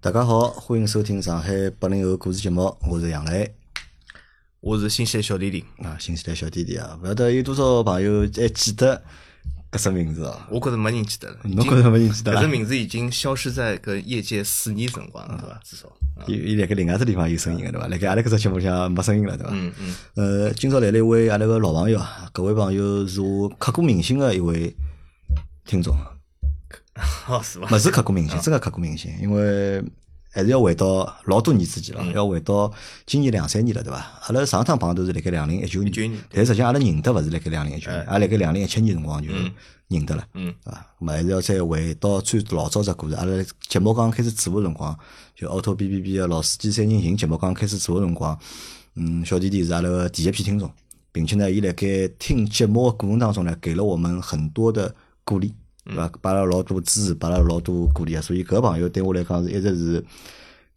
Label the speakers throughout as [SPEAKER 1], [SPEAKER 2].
[SPEAKER 1] 大家好，欢迎收听上海八零后故事节目，我是杨澜
[SPEAKER 2] 我是新西兰小弟弟，
[SPEAKER 1] 啊，新时代小弟弟啊，勿晓得有多少朋友还记得搿只名字啊？
[SPEAKER 2] 我觉着没人记得了。
[SPEAKER 1] 侬觉着没人记得
[SPEAKER 2] 搿
[SPEAKER 1] 啦
[SPEAKER 2] 只？名字已经消失在搿业界四年辰光了，对伐？至少，啊
[SPEAKER 1] 伊伊辣盖另外只地方有声音个对伐？辣盖阿拉搿只节目里向没声音了对伐？
[SPEAKER 2] 嗯嗯，
[SPEAKER 1] 呃，今朝来了一位阿拉个老朋友啊，搿位朋友是我刻骨铭心个一位听众，啊
[SPEAKER 2] 哦是伐？
[SPEAKER 1] 勿是刻骨铭心，真个刻骨铭心，因为还是要回到老多年之前了，
[SPEAKER 2] 嗯
[SPEAKER 1] 要回到今年两三年了对伐？阿拉上趟碰都是辣盖两零一九
[SPEAKER 2] 19年
[SPEAKER 1] 嗯但实际上阿拉认得勿是辣盖两零一九年，阿拉辣盖两零一七年辰光就认得了。
[SPEAKER 2] 嗯，
[SPEAKER 1] 对伐？咁啊，还是要再回到最老早只故事。阿拉节目刚开始做个辰光，就《auto B B B》个老司机三人行节目刚开始做个辰光，嗯，小弟弟是阿拉个第一批听众，并且呢，伊辣盖听节目个过程当中呢，给了我们很多的鼓励，对伐？拨阿拉老多支持，拨阿拉老多鼓励啊。所以搿个朋友对我来讲是一直是。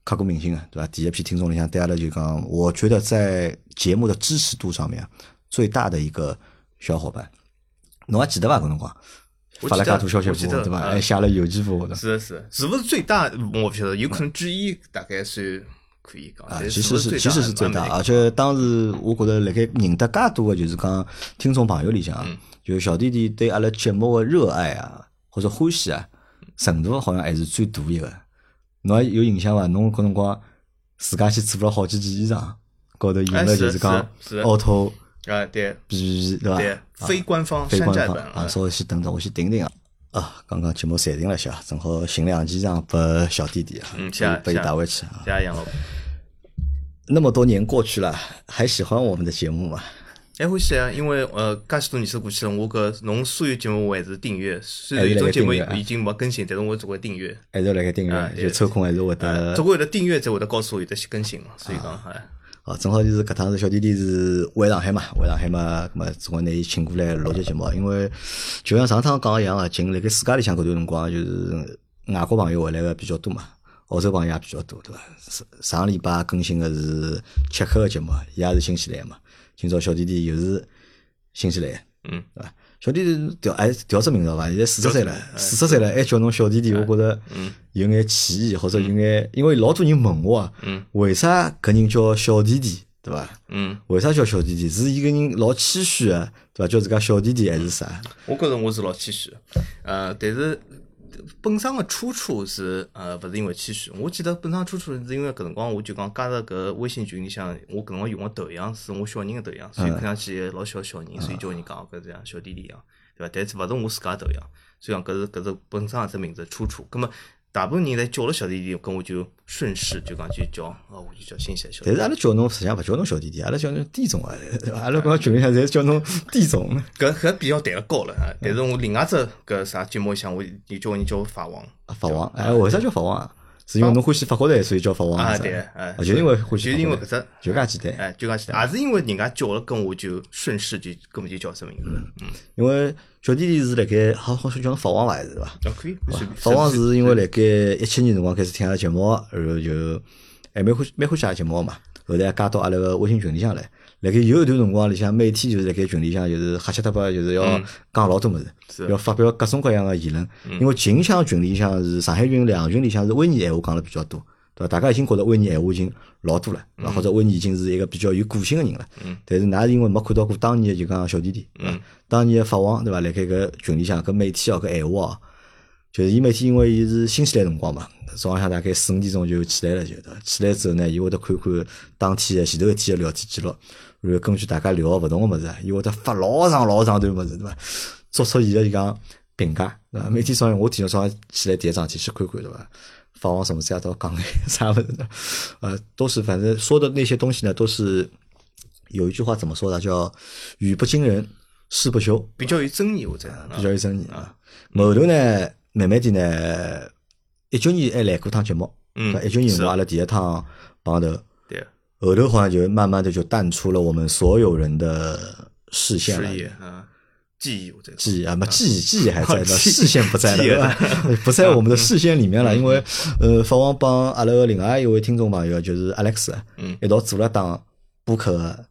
[SPEAKER 1] 刻骨铭心啊，对伐？第一批听众里向，对阿拉就讲，我觉得在节目的支持度上面啊，最大的一个小伙伴，侬还记得伐？搿辰光
[SPEAKER 2] 我记得
[SPEAKER 1] 发了介多消息
[SPEAKER 2] 我记
[SPEAKER 1] 拨
[SPEAKER 2] 得
[SPEAKER 1] 对伐？
[SPEAKER 2] 嗯
[SPEAKER 1] 还写了邮件拨我的。
[SPEAKER 2] 是的是的，是勿是最大？我勿晓得，有可能之一，大概算可以讲。
[SPEAKER 1] 啊，
[SPEAKER 2] 但
[SPEAKER 1] 其实
[SPEAKER 2] 是是
[SPEAKER 1] 是
[SPEAKER 2] 不
[SPEAKER 1] 其实是最大，
[SPEAKER 2] 蛮
[SPEAKER 1] 而且当时我觉着辣盖认得介多个就是讲听众朋友里向
[SPEAKER 2] 嗯
[SPEAKER 1] 啊，就是小弟弟对阿拉节目个热爱啊或者欢喜啊程度好像还是最大一个。侬还有印象伐？侬搿辰光自家去做了好几件衣裳，高头印
[SPEAKER 2] 哎
[SPEAKER 1] 了就是是讲
[SPEAKER 2] 是是
[SPEAKER 1] auto
[SPEAKER 2] 啊，对
[SPEAKER 1] B B 对
[SPEAKER 2] 对
[SPEAKER 1] 伐？，啊
[SPEAKER 2] 非官方
[SPEAKER 1] 非
[SPEAKER 2] 山
[SPEAKER 1] 官
[SPEAKER 2] 寨
[SPEAKER 1] 方
[SPEAKER 2] 版
[SPEAKER 1] 啊，
[SPEAKER 2] 啊，
[SPEAKER 1] 稍微先等等，我去顶顶啊。啊，刚刚节目暂停了一下，正好寻两件衣裳拨小弟弟啊，
[SPEAKER 2] 嗯谢谢
[SPEAKER 1] 拨伊
[SPEAKER 2] 谢谢
[SPEAKER 1] 带回去啊。
[SPEAKER 2] 谢谢杨老板。
[SPEAKER 1] 那么多年过去了，还喜欢我们的节目吗？
[SPEAKER 2] 还欢喜啊，因为呃，介许多年数过去了，我搿侬所有节目我还是订阅，虽然
[SPEAKER 1] 还是
[SPEAKER 2] 有
[SPEAKER 1] 辣盖
[SPEAKER 2] 种节目
[SPEAKER 1] 订阅啊
[SPEAKER 2] 已经没更新，但是我只会订阅。
[SPEAKER 1] 还是来个订
[SPEAKER 2] 啊
[SPEAKER 1] 阅，
[SPEAKER 2] 对
[SPEAKER 1] 就抽空还是会得
[SPEAKER 2] 总归有的订阅才会得告诉我有的更新嘛，所以讲哎，
[SPEAKER 1] 哦，正好就是搿趟是小弟弟是回上海嘛，回上海嘛，咁么总归拿伊请过来录节节目，因为就像上趟讲一样啊，近辣盖世界里向搿段辰光，啊就是外国朋友回来个比较多嘛，澳洲朋友也比较多，对伐？上上礼拜更新个是切克个节目，伊也是新西兰嘛，今朝小弟弟又是新西兰，
[SPEAKER 2] 嗯，
[SPEAKER 1] 对伐？小弟啊弟调哎调只名字伐？现在四十岁了，四十岁哎嗯了还叫侬小弟弟，我觉着有眼歧义，或者有眼，因为老多人问我啊，为啥搿人叫小弟弟，对伐？
[SPEAKER 2] 嗯，
[SPEAKER 1] 为啥叫小弟弟？是伊个人老谦虚啊，对伐？叫自家小弟弟还是啥？
[SPEAKER 2] 我觉着我是老谦虚的，呃，但是本身的出处是呃，勿是因为谦虚，我记得本身出处是因为搿辰光我就讲加入搿微信群里向，我搿辰光用个头像是我小人个头像，所以看上去老小小人，所以叫人讲搿这样小弟弟一样，对伐？但是勿是我自家头像，所以讲搿是搿是本身只名字出处，葛么。大部分人在叫了小弟弟，跟我就顺势就讲就叫，哦，我就叫新鲜小弟
[SPEAKER 1] 但
[SPEAKER 2] 弟。
[SPEAKER 1] 是阿拉叫侬实际上勿叫侬小弟弟，阿拉叫侬弟总啊， 对伐？阿拉搿群里向侪叫侬弟 总。
[SPEAKER 2] 搿搿比较抬得高了啊！但是我另外只搿啥节目里向，我有叫人叫我法王
[SPEAKER 1] 法王，哎，为啥叫法王啊？是因为侬欢喜法国队，所以叫法王
[SPEAKER 2] 啊，
[SPEAKER 1] 是吧
[SPEAKER 2] 对，哎，
[SPEAKER 1] 就因为欢喜
[SPEAKER 2] 就
[SPEAKER 1] 法
[SPEAKER 2] 因为
[SPEAKER 1] 国
[SPEAKER 2] 搿
[SPEAKER 1] 队，
[SPEAKER 2] 只，
[SPEAKER 1] 就介简单。
[SPEAKER 2] 哎，就讲起也是因为人家叫了，跟我就顺势就根本就叫什么名字了，嗯，
[SPEAKER 1] 因为小弟弟是辣盖好好像叫侬法王伐，还是伐？
[SPEAKER 2] 哦，可以，随 便
[SPEAKER 1] 法王是因为辣盖一七年辰光开始听阿拉节目，然后就还蛮欢喜蛮欢喜阿拉节目嘛，后来也加到阿拉个微信群里向来。辣盖有一段辰光里向，每天就是辣盖群里向就是瞎七搭八，就是要讲老多物事，
[SPEAKER 2] 是
[SPEAKER 1] 要发表各种各样个言论。因为秦腔群里向是上海群、两群里向是威尼闲话讲了比较多，对伐？大家已经觉得威尼闲话已经老多了，对伐？或者威尼已经是一个比较有个性个人了。但是㑚是因为没看到过当年的就讲小弟弟，对伐当年的法王对伐？辣盖搿群里向搿每天哦搿闲话哦。就是伊每天因为伊是新西兰辰光嘛，早浪向大概四五点钟就起来了，就对伐起来之后呢，伊会得看看当天的前头一天的聊天记录，然后根据大家聊个勿同个物事啊，伊会得发老长老长段物事，对伐？做出伊个就讲评价，对伐？每天早上我今朝早上起来第一桩事体去看看，对伐？法王什么这都讲的啥物事呢？呃，都是反正说的那些东西呢，都是有一句话怎么说的，叫“语不惊人誓不休”。
[SPEAKER 2] 比较有争议，我这
[SPEAKER 1] 比较有争议啊。后头呢，慢慢点呢，一九年还来过趟节目，
[SPEAKER 2] 嗯
[SPEAKER 1] 一九年辰
[SPEAKER 2] 是
[SPEAKER 1] 光阿拉第一趟碰头，
[SPEAKER 2] 对，
[SPEAKER 1] 后头好像就慢慢的就淡出了我们所有人的视线
[SPEAKER 2] 事
[SPEAKER 1] 了。
[SPEAKER 2] 业啊，记忆我这
[SPEAKER 1] 记忆啊，没记忆，记忆 还在的，
[SPEAKER 2] 记忆
[SPEAKER 1] 视线不在了，
[SPEAKER 2] 记忆嗯
[SPEAKER 1] 对吧 不在我们的视线里面了。因为呃，法王帮阿拉个另外一位听众朋友，就是 Alex，
[SPEAKER 2] 嗯
[SPEAKER 1] 一道做了档播客的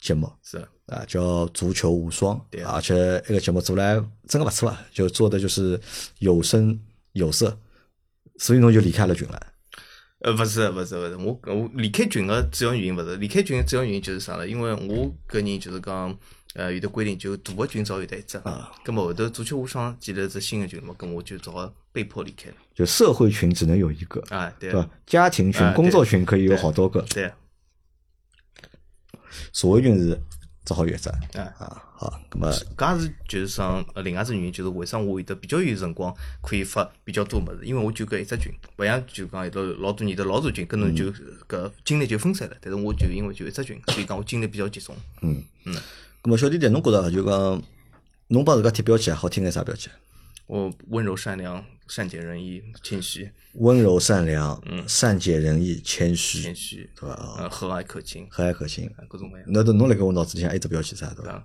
[SPEAKER 1] 节目，
[SPEAKER 2] 是
[SPEAKER 1] 啊，叫足球无双，
[SPEAKER 2] 对啊
[SPEAKER 1] 而且那个节目做来真的不错啊，就做的就是有声有色，所以侬就离开了群了。
[SPEAKER 2] 呃，勿是勿是勿是，我我离开群个主要原因勿是，离开群个主要原因就是啥呢？因为我搿人就是讲，呃，有的规定就大个群只好有得一只，
[SPEAKER 1] 啊，
[SPEAKER 2] 葛末后头足球无双建立了只新个群嘛，葛末我就只好被迫离开了。
[SPEAKER 1] 就社会群只能有一个，
[SPEAKER 2] 啊，对
[SPEAKER 1] 对
[SPEAKER 2] 啊
[SPEAKER 1] 吧？家庭群、工作群可以有好多个，
[SPEAKER 2] 对，
[SPEAKER 1] 社会群是只好有一只
[SPEAKER 2] 啊。
[SPEAKER 1] 啊。好，那么
[SPEAKER 2] 搿也是就是讲呃另外一只原因，就是为啥我会得比较有辰光可以发比较多物事，因为我就搿一只群，勿像就讲有的老多年头老多群，跟侬就搿精力就分散了。但是我就因为就一只群，所以讲我精力比较集中。
[SPEAKER 1] 那么小弟弟，侬觉得就讲，侬帮自家贴标签，好听眼啥标签？
[SPEAKER 2] 我温柔善良、善解人意、谦虚、
[SPEAKER 1] 温柔善良，善解人意，谦虚
[SPEAKER 2] 嗯谦，虚，
[SPEAKER 1] 对吧？
[SPEAKER 2] 呃，和蔼可亲，
[SPEAKER 1] 和蔼可亲。
[SPEAKER 2] 啊各种各样。
[SPEAKER 1] 那都侬辣盖我脑子里向哎还有一只标签啥对伐
[SPEAKER 2] 啊？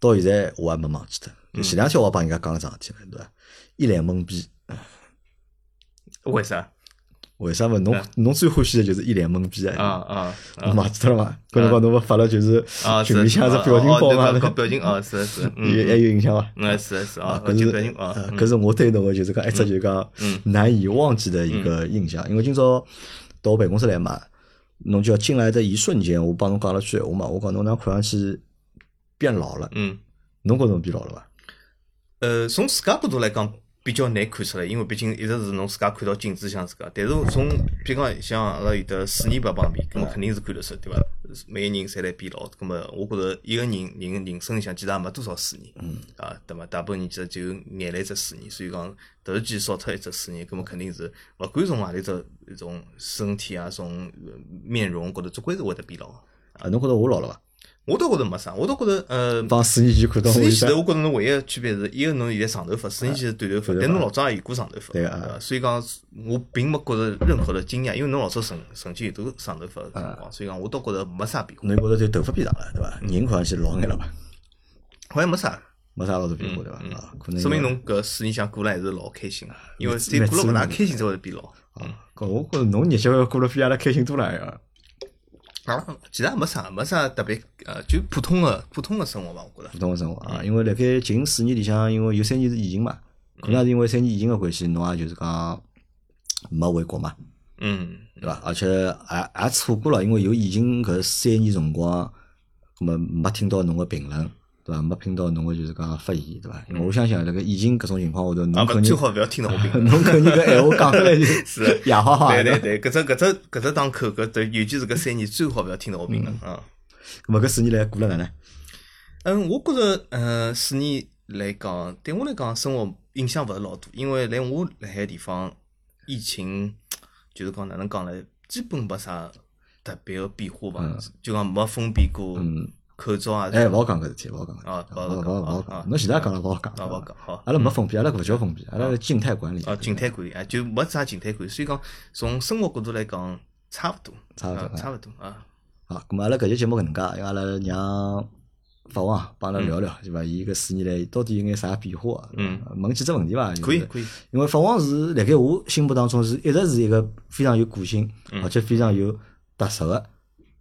[SPEAKER 1] 到现在我还没忘记
[SPEAKER 2] 嗯
[SPEAKER 1] 脱。前两天我也帮人家讲了桩事体了，对伐？一脸懵逼，
[SPEAKER 2] 为啥？
[SPEAKER 1] 为啥么？侬侬最欢喜的就是一脸懵逼
[SPEAKER 2] 啊
[SPEAKER 1] 啊！
[SPEAKER 2] 啊啊
[SPEAKER 1] 侬忘记脱了伐？搿辰光侬勿发了就是
[SPEAKER 2] 啊！
[SPEAKER 1] 群里向
[SPEAKER 2] 是
[SPEAKER 1] 只表情包嘛
[SPEAKER 2] 哦，对搿搿？表情啊，是是，
[SPEAKER 1] 有还
[SPEAKER 2] 嗯，
[SPEAKER 1] 有印象伐？
[SPEAKER 2] 嗯，是是啊，
[SPEAKER 1] 搿是
[SPEAKER 2] 就表情啊，嗯
[SPEAKER 1] 搿是我对侬个就是讲一直就是讲难以忘记的一
[SPEAKER 2] 嗯
[SPEAKER 1] 个印象。因为今朝到我办公室来嘛，侬就要进来的一瞬间，我帮侬讲了句闲话嘛，我讲侬哪看上去变老了，
[SPEAKER 2] 嗯。
[SPEAKER 1] 侬觉着侬变老了伐？
[SPEAKER 2] 呃，从自家角度来讲，比较难看出来，因为毕竟一直是侬自家看到镜子像自家。但是从比如讲像阿拉有的四年八旁边，咁么肯定是看得出，对伐？每个人侪来变老，咁么我觉着一个人人人生里向其实也没多少四年，啊，对伐？大部分人其实就眼来只四年，所以讲突然间少脱一只四年，咁么肯定是勿管从何里只一种身体啊，从呃面容高头，总归是会得变老。
[SPEAKER 1] 啊，侬觉着我老了伐？
[SPEAKER 2] 我倒觉着没啥，我倒觉着呃。
[SPEAKER 1] 帮四年前看到
[SPEAKER 2] 四
[SPEAKER 1] 我
[SPEAKER 2] 年
[SPEAKER 1] 一
[SPEAKER 2] 前头，
[SPEAKER 1] 样
[SPEAKER 2] 我觉着侬唯一的区别是，一个侬现在长头发，四年前是短头发，但侬老早也有过长头发，
[SPEAKER 1] 对啊
[SPEAKER 2] 伐？所以讲我并没觉着任何的惊讶，因为侬老早曾曾经有都长头发的辰光，所以讲我倒觉着没啥变化，
[SPEAKER 1] 侬觉着就头发变长了对伐？人看上去老眼了伐？
[SPEAKER 2] 好像没啥，
[SPEAKER 1] 没啥老大变化对伐？啊，可能
[SPEAKER 2] 说明
[SPEAKER 1] 因为
[SPEAKER 2] 侬搿四年前过了还是老开心的，因为
[SPEAKER 1] 每次
[SPEAKER 2] 只有过了勿大
[SPEAKER 1] 每次
[SPEAKER 2] 开心才会得变老。
[SPEAKER 1] 啊，搿我觉着侬日脚过了比阿拉开心多了呀。
[SPEAKER 2] 啊，其实也没啥，没啥特别，呃，就普通的普通的生活吧，我觉着。
[SPEAKER 1] 普通个生活啊，因为辣盖近四年里向，因为有三年是疫情嘛，可能也是因为三年疫情个关系，侬也就是讲没回国嘛，
[SPEAKER 2] 嗯，
[SPEAKER 1] 对伐？而且也也错过了，因为有疫情搿三年辰光，咁么没听到侬个评论，对伐？没听到侬个就是讲发言，对伐？因为我想想，辣盖疫情搿种情况下头，
[SPEAKER 2] 啊，
[SPEAKER 1] 侬
[SPEAKER 2] 勿
[SPEAKER 1] 肯
[SPEAKER 2] 最
[SPEAKER 1] 定
[SPEAKER 2] 好勿要听到 我评论。
[SPEAKER 1] 侬肯定搿闲话讲出 来就是哑花花。
[SPEAKER 2] 对对
[SPEAKER 1] 伐
[SPEAKER 2] 对，搿只搿只搿只档口，搿尤其是搿三年，最好勿要听到我评论啊。
[SPEAKER 1] 咁么搿四年来过了哪能？
[SPEAKER 2] 嗯，我觉着，呃，四年来讲，对我来讲，生活影响勿是老大，因为来我辣海地方，疫情就是讲哪能讲呢，基本没啥特别个变化吧，就讲没封闭过，口罩啊，
[SPEAKER 1] 嗯哎，勿好讲搿事体，勿好讲搿事体，
[SPEAKER 2] 啊
[SPEAKER 1] 勿好勿
[SPEAKER 2] 勿好讲
[SPEAKER 1] 好勿好
[SPEAKER 2] 啊
[SPEAKER 1] 讲。侬现在讲了勿好讲，
[SPEAKER 2] 啊，勿好讲好。
[SPEAKER 1] 嗯阿拉没封闭，阿拉搿勿叫封闭，阿拉是静态管理。
[SPEAKER 2] 啊，静态管理啊，就没啥静态管理，所以讲从生活角度来讲，差勿多，
[SPEAKER 1] 差勿多
[SPEAKER 2] 啊
[SPEAKER 1] 啊
[SPEAKER 2] 差勿多啊，
[SPEAKER 1] 好，咁阿拉搿期节目搿能介，因为阿拉让法王啊帮阿拉聊聊，对伐？伊搿四年来到底有眼啥变化啊？
[SPEAKER 2] 嗯
[SPEAKER 1] 呃，问几只问题伐？就是
[SPEAKER 2] 可以可以，
[SPEAKER 1] 因为法王是辣盖我心目当中是一直是一个非常有个性，
[SPEAKER 2] 嗯
[SPEAKER 1] 而且非常有特色个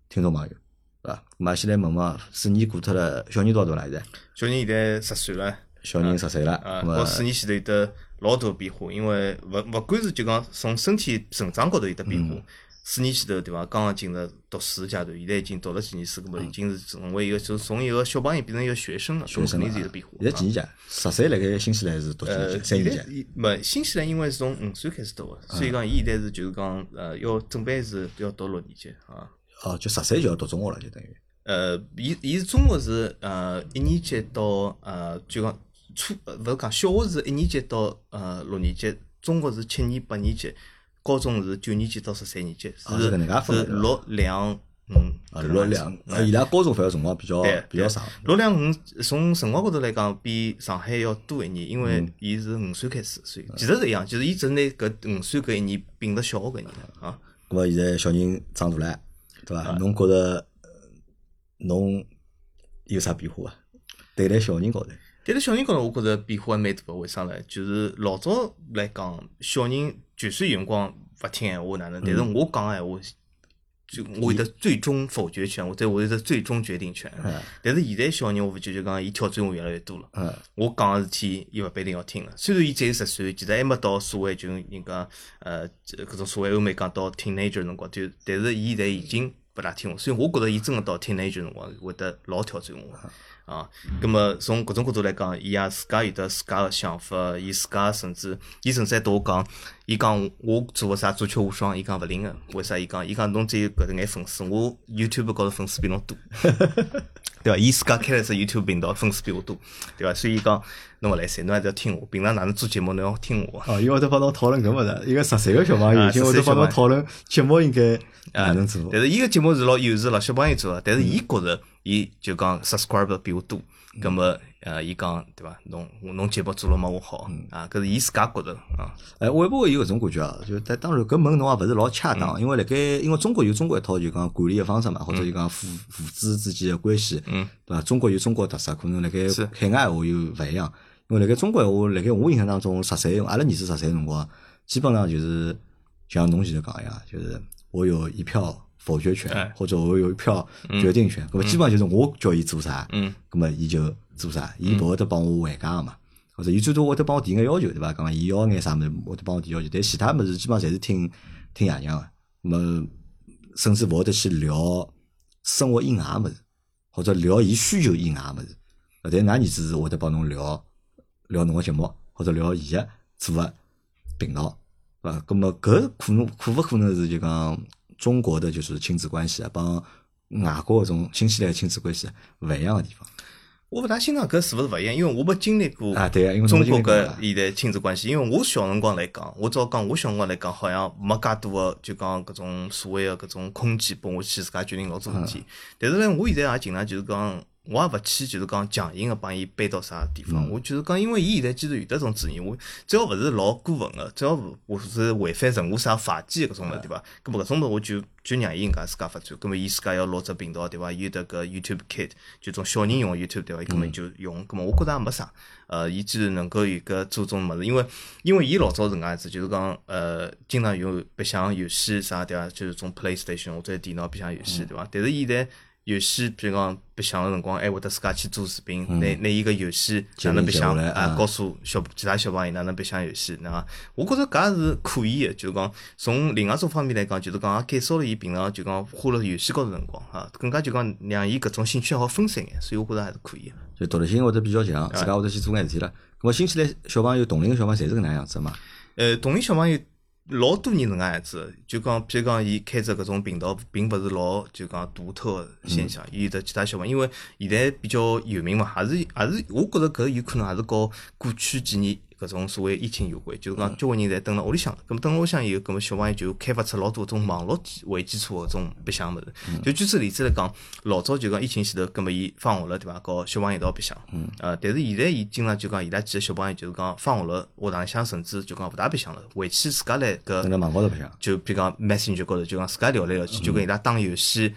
[SPEAKER 1] 听众朋友，对伐？咁啊，先来问问啊，四年过脱了，小人到大了现在，
[SPEAKER 2] 小人现在十岁了。
[SPEAKER 1] 小人十岁了，
[SPEAKER 2] 啊，
[SPEAKER 1] 咁
[SPEAKER 2] 和
[SPEAKER 1] 啊
[SPEAKER 2] 四年前头有得老大变化，因为勿勿管是就讲从身体成长高头有得变
[SPEAKER 1] 嗯
[SPEAKER 2] 化。四年前头对伐，刚刚进入读书阶段，现在已经读了几年书，搿么已经是成为一个就从一个小朋友变成一个学生了，
[SPEAKER 1] 嗯学
[SPEAKER 2] 搿么
[SPEAKER 1] 生
[SPEAKER 2] 肯
[SPEAKER 1] 了啊
[SPEAKER 2] 定是有得变化。
[SPEAKER 1] 现在几年级啊？十岁辣盖新西兰是读几年级？
[SPEAKER 2] 呃，
[SPEAKER 1] 三
[SPEAKER 2] 现在
[SPEAKER 1] 年级啊。嗯
[SPEAKER 2] 伊没新西兰，因为是从五岁开始读个，所以讲伊现在是就是讲呃要准备是要读六年级啊。
[SPEAKER 1] 哦，就十岁就要读中学了，就等于。
[SPEAKER 2] 呃，伊伊是中学是呃一年级到呃就讲初呃勿是讲小学是一年级到呃六年级，中学是七年八年级，高中是九年级到十三年级，
[SPEAKER 1] 啊是搿能介分
[SPEAKER 2] 是
[SPEAKER 1] 的
[SPEAKER 2] 六两嗯
[SPEAKER 1] 啊，
[SPEAKER 2] 搿能
[SPEAKER 1] 六
[SPEAKER 2] 介
[SPEAKER 1] 两，呃伊拉高中反而辰光比较
[SPEAKER 2] 嗯对
[SPEAKER 1] 比较长。
[SPEAKER 2] 六两五从辰光高头来讲，比上海要多一年，因
[SPEAKER 1] 嗯
[SPEAKER 2] 为伊是五岁开始，所以其实是一样，就是伊只拿搿五岁搿一年并着小学搿一年啊。
[SPEAKER 1] 那么现在小人长大了，对伐？侬觉着呃侬有啥变化伐？对待小人高头，
[SPEAKER 2] 但是小人高头，我觉着变化还蛮大个，为啥呢？就是老早来讲，小人就算有辰光勿听闲话哪能，但是我讲个闲话，就我有得最终否决权，我对我有得最终决定权。但是现在小人，我发觉就讲伊挑战我越来越多了。
[SPEAKER 1] 嗯
[SPEAKER 2] 我讲个事体，伊勿必定要听了。啊虽然伊只有十岁，其实还没到所谓就人家呃这搿种所谓欧美讲到 teenager 辰光，就但是伊现在已经勿大听我。所以我觉着伊真个到 teenager 辰光会得老挑战我啊。葛么从搿种角度来讲，伊也自家有得自家个想法，伊自家甚至伊甚至还对我讲，伊讲我做个啥足球无双，伊讲勿灵个。为啥？伊讲伊讲侬只有搿能眼粉丝，我 YouTube 高头粉丝比侬多。对伐？伊自家开了只 YouTube 频道，粉丝比我多，对伐？所以讲侬勿来三，侬还是要听我。平常哪能做节目，侬要听我。
[SPEAKER 1] 哦，伊会得帮侬讨论搿物事，一个十岁个小朋友
[SPEAKER 2] 啊
[SPEAKER 1] 已经会得
[SPEAKER 2] 13
[SPEAKER 1] 帮侬
[SPEAKER 2] 小朋友啊
[SPEAKER 1] 讨论节目应该哪能做。
[SPEAKER 2] 但是伊个节目是老幼稚，老小朋友做个，但是伊觉着伊就讲 subscriber 比我多，葛么呃，伊讲对伐？侬侬节目做了没我好
[SPEAKER 1] 嗯
[SPEAKER 2] 啊？搿是伊自家觉着啊。
[SPEAKER 1] 哎，会不会有搿种感觉啊？就但当然，搿问侬也勿是老恰
[SPEAKER 2] 嗯
[SPEAKER 1] 当，因为辣盖因为中国有中国一套就讲管理个方式嘛，或者就讲父父子之间个关系，
[SPEAKER 2] 嗯，
[SPEAKER 1] 对伐？中国有中国特色，可能辣盖
[SPEAKER 2] 是
[SPEAKER 1] 海外话又勿一样。因为辣盖中国闲话，辣盖我印象当中，十岁，阿拉儿子十岁辰光，基本上就是就像侬前头讲一样，就是我有一票否决权，
[SPEAKER 2] 哎
[SPEAKER 1] 或者我有一票决定权。搿么基本上就是我叫伊做啥，
[SPEAKER 2] 嗯，
[SPEAKER 1] 咁么伊就做啥，伊勿会得帮我还价个嘛，或者伊最多会得帮我提眼要求，对伐？讲伊要眼啥物事，会得帮我提要求，但其他物事基本上侪是听听爷娘个，咁甚至勿会得去聊生活以外个物事，或者聊伊需求以外个物事。呃但㑚儿子是会得帮侬聊聊侬个节目，或者聊伊个做个频道，对伐？咁么搿可能可勿可能是就讲中国的就是亲子关系啊，帮外国搿种新西兰亲子关系啊勿一样个地方。
[SPEAKER 2] 我勿大欣赏搿是勿是勿一样，因为我没经历过
[SPEAKER 1] 啊对啊因为侬
[SPEAKER 2] 嗯中
[SPEAKER 1] 没经历
[SPEAKER 2] 国
[SPEAKER 1] 过
[SPEAKER 2] 搿
[SPEAKER 1] 啊
[SPEAKER 2] 现在亲子关系，因为我小辰光来讲，我只好讲我小辰光来讲，好像没介多个就讲搿种所谓个搿种空间拨我去自家决定老多事体。
[SPEAKER 1] 嗯
[SPEAKER 2] 但是呢，我现在也尽量就是讲，我也勿去就是讲强硬个帮伊搬到啥地
[SPEAKER 1] 嗯
[SPEAKER 2] 方。我就是讲，因为伊现在既然有得种主意，我只要勿是老过分个，只要勿我是违反任何啥法纪搿种物事，对伐？搿么搿种物事我就就让伊人家自家发展。搿么伊自家要拿只频道，对伐？伊有得搿 YouTube Kid，就种小人用个 YouTube，对伐？
[SPEAKER 1] 嗯
[SPEAKER 2] 搿么伊就用。搿么我觉着也没啥。呃，伊既然能够有搿做种物事，因为因为伊老早是搿能介子，就是讲呃，经常用白相游戏啥对伐？就是种 PlayStation 或者电脑白相游戏
[SPEAKER 1] 嗯
[SPEAKER 2] 对伐？但是现在游戏，比如讲白相个辰光，还会得自家去做视频，
[SPEAKER 1] 嗯
[SPEAKER 2] 拿拿伊个游戏
[SPEAKER 1] 记
[SPEAKER 2] 哪
[SPEAKER 1] 录
[SPEAKER 2] 能白
[SPEAKER 1] 下
[SPEAKER 2] 相
[SPEAKER 1] 来
[SPEAKER 2] 啊
[SPEAKER 1] 啊，
[SPEAKER 2] 告诉小其他小朋友哪能白相游戏，那伐？我觉着搿也是可以个，就是讲从另外一种方面来讲，就是讲也减少了伊平常就讲花了游戏高头辰光啊，更加就讲让伊搿种兴趣爱好分散眼，所以我觉着还是可以个。
[SPEAKER 1] 就独立性会得比较强，
[SPEAKER 2] 哎
[SPEAKER 1] 自家会得去做眼事体了。咁么新西兰小朋友、同龄个小朋友侪是搿能样子嘛？
[SPEAKER 2] 呃，同龄小朋友老多人搿能介样子，就讲譬如讲，伊开着搿种频道，并勿是老就讲独特个现象。伊有得其他小朋友，因为现在比较有名嘛，还是还是，我觉着搿有可能还是和过去几年搿种所谓疫情有关，就是讲交关人侪蹲辣屋里向了。咁蹲辣屋里向以后，咁么小朋友就开发出老多搿种网络基为基础个搿种白相物事。就举此例子来讲，老早就讲疫情前头，咁么伊放学了对伐？和小朋友一道白相。嗯。呃，但是现在伊经常就讲伊拉几个小朋友就是讲放学了，学堂里向甚至就讲勿大白相了，回去自家来搿
[SPEAKER 1] 蹲辣网高头白相。
[SPEAKER 2] 就比如讲 Messenger 高头，就讲自家聊来聊去，就跟伊拉打游戏，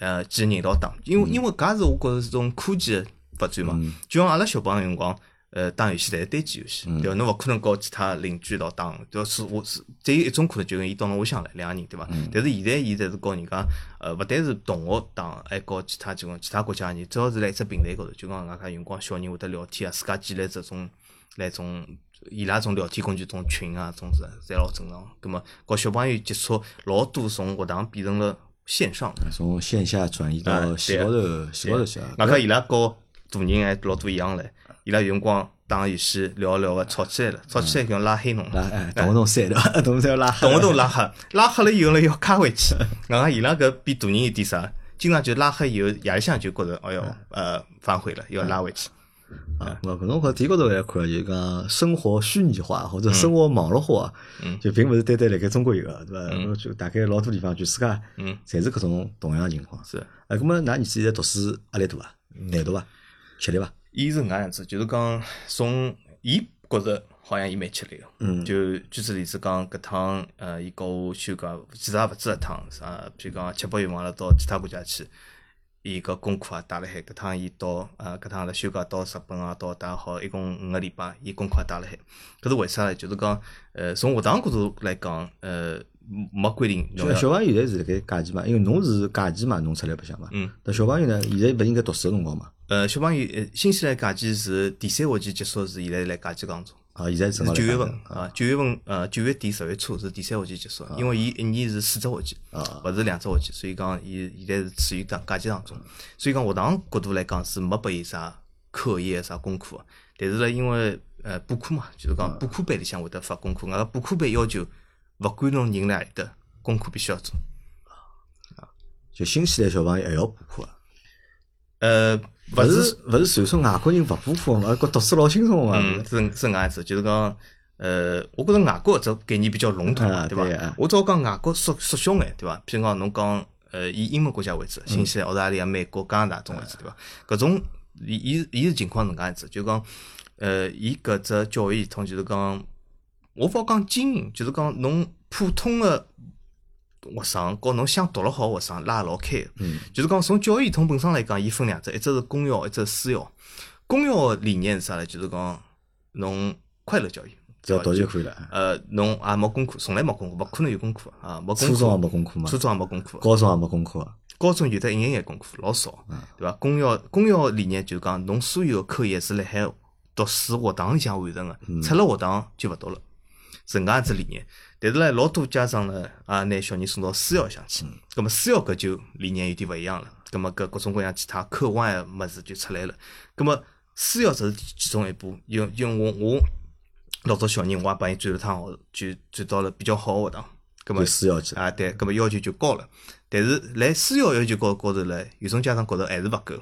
[SPEAKER 2] 呃，几个人一道打，因为因为搿也是我觉着是种科技的发展嘛。就像阿拉小朋友辰光，呃，打游戏侪是单机游戏，对伐？侬勿可能和其他邻居一道打，对伐？是我是只有一种可能，就是伊到侬屋里向来两个人，对伐？但是现在伊侪是和人家，呃，勿单是同学打，还和其他就讲其他国家的人，只要是辣一只平台高头，就讲外加有辰光小人会得聊天啊，自家建立这种。来种伊拉种聊天工具种群啊，种是侪老正常。葛么，和小朋友接触老多，从学堂变成了线上。
[SPEAKER 1] 从线下转移
[SPEAKER 2] 啊
[SPEAKER 1] 到
[SPEAKER 2] 对
[SPEAKER 1] 线高头，线高头去啊。
[SPEAKER 2] 外加伊拉和大人还老多一样唻，伊拉有辰光打游戏聊一聊个吵起来了，吵起来就拉黑侬了。
[SPEAKER 1] 拉哎，动勿动删对伐？ 动勿动要拉黑。
[SPEAKER 2] 动勿动拉黑，拉黑了以后呢要加回去。然后伊拉搿比大人有点啥，经常就拉黑以后夜里向就觉着，哎哟，呃，反悔了，要拉回去。
[SPEAKER 1] 啊，我搿种搿提高头来看，就是讲生活虚拟化
[SPEAKER 2] 嗯
[SPEAKER 1] 或者生活网络化，就并勿是单单辣盖中国有个，对伐？就大概老多地方，全世界，
[SPEAKER 2] 嗯，
[SPEAKER 1] 侪是搿种同样的情况。
[SPEAKER 2] 是。
[SPEAKER 1] 啊，葛末㑚儿子现在读书压力大伐？难度伐？吃力伐？
[SPEAKER 2] 伊是搿能样子，就是讲从伊觉着好像伊蛮吃力个，
[SPEAKER 1] 嗯
[SPEAKER 2] 就举此例子讲，搿趟呃，伊跟我休假，其实也勿止一趟，啥，譬如讲七八月份阿拉到其他国家去，伊搿功课也带辣海，搿趟伊到呃，搿趟阿拉休假到日本啊，到大好一共五个礼拜，伊功课也带辣海，搿是为啥呢？就是讲呃，从学堂角度来讲，呃，没规定要
[SPEAKER 1] 小
[SPEAKER 2] 要。
[SPEAKER 1] 小朋友现在是辣盖假期嘛，因为侬是假期嘛，侬出来白相嘛。
[SPEAKER 2] 嗯。
[SPEAKER 1] 但小朋友呢，现在勿应该读书个辰光嘛，
[SPEAKER 2] 呃，小朋友，呃新西兰假期是第三学期结束是现在来假期当中，
[SPEAKER 1] 啊，现在
[SPEAKER 2] 是
[SPEAKER 1] 正好
[SPEAKER 2] 九
[SPEAKER 1] 辣
[SPEAKER 2] 月
[SPEAKER 1] 盖
[SPEAKER 2] 份啊，九月份呃九月底十月初是第三学期结束，因为伊一年是四只学期，
[SPEAKER 1] 啊
[SPEAKER 2] 勿是两只学期，所以讲伊现在是处于假假期当中，所以讲学堂角度来讲是没拨伊啥课业啊啥功课，但是呢，因为呃补课嘛，就是讲补课班里向会得发功课，阿拉补课班要求勿管侬人辣何里搭，功课必须要做。
[SPEAKER 1] 就新西兰小朋友还要补课啊。
[SPEAKER 2] 呃，
[SPEAKER 1] 勿
[SPEAKER 2] 勿是
[SPEAKER 1] 是勿是传说外国人勿补课嘛，搿读书老轻松嘛。
[SPEAKER 2] 嗯，是是搿样子，就是讲，呃，我觉着外国这概念比较笼统嘛，
[SPEAKER 1] 啊
[SPEAKER 2] 对
[SPEAKER 1] 对
[SPEAKER 2] 伐
[SPEAKER 1] 啊？
[SPEAKER 2] 我只好讲外国缩缩小眼，对伐？譬如讲侬讲，呃，以英文国家为
[SPEAKER 1] 嗯
[SPEAKER 2] 主，新西兰、澳大利亚、美国、加拿大种为主，对伐？搿种伊伊伊是情况是搿样子，就讲，呃，伊搿只教育系统就是讲，我勿好讲精英，就是讲侬普通个。学生和侬想读了好的学生拉得老开的，
[SPEAKER 1] 嗯
[SPEAKER 2] 就是讲从教育系统本身来讲，伊分两只，一只是公校，一只是私校。公校的理念是啥呢？就是讲侬快乐教育，
[SPEAKER 1] 只要
[SPEAKER 2] 对吧
[SPEAKER 1] 读就可以了。
[SPEAKER 2] 呃，侬也没功课，从来没功课，勿可能有功课啊，没功课。
[SPEAKER 1] 初中也没功课嘛
[SPEAKER 2] 初中也没功课，
[SPEAKER 1] 高中也没功课啊，
[SPEAKER 2] 高中有得一眼眼功课，老少，对伐？公校公校的理念就是讲，侬所有的课业是辣海读书学堂里向完成的，出了学堂就勿读了，是搿能样子理念。但是呢，老多家长呢，也拿小人送到私校里向去，葛么私校搿就理念有点勿一样了，葛么搿各种各样其他课外的物事就出来了，葛么私校只是其中一步，因因为我我老早小人我也帮伊转了趟学，就转到了比较好的学堂，葛么
[SPEAKER 1] 就私校去了。
[SPEAKER 2] 啊，对，搿么要求就高了。但是来私校要求高高头呢，有种家长觉得还是勿够，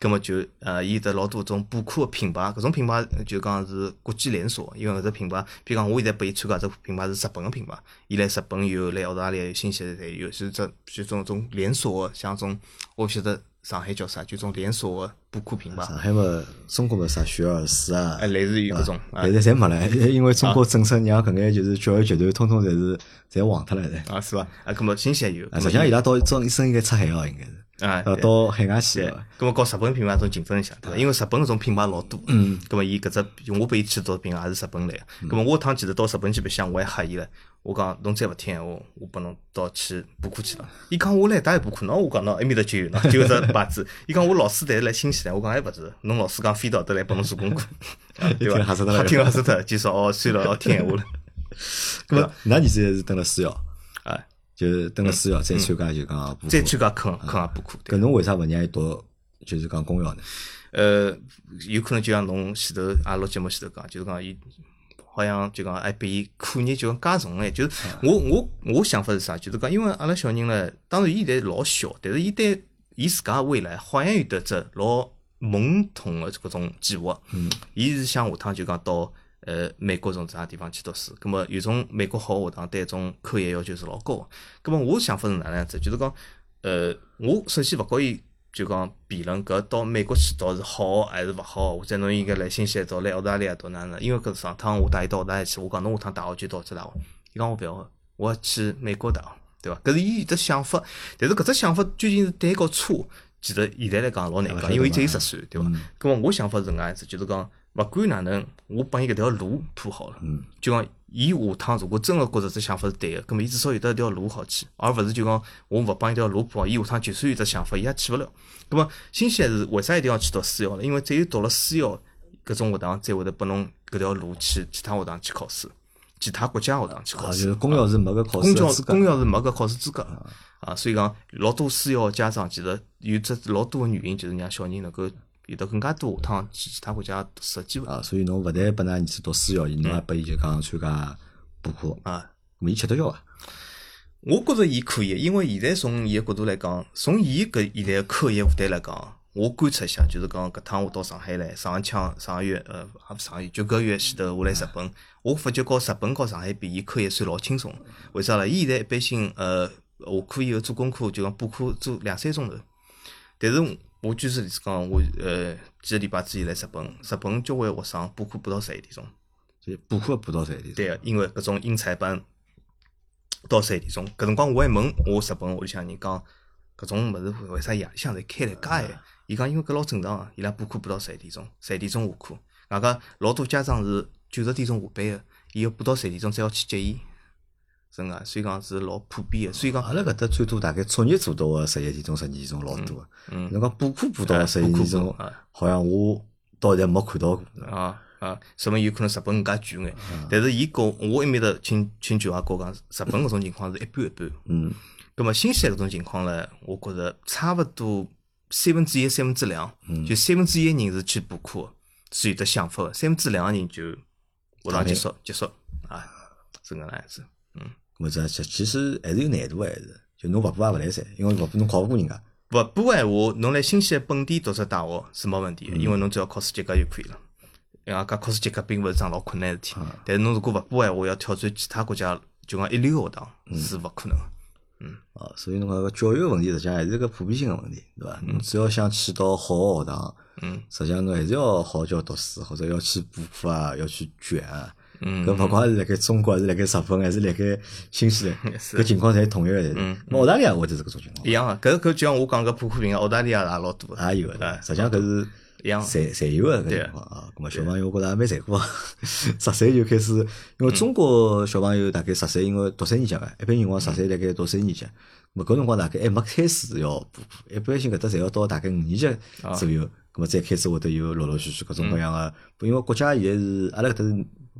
[SPEAKER 2] 搿么就呃，伊得老多种补课的品牌，搿种品牌呃就讲是国际连锁，因为搿只品牌，比如讲我现在拨伊参加只品牌是日本个品牌，伊来日本有，来澳大利亚有，新西兰侪有，是只就种种连锁的，像种我勿晓得上海叫啥，就种连锁的补课品牌，
[SPEAKER 1] 上海嘛，中国嘛啥学而思啊，
[SPEAKER 2] 哎，类似于搿种啊
[SPEAKER 1] 现在侪没了， 因为中国政策让搿眼就是教育集团，通通侪是侪黄脱了侪。
[SPEAKER 2] 啊是伐？啊，搿么新西兰有，
[SPEAKER 1] 啊，
[SPEAKER 2] 搿
[SPEAKER 1] 实
[SPEAKER 2] 么
[SPEAKER 1] 际上伊拉到中医生应该出海哦，应该是
[SPEAKER 2] 啊
[SPEAKER 1] 呃
[SPEAKER 2] 对
[SPEAKER 1] 到海外去
[SPEAKER 2] 对
[SPEAKER 1] 了。，
[SPEAKER 2] 葛么搞日本品牌种竞争一下，对伐？因为日本搿种品牌老多，嗯，葛么伊搿只我拨伊去做品牌也是日本来的，葛么我趟其实到日本去白相，我还吓伊了，我讲侬再勿听闲话，我拨侬到去补课去了。伊讲我来打一补课，喏，我讲喏，哎埃面搭就有喏，就有只牌子。伊讲我老师在来新西兰，我讲哎还勿是，侬老师讲飞到这来拨侬做功 课，啊对伐？
[SPEAKER 1] 听吓死脱了
[SPEAKER 2] 他听吓死脱，就说哦，算了，哦，听闲话了，
[SPEAKER 1] 那么，㑚儿子是蹲了私校，
[SPEAKER 2] 哎，
[SPEAKER 1] 就是蹲了私校再参加就讲啊补课
[SPEAKER 2] 再。参加坑坑也补课，对
[SPEAKER 1] 搿侬为啥勿让伊读就是讲公校呢？
[SPEAKER 2] 呃，有可能就像侬前头阿拉节目前头讲，就是讲伊好像就讲还比伊课业就讲加重哎，就是我我我想法是啥？就是讲，因为阿拉小人呢，当然伊现在老小，但是伊对伊自家未来好像有得只老懵懂的搿种计划。嗯，伊是想下趟就讲到。呃，美国种啥地方去读书？葛么有种美国好学堂对种课业要求是老高的。葛么我想法是哪能样子？就是讲，呃，我首先勿告伊就讲辩论搿到美国去读是好还是勿好，或者侬应该来新西兰读，来澳大利亚读哪能？因为搿上趟我带伊到澳大利亚去，我讲侬下趟大学就到这大学，伊讲我勿要，我要去美国啊大学，对伐？搿是伊的想法，但是搿只想法究竟是对和错，其实现在来讲老难讲，因为伊只有十岁，对伐？
[SPEAKER 1] 嗯
[SPEAKER 2] 搿么我想法是搿能样子，就是讲勿管哪能，我帮伊搿条路铺好了，
[SPEAKER 1] 嗯
[SPEAKER 2] 就讲伊下趟如果真个觉着只想法是对个，葛么伊至少有得一条路好去，而勿是就讲我勿帮伊条路铺好，伊下趟就算有只想法，伊也去勿了。葛么新西兰是为啥一定要去读私校呢？因为只有读了私校，搿种学堂才会得拨侬搿条路去其他学堂去考试，其他国家学堂去
[SPEAKER 1] 啊，
[SPEAKER 2] 考
[SPEAKER 1] 就
[SPEAKER 2] 试。
[SPEAKER 1] 是公校是没搿考
[SPEAKER 2] 公
[SPEAKER 1] 试
[SPEAKER 2] 校
[SPEAKER 1] 的资格
[SPEAKER 2] 公。校是没搿考试资格的啊，所以讲老多私校家长其实有只老多个原因，就是让小人能够有得更加多下趟去其他国家读书的机会
[SPEAKER 1] 啊，所以侬勿但拨㑚儿子读私校，侬
[SPEAKER 2] 嗯
[SPEAKER 1] 还拨伊就讲参加补课，
[SPEAKER 2] 啊。
[SPEAKER 1] 咾么伊吃得消伐？
[SPEAKER 2] 我觉着伊可以，因为现在从伊个角度来讲，从伊搿现在个课业负担来讲，我观察一下，就是讲搿趟我到上海来，上一腔上个月呃，也勿是上个月就搿个月前头我来日本，我发觉和日本和上海比，伊课业算老轻松。为啥呢？伊现在一般性呃，下课以后做功课就讲补课做两三钟头。但是我据实里讲，我呃几个礼拜之前来日本，日本交关学生补课补到十一点钟。
[SPEAKER 1] 就补课补到十一点。
[SPEAKER 2] 对个，因为搿种英才班到十一点钟，搿辰光我还问我日本屋里向人讲，搿种物事为啥夜里向侪开来加
[SPEAKER 1] 啊
[SPEAKER 2] 哎？伊讲因为搿老正常啊，伊拉补课补到十一点钟，十一点钟下课。外加老多家长是九十点钟下班个，伊要补到十一点钟才要去接伊。真个，所以讲是老普遍个。所以讲
[SPEAKER 1] 阿拉啊搿搭最多大概作业做到个实一点钟、十二点钟老多个。啊
[SPEAKER 2] 嗯
[SPEAKER 1] 侬讲补课补到个十一
[SPEAKER 2] 哎补课
[SPEAKER 1] 点
[SPEAKER 2] 补
[SPEAKER 1] 钟
[SPEAKER 2] 哎，
[SPEAKER 1] 好像我到现在没看到过。
[SPEAKER 2] 啊啊，日本有可能日本更加卷眼，
[SPEAKER 1] 啊
[SPEAKER 2] 但是伊跟我埃面搭亲亲舅啊也跟我讲，日本搿种情况是一半一半。
[SPEAKER 1] 嗯，
[SPEAKER 2] 葛末新西兰搿种情况呢，我觉着差勿多三分之一、三分之两，
[SPEAKER 1] 嗯
[SPEAKER 2] 就三分之一人是去补课的，是有得想法的，三分之两个人就学堂结束结束啊，是搿能样子。
[SPEAKER 1] 咾么这其其实还是有难度个，还是就侬勿补也勿来三，因为勿补侬考勿过人家。
[SPEAKER 2] 勿补闲话，侬来新西兰本地读只大学是没问题的，
[SPEAKER 1] 嗯
[SPEAKER 2] 因为侬只要考试及格就可以了。人家讲考试及格并勿是桩老困难的事体，
[SPEAKER 1] 嗯
[SPEAKER 2] 但是侬如果勿补闲话，要挑战其他国家，就讲一流学堂
[SPEAKER 1] 嗯
[SPEAKER 2] 是勿可能的。
[SPEAKER 1] 啊，所以侬讲个教育个问题，实际上还是个普遍性个问题，对伐？侬只要想去到好个学堂，
[SPEAKER 2] 嗯，
[SPEAKER 1] 实际上侬还是要好好叫读书，或者要去补课啊，要去卷啊。
[SPEAKER 2] 嗯
[SPEAKER 1] 搿勿管是辣盖中国，还是辣盖日本，还是辣盖新西兰， 搿情况侪统一个。嗯，澳大利亚我就是搿种情
[SPEAKER 2] 一
[SPEAKER 1] 况，
[SPEAKER 2] 样啊，搿搿就像我讲搿普克平，澳大利亚也老多的。
[SPEAKER 1] 也有个
[SPEAKER 2] 哎。
[SPEAKER 1] 实际上搿啊是
[SPEAKER 2] 一样啊
[SPEAKER 1] 侪侪有个搿
[SPEAKER 2] 对
[SPEAKER 1] 情况啊。咾么小朋友我觉着也蛮残酷啊， 十岁就开始，因为中国小朋友大概十岁，因为读三年级嘛，一般情况
[SPEAKER 2] 嗯
[SPEAKER 1] 十岁大概读三年级，咾搿辰光大概还没开始要补课，一般性搿搭侪要到大概五年级
[SPEAKER 2] 哦
[SPEAKER 1] 左右，咾么再开始会得有陆陆续续各
[SPEAKER 2] 嗯
[SPEAKER 1] 种各样个，因为国家现在是阿拉搿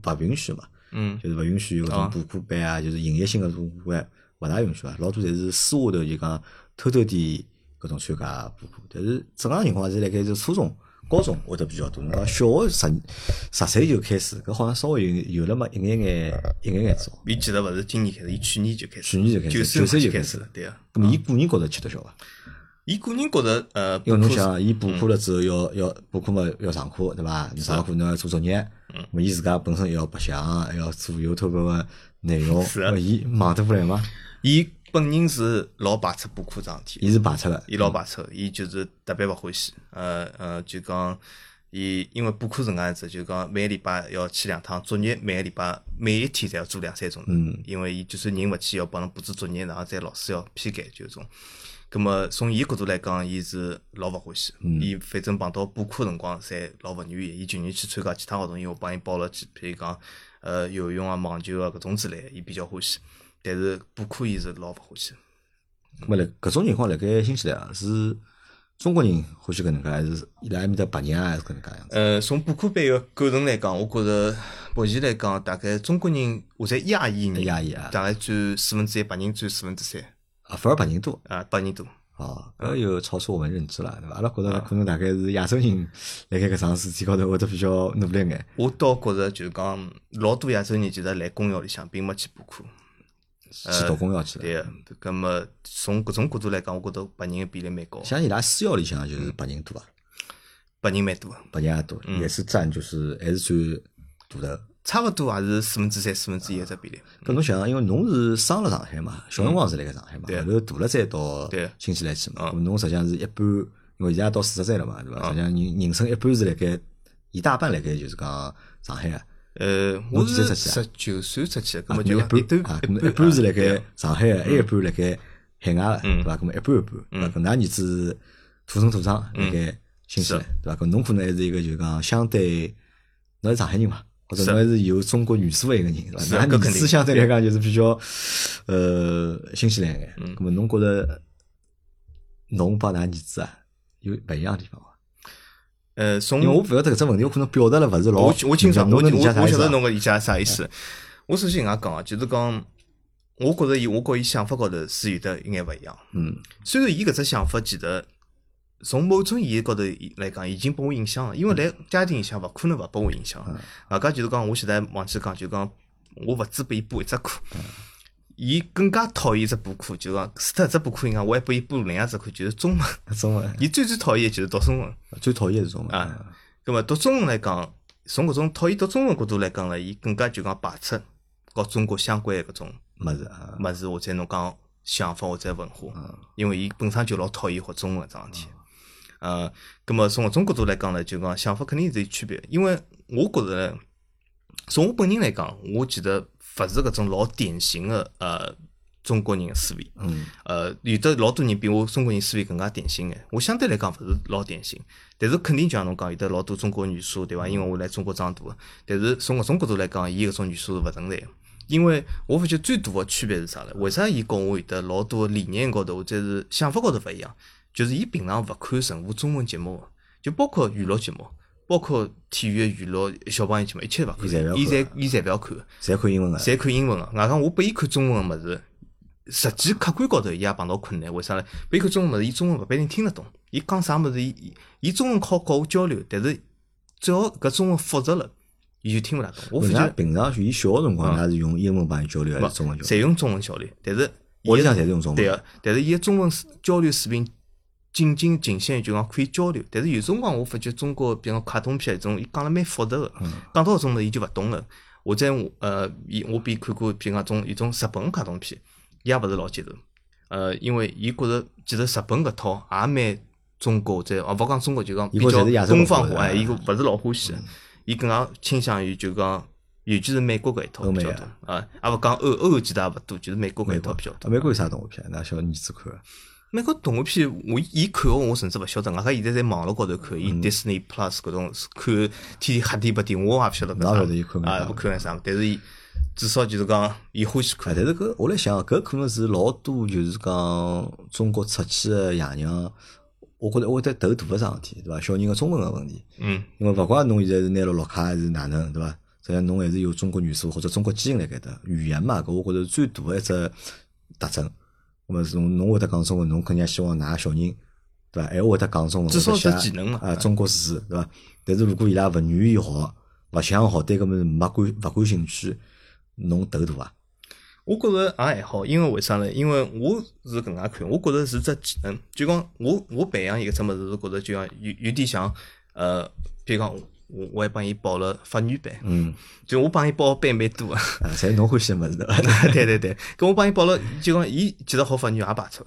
[SPEAKER 1] 搭是勿允许嘛，
[SPEAKER 2] 嗯
[SPEAKER 1] 就是勿允许有搿种补课班啊，就是营业性个补课班勿大允许啊，老多侪是私下头就讲偷偷地搿种参加补课，但是正常情况是辣盖就初中、高中会得比较多。侬讲小学十十岁就开始，搿好像稍微有有了嘛一眼眼一眼眼哦早。
[SPEAKER 2] 伊其实勿是今年开始，伊去年就开始，
[SPEAKER 1] 去年就开始
[SPEAKER 2] 九
[SPEAKER 1] 九
[SPEAKER 2] 三
[SPEAKER 1] 三
[SPEAKER 2] 就
[SPEAKER 1] 就开
[SPEAKER 2] 始
[SPEAKER 1] 始
[SPEAKER 2] 了，对啊。
[SPEAKER 1] 咁么伊个人觉着吃得消伐？
[SPEAKER 2] 伊个人觉着，呃，
[SPEAKER 1] 因为侬
[SPEAKER 2] 补课
[SPEAKER 1] 想，伊补课了之后要要补课嘛，要上课对伐？你上课侬要做作业，
[SPEAKER 2] 嗯
[SPEAKER 1] 么伊自家本身也要白相，还要做有头个内容，
[SPEAKER 2] 是啊
[SPEAKER 1] 咾伊忙得过来吗？
[SPEAKER 2] 伊本人是老排斥补课桩事体，
[SPEAKER 1] 伊是排斥个，
[SPEAKER 2] 伊老排斥，伊就是特别勿欢喜。呃呃，就讲伊因为补课是搿样子，就讲每个礼拜要去两趟，作业每个礼拜每一天侪要做两三钟头。
[SPEAKER 1] 嗯
[SPEAKER 2] 因为伊就算人勿去，要帮侬布置作业，然后再老师要批改，就种。葛么从伊角度来讲，伊是老勿欢喜，伊反正碰到补课辰光，侪老勿愿意，伊情愿去参加其他活动，因为我帮伊报了几，譬如讲呃游泳啊、网球啊搿种之类的，伊比较欢喜。但是补课伊是老勿欢喜。
[SPEAKER 1] 咁么辣搿种情况辣盖新西兰啊是中国人欢喜搿能介，还是伊拉埃面搭白人啊还是搿能介样子？
[SPEAKER 2] 呃，从补课班个构成来讲，我觉着目前来讲，大概中国人或者亚裔人，
[SPEAKER 1] 亚裔啊
[SPEAKER 2] 大概占四分之一，白人占四分之三，
[SPEAKER 1] 啊，反而白人多
[SPEAKER 2] 啊，白人多。
[SPEAKER 1] 啊，搿又超出我们认知了，对伐？阿拉觉着可能大概是亚洲人辣盖搿桩事体高头会得比较努力眼。
[SPEAKER 2] 我倒觉着就是讲，老多亚洲人其实来公校里向并没去补课。
[SPEAKER 1] 去读公校去了。
[SPEAKER 2] 对个，葛么从搿种角度来讲，我觉着白人个比例蛮高，
[SPEAKER 1] 像伊拉私校里向就是白人多啊，
[SPEAKER 2] 白人蛮多的，
[SPEAKER 1] 白人也多，也是占就是还是占大头。
[SPEAKER 2] 差勿多也是四分之三、四分之一只比例。
[SPEAKER 1] 搿侬想，因为侬是生了上海嘛，小辰光是辣盖上海嘛，
[SPEAKER 2] 嗯对
[SPEAKER 1] 后头大了再到
[SPEAKER 2] 对
[SPEAKER 1] 新西兰去嘛，
[SPEAKER 2] 嗯
[SPEAKER 1] 咾侬实际上是一半，因为现在到四十岁了嘛，对伐？实际上人人生一半是辣盖一大半辣盖就是讲上海啊，
[SPEAKER 2] 呃，
[SPEAKER 1] 侬
[SPEAKER 2] 我
[SPEAKER 1] 几岁出
[SPEAKER 2] 是
[SPEAKER 1] 去
[SPEAKER 2] 十
[SPEAKER 1] 啊
[SPEAKER 2] 九岁出去的，葛
[SPEAKER 1] 啊
[SPEAKER 2] 么
[SPEAKER 1] 咾
[SPEAKER 2] 就
[SPEAKER 1] 一半
[SPEAKER 2] 一
[SPEAKER 1] 啊
[SPEAKER 2] 半，
[SPEAKER 1] 咾么一半是辣
[SPEAKER 2] 啊对
[SPEAKER 1] 盖
[SPEAKER 2] 啊
[SPEAKER 1] 上海啊，还有一半辣盖海外啊，对伐？咾么一半一半，对伐？搿㑚儿子是土生土长辣盖新西兰，对伐？搿侬可能还是一个就是讲相对，侬是上海人嘛，或者
[SPEAKER 2] 是
[SPEAKER 1] 侬还是有中国元素的一个人，对伐？
[SPEAKER 2] 是
[SPEAKER 1] 㑚
[SPEAKER 2] 搿肯
[SPEAKER 1] 儿
[SPEAKER 2] 定
[SPEAKER 1] 子相对来讲就是比较呃新西兰一眼，咾么侬觉着侬帮㑚儿子啊有勿一样的地方伐？
[SPEAKER 2] 呃，从
[SPEAKER 1] 因为我勿晓得搿只问题，我可能表达了勿是老
[SPEAKER 2] 我我
[SPEAKER 1] 明
[SPEAKER 2] 清
[SPEAKER 1] 白
[SPEAKER 2] 爽，我
[SPEAKER 1] 侬
[SPEAKER 2] 我
[SPEAKER 1] 能理解啥
[SPEAKER 2] 我
[SPEAKER 1] 意
[SPEAKER 2] 晓
[SPEAKER 1] 思
[SPEAKER 2] 得
[SPEAKER 1] 啊？
[SPEAKER 2] 侬个理解啥意思。我首先搿能介讲啊，就是讲，我觉着伊，我和伊想法高头是有得一眼勿一样。
[SPEAKER 1] 嗯，
[SPEAKER 2] 虽然伊搿只想法其实从某种意义高头来讲，已经拨我影响了，
[SPEAKER 1] 嗯
[SPEAKER 2] 因为来家庭影响勿可能勿拨我影响。外加就是讲，我现在忘记讲，就讲我勿止拨伊补一只课，
[SPEAKER 1] 嗯
[SPEAKER 2] 伊更加讨厌一只补课，就讲除脱一只补课以外，我还拨伊补另外一只课，就是中文。
[SPEAKER 1] 中文
[SPEAKER 2] 伊最最讨厌的就是读中文。
[SPEAKER 1] 最讨厌是中文
[SPEAKER 2] 啊咁么读中文来讲，从搿种讨厌读中文角度来讲呢，伊更加就讲排斥和中国相关的搿种
[SPEAKER 1] 物事啊。
[SPEAKER 2] 物事，或者侬讲想法或者文化，
[SPEAKER 1] 嗯
[SPEAKER 2] 因为伊本身就老讨厌学中文搿桩事体。呃，咁么从搿种角度来讲呢，就讲想法肯定是有区别的，因为我觉着呢，从我本人来讲，我其实勿是搿种老典型的呃中国人的思维。
[SPEAKER 1] 嗯，
[SPEAKER 2] 呃，有的老多人比我中国人思维更加典型眼，我相对来讲勿是老典型，但是肯定就像侬讲，有的老多中国元素，对伐？因为我来中国长大的，但是从搿种角度来讲，伊搿种元素是勿存在的，因为我发觉最大的区别是啥呢？为啥伊跟我有得老多理念高头或者是想法高头勿一样？就是伊平常勿看任何中文节目的，就包括娱乐节目，包括体育娱乐小朋友节目，一切勿看，
[SPEAKER 1] 伊侪勿
[SPEAKER 2] 伊
[SPEAKER 1] 看
[SPEAKER 2] 侪伊侪勿要看，
[SPEAKER 1] 侪看英文个，啊
[SPEAKER 2] 侪看英文个。外加我拨伊看中文个物事，实际客观高头伊也碰到困难，为啥呢？拨伊看中文物事，伊中文勿必定听得懂，伊讲啥物事，伊伊伊中文靠跟我交流，但是只要搿中文复杂了，伊就听勿大懂。我发
[SPEAKER 1] 㑚
[SPEAKER 2] 觉
[SPEAKER 1] 平常伊小个辰光，㑚是用英文帮伊交流还
[SPEAKER 2] 勿
[SPEAKER 1] 是中文交
[SPEAKER 2] 侪
[SPEAKER 1] 流？
[SPEAKER 2] 用中文交流，但是
[SPEAKER 1] 屋里向侪是用中
[SPEAKER 2] 对
[SPEAKER 1] 文。
[SPEAKER 2] 个，但是伊个中文水交流水平仅仅仅限于就讲可以交流，但是有辰光我发觉中国，比如讲卡通片这种，伊讲了蛮复杂个，
[SPEAKER 1] 嗯
[SPEAKER 2] 讲到种物事伊就勿懂了。或者我呃，伊我比看过，比如讲种一种日本卡通片，伊也勿是老接受。呃，因为伊觉着其实日本搿套也蛮中国或者啊，勿讲中国就讲
[SPEAKER 1] 伊
[SPEAKER 2] 比
[SPEAKER 1] 觉得
[SPEAKER 2] 较
[SPEAKER 1] 侪是亚洲
[SPEAKER 2] 东方
[SPEAKER 1] 文
[SPEAKER 2] 化，
[SPEAKER 1] 化嗯
[SPEAKER 2] 哎，伊个勿是老欢喜的，伊更加倾向于就讲，尤其是美国搿一套
[SPEAKER 1] 欧
[SPEAKER 2] 比
[SPEAKER 1] 美
[SPEAKER 2] 较
[SPEAKER 1] 啊
[SPEAKER 2] 多啊，也勿讲欧欧洲其他也勿多，就是美国搿一
[SPEAKER 1] 美
[SPEAKER 2] 套
[SPEAKER 1] 国
[SPEAKER 2] 比较多。
[SPEAKER 1] 啊美国有啥动画片？㑚小儿子看个？
[SPEAKER 2] 美国动画片，我伊看个我甚至勿晓得，外加现在在网络高头看，
[SPEAKER 1] 嗯
[SPEAKER 2] 伊 Disney Plus 搿种是看天天黑天白天，我也勿晓得搿
[SPEAKER 1] 哪
[SPEAKER 2] 啥，
[SPEAKER 1] 晓得伊看搿
[SPEAKER 2] 啊
[SPEAKER 1] 啥
[SPEAKER 2] 勿看搿啥，但是伊至少就是讲伊欢喜
[SPEAKER 1] 啊，
[SPEAKER 2] 看，
[SPEAKER 1] 但是搿我来想，搿可能是老多就是讲中国出去个爷娘，我觉着我得头大个桩事体，对伐？小人个中文个问题，
[SPEAKER 2] 嗯
[SPEAKER 1] 因为勿怪侬现在是拿了绿卡还是哪能，对伐？实际上侬还是有中国元素或者中国基因辣盖搭，语言嘛，搿我觉着最大个一只特征。那么是侬侬会得讲中文，侬肯定也希望㑚小人对伐？还会得讲中文，
[SPEAKER 2] 至少
[SPEAKER 1] 会得
[SPEAKER 2] 是
[SPEAKER 1] 写
[SPEAKER 2] 技能嘛
[SPEAKER 1] 啊，中国字对伐？但是如果伊拉勿愿意学，勿想学，对搿物事没感勿感兴趣，侬头大啊伐？
[SPEAKER 2] 我觉着也还好，因为为啥呢？因为我是搿能介看，我觉着是只技能，就讲我我培养伊搿只物事，是觉着就像有有点像呃，比如讲我我还帮伊报了法语班，
[SPEAKER 1] 嗯。
[SPEAKER 2] 就我帮伊报的班蛮多个。
[SPEAKER 1] 啊，侪侬欢喜个物事对伐？
[SPEAKER 2] 对对对，搿我帮伊报了，就讲伊其实好法语也排斥，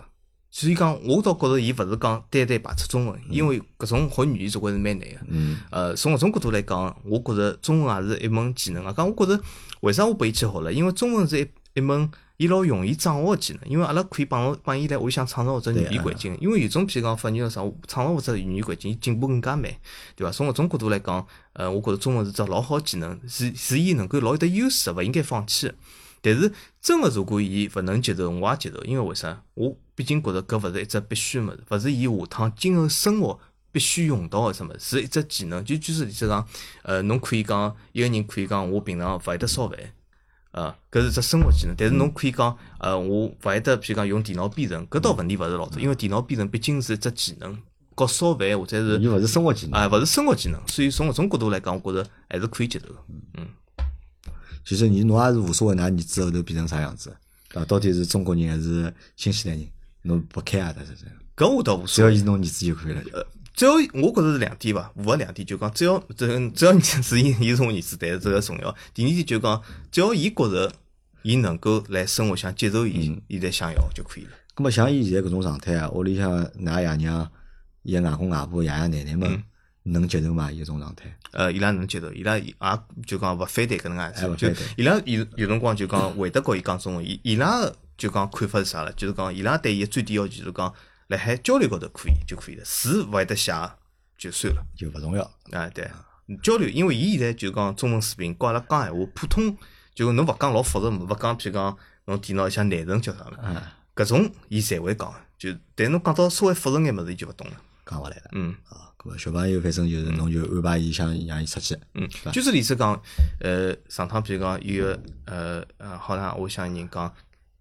[SPEAKER 2] 所以讲我倒觉着伊勿是讲单单排斥中文，因为搿种学语言总归是蛮难个。
[SPEAKER 1] 嗯，
[SPEAKER 2] 呃，从搿种角度来讲，我觉着中文也是一门技能啊。讲我觉着为啥我拨伊去好了？因为中文是一一门伊老容易掌握的技能，因为阿拉可以帮帮伊来屋里向创造只语
[SPEAKER 1] 对
[SPEAKER 2] 言
[SPEAKER 1] 啊
[SPEAKER 2] 环境。因为有种譬如讲法语个啥，创造只语言环境，伊进步更加慢，对伐？从搿种角度来讲，呃，我觉着中文是只老好技能，是是伊能够老有得优势的，勿应该放弃的。但是真个如果伊勿能接受，我也接受，因为为啥？我毕竟觉着搿勿是一只必须物事，勿是伊下趟今后生活必须用到个什么，是一只技能。就举个例子讲，呃，侬可以讲一个人可以讲我平常勿会得烧饭，啊，搿是只生活技能。但是侬可以讲，呃，我勿会得，譬如讲用电脑编程，搿倒问题勿是老大，因为电脑编程毕竟是一只技能，和烧饭或者
[SPEAKER 1] 伊
[SPEAKER 2] 是
[SPEAKER 1] 勿是生活技能。
[SPEAKER 2] 啊，勿是生活技能。所以从搿种角度来讲，我觉着还是可以接受的。嗯。
[SPEAKER 1] 其实你侬也是无所谓，㑚儿子后头变成啥样子，对伐？到底是中国人还是新西兰人，侬不 care 的，实际上
[SPEAKER 2] 搿我倒无
[SPEAKER 1] 只
[SPEAKER 2] 所谓，
[SPEAKER 1] 要伊是侬儿子就可以了。呃
[SPEAKER 2] 只要我觉着是两点伐，符合两点，就讲只要只只要你是伊伊是我儿子，但是这个重要。第二点就讲，只要伊觉着伊能够来生活想接受伊
[SPEAKER 1] 嗯
[SPEAKER 2] 现在想要就可以了。
[SPEAKER 1] 咁么像伊现在搿种状态啊，屋里向㑚爷娘、伊外公外婆、爷爷奶奶们
[SPEAKER 2] 嗯
[SPEAKER 1] 能接受嘛？伊搿种状态，
[SPEAKER 2] 呃，伊拉能接受，伊拉也就讲勿反对搿能介
[SPEAKER 1] 哎
[SPEAKER 2] 事
[SPEAKER 1] 勿
[SPEAKER 2] 体，
[SPEAKER 1] 反
[SPEAKER 2] 就
[SPEAKER 1] 对
[SPEAKER 2] 伊拉有有辰光就讲会得告伊讲中文，伊伊拉的就讲看法是啥了？就是讲伊拉对伊的最低要求就是讲，辣海交流高头可以就可以了，字勿会得写就算了。
[SPEAKER 1] 就勿重要。
[SPEAKER 2] 啊，对，交流，因为伊现在就讲中文水平，跟阿拉讲闲话，普通就侬勿讲老复杂物，勿讲譬如讲侬电脑里向内存叫啥物，
[SPEAKER 1] 嗯，
[SPEAKER 2] 搿种伊侪会讲，就但侬讲到稍微复杂眼物事，伊就勿懂了。
[SPEAKER 1] 讲勿来了。
[SPEAKER 2] 嗯
[SPEAKER 1] 啊，咁么小朋友反正就是侬就安排伊想让伊出去，
[SPEAKER 2] 嗯，就是例子讲，呃，上趟譬如讲有个呃呃，好像我想人讲，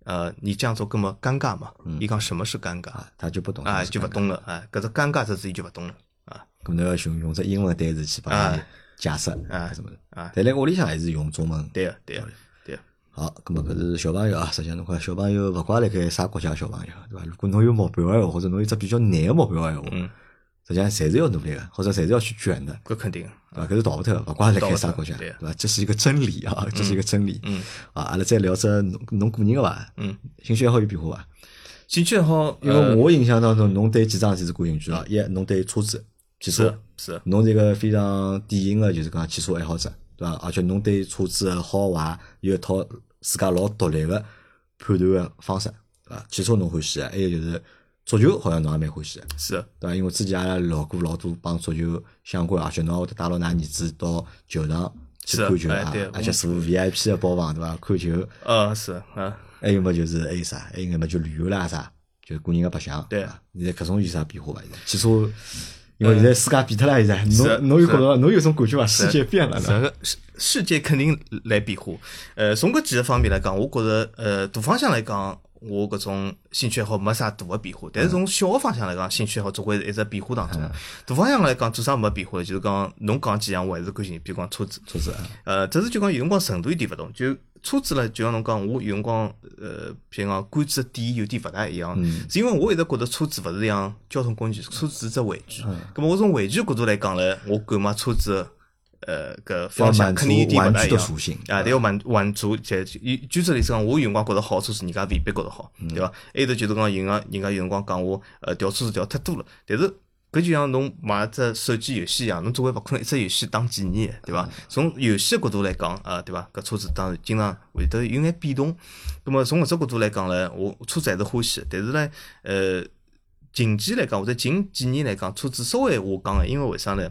[SPEAKER 2] 呃，你这样做根本尴尬嘛？伊讲什么是尴尬
[SPEAKER 1] 嗯啊，他就不懂
[SPEAKER 2] 啊？就勿。懂了啊，搿只尴尬这字伊就勿懂了啊
[SPEAKER 1] 咁侬要用用只英文单词去帮伊
[SPEAKER 2] 啊
[SPEAKER 1] 解释
[SPEAKER 2] 啊
[SPEAKER 1] 什么的。
[SPEAKER 2] 啊，
[SPEAKER 1] 但辣屋里向还是用中文
[SPEAKER 2] 对个啊对个对个，
[SPEAKER 1] 好，咁么搿是小朋友啊，实际上侬看小朋友勿怪辣盖啥国家的小朋友，对伐？如果侬有目标闲话，或者侬有只比较难个目标闲话，
[SPEAKER 2] 嗯
[SPEAKER 1] 实际上侪是要努力个，或者侪是要去卷的，
[SPEAKER 2] 搿肯定，
[SPEAKER 1] 对伐？搿是逃勿脱的，勿怪辣盖啥国家，
[SPEAKER 2] 逃勿脱
[SPEAKER 1] 对
[SPEAKER 2] 对
[SPEAKER 1] 伐？这是一个真理啊，这是一个真理。
[SPEAKER 2] 嗯
[SPEAKER 1] 啊，阿拉再聊只侬侬个人个伐？
[SPEAKER 2] 嗯，呃
[SPEAKER 1] 兴趣爱好有变化伐？
[SPEAKER 2] 兴趣爱好，
[SPEAKER 1] 因为我印象当中，侬对几桩事体是感兴趣啊？一，侬对车子、汽车
[SPEAKER 2] 嗯是，是。
[SPEAKER 1] 侬是一个非常典型的就是讲汽车爱好者，对伐？而且侬对车子的好坏有一套自家老独立的判断的方式，对伐？汽车侬欢喜的，还有就是足球，好像侬也蛮欢喜的，
[SPEAKER 2] 是
[SPEAKER 1] 对伐？因为之前阿拉聊过老多帮足球相关，而且侬还会得带牢㑚儿子到球场去
[SPEAKER 2] 是
[SPEAKER 1] 看球
[SPEAKER 2] 哎
[SPEAKER 1] 啊
[SPEAKER 2] 对，
[SPEAKER 1] 而且坐 VIP 的包房对伐？看球，
[SPEAKER 2] 呃，是，嗯，
[SPEAKER 1] 还有么就是还有啥？还有眼么就旅游啦啥，就是个人个白相。
[SPEAKER 2] 对
[SPEAKER 1] 伐现在搿种有啥变化伐？现在汽车，因为现在世界变脱了，现在
[SPEAKER 2] 呃是
[SPEAKER 1] 侬侬有
[SPEAKER 2] 是
[SPEAKER 1] 觉着伐？侬有种感觉伐？世界变了
[SPEAKER 2] 整
[SPEAKER 1] 呢。
[SPEAKER 2] 个世世界肯定来变化。呃，从搿几个方面来讲，我觉着呃大方向来讲，我搿种兴趣爱好没啥大个变化。但是从小个方向来讲，兴趣爱好总归是一直变化当中。
[SPEAKER 1] 嗯
[SPEAKER 2] 大方向来讲，做啥没变化呢？就是讲侬讲几样，我还是关心，比如讲车子。
[SPEAKER 1] 车子啊，
[SPEAKER 2] 呃，只是就讲有辰光程度有点勿同，就车子呢，就像侬讲，我有辰光呃，譬如讲关注的点有点勿大一样，
[SPEAKER 1] 嗯
[SPEAKER 2] 是因为我一直觉得车子勿是一样交通工具，车子是只玩具。
[SPEAKER 1] 嗯
[SPEAKER 2] 咁么我从玩具角度来讲呢，我购买车子呃搿方
[SPEAKER 1] 要
[SPEAKER 2] 向
[SPEAKER 1] 满足
[SPEAKER 2] 肯定有点勿大
[SPEAKER 1] 玩
[SPEAKER 2] 一
[SPEAKER 1] 具的
[SPEAKER 2] 样
[SPEAKER 1] 属性。
[SPEAKER 2] 啊，对要满满足，就举这里讲，我有辰光觉得好车子，人家未必觉得好，
[SPEAKER 1] 嗯
[SPEAKER 2] 对伐？还有的就是讲，人家人家有辰光讲我，呃，调车子调太多了，但是搿就像侬买只手机游戏一样，侬总归勿可能一只游戏打几年的，对伐？
[SPEAKER 1] 嗯
[SPEAKER 2] 从游戏的角度来讲，啊，对伐？搿车子当然经常会得有眼变动，那么从搿只角度来讲呢，我车子还是欢喜，但是呢，呃，近期来讲或者近几年来讲，车子稍微下降了，因为为啥呢？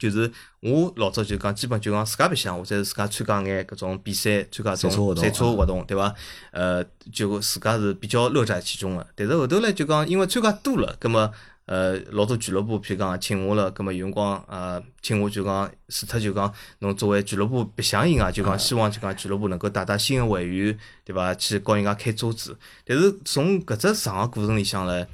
[SPEAKER 2] 就是我老早就讲，基本就讲自家白相，或者是自家参加眼搿种比赛，参加
[SPEAKER 1] 赛
[SPEAKER 2] 这
[SPEAKER 1] 车活
[SPEAKER 2] 种
[SPEAKER 1] 动
[SPEAKER 2] 赛车活动，对伐？呃，就自家是比较乐在其中的。但是后头呢，就讲因为参加多了，葛么呃，老多俱乐部譬如讲请我了，葛么有辰光呃，请我就讲，除脱就讲侬作为俱乐部白相人啊，就讲希望就讲俱乐部能够带带新的会员，对伐？去教人家开车子。但是从搿只上个过程里向呢，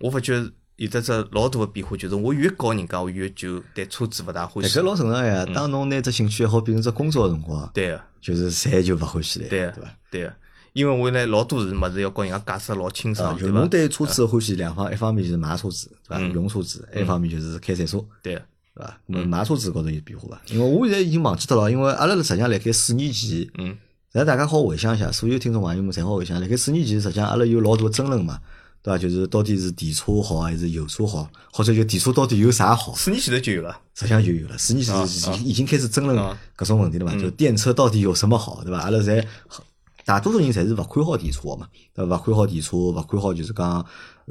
[SPEAKER 2] 我发觉。有得只老大的变化，就是我越教人家，我越就对车子勿大欢
[SPEAKER 1] 但
[SPEAKER 2] 喜
[SPEAKER 1] 搿。老正常呀。
[SPEAKER 2] 嗯
[SPEAKER 1] 当侬拿只兴趣爱好变成只工作的辰光，啊
[SPEAKER 2] 对个、
[SPEAKER 1] 就是侪就勿欢喜了，
[SPEAKER 2] 对
[SPEAKER 1] 对
[SPEAKER 2] 个、
[SPEAKER 1] 伐？
[SPEAKER 2] 对个、因为我来老多事物事要跟人家解释老清
[SPEAKER 1] 啊，
[SPEAKER 2] 爽，
[SPEAKER 1] 就
[SPEAKER 2] 对嗯
[SPEAKER 1] 是侬
[SPEAKER 2] 伐？
[SPEAKER 1] 对车子的欢喜两方，一方面是买车子，对伐？用车子，
[SPEAKER 2] 嗯
[SPEAKER 1] 还一方面就是开赛车，
[SPEAKER 2] 对啊个，
[SPEAKER 1] 对伐？
[SPEAKER 2] 嗯
[SPEAKER 1] 那么买车子高头有变化伐？因为我现在已经忘记脱了，因为阿拉实际上辣盖四年前，
[SPEAKER 2] 嗯，
[SPEAKER 1] 实际大家好回想一下，所有听众朋友们侪好回想，辣盖四年前实际上阿拉有老大的争论嘛，对伐？就是到底是电车好还是油车好，或者就电车到底有啥好？
[SPEAKER 2] 四年前头就有了。
[SPEAKER 1] 实际上就有了。十年前已经已经开始争论
[SPEAKER 2] 啊
[SPEAKER 1] 搿种问题了嘛，就电车到底有什么好，对伐？阿拉侪大多数人侪是勿看好电车的嘛，对伐？勿看好电车，勿看好就是讲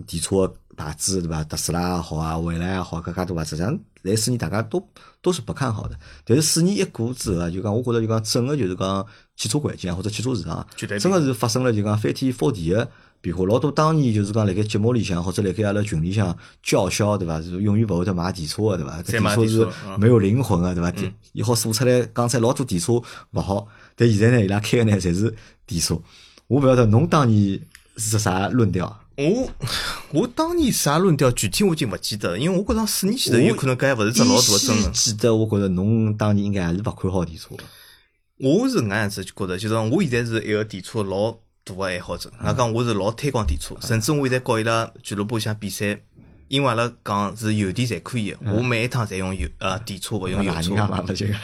[SPEAKER 1] 电车的牌子，对伐？特斯拉也好啊，蔚来也好，搿介多牌子，实际上来四年大家都都是不看好的。但是四年一过之后啊，就讲我觉着就讲整个就是讲汽车环境啊或者汽车市场啊
[SPEAKER 2] 巨大变化
[SPEAKER 1] 真个是发生了就讲翻天覆地个变化。老多当年就是讲辣盖节目里向或者辣盖阿拉群里向叫嚣对伐，是永远勿会得买电车个对伐？
[SPEAKER 2] 再买
[SPEAKER 1] 电
[SPEAKER 2] 电
[SPEAKER 1] 车
[SPEAKER 2] 嗯车
[SPEAKER 1] 是
[SPEAKER 2] 嗯
[SPEAKER 1] 没有灵魂个对伐？电伊好做出来讲出来老多电车勿好，但现在呢伊拉开个呢侪是电车。我勿晓得侬当年是只啥论调？啊
[SPEAKER 2] 我我当年啥论调具体我已经勿记得了，因为我觉着四年前头有可能搿还勿是只老大个争论
[SPEAKER 1] 依稀。记得我觉着侬当年应该还是勿看好电车的。
[SPEAKER 2] 我是搿能样子觉得，就是我现在是一个电车老大个爱好者，我讲我是老推广电车，甚至我现在告伊拉俱乐部像比赛，因为阿拉讲是油电侪可以的，我每一趟侪用油呃电车勿用油
[SPEAKER 1] 哪
[SPEAKER 2] 车
[SPEAKER 1] 能。噶买勿这个？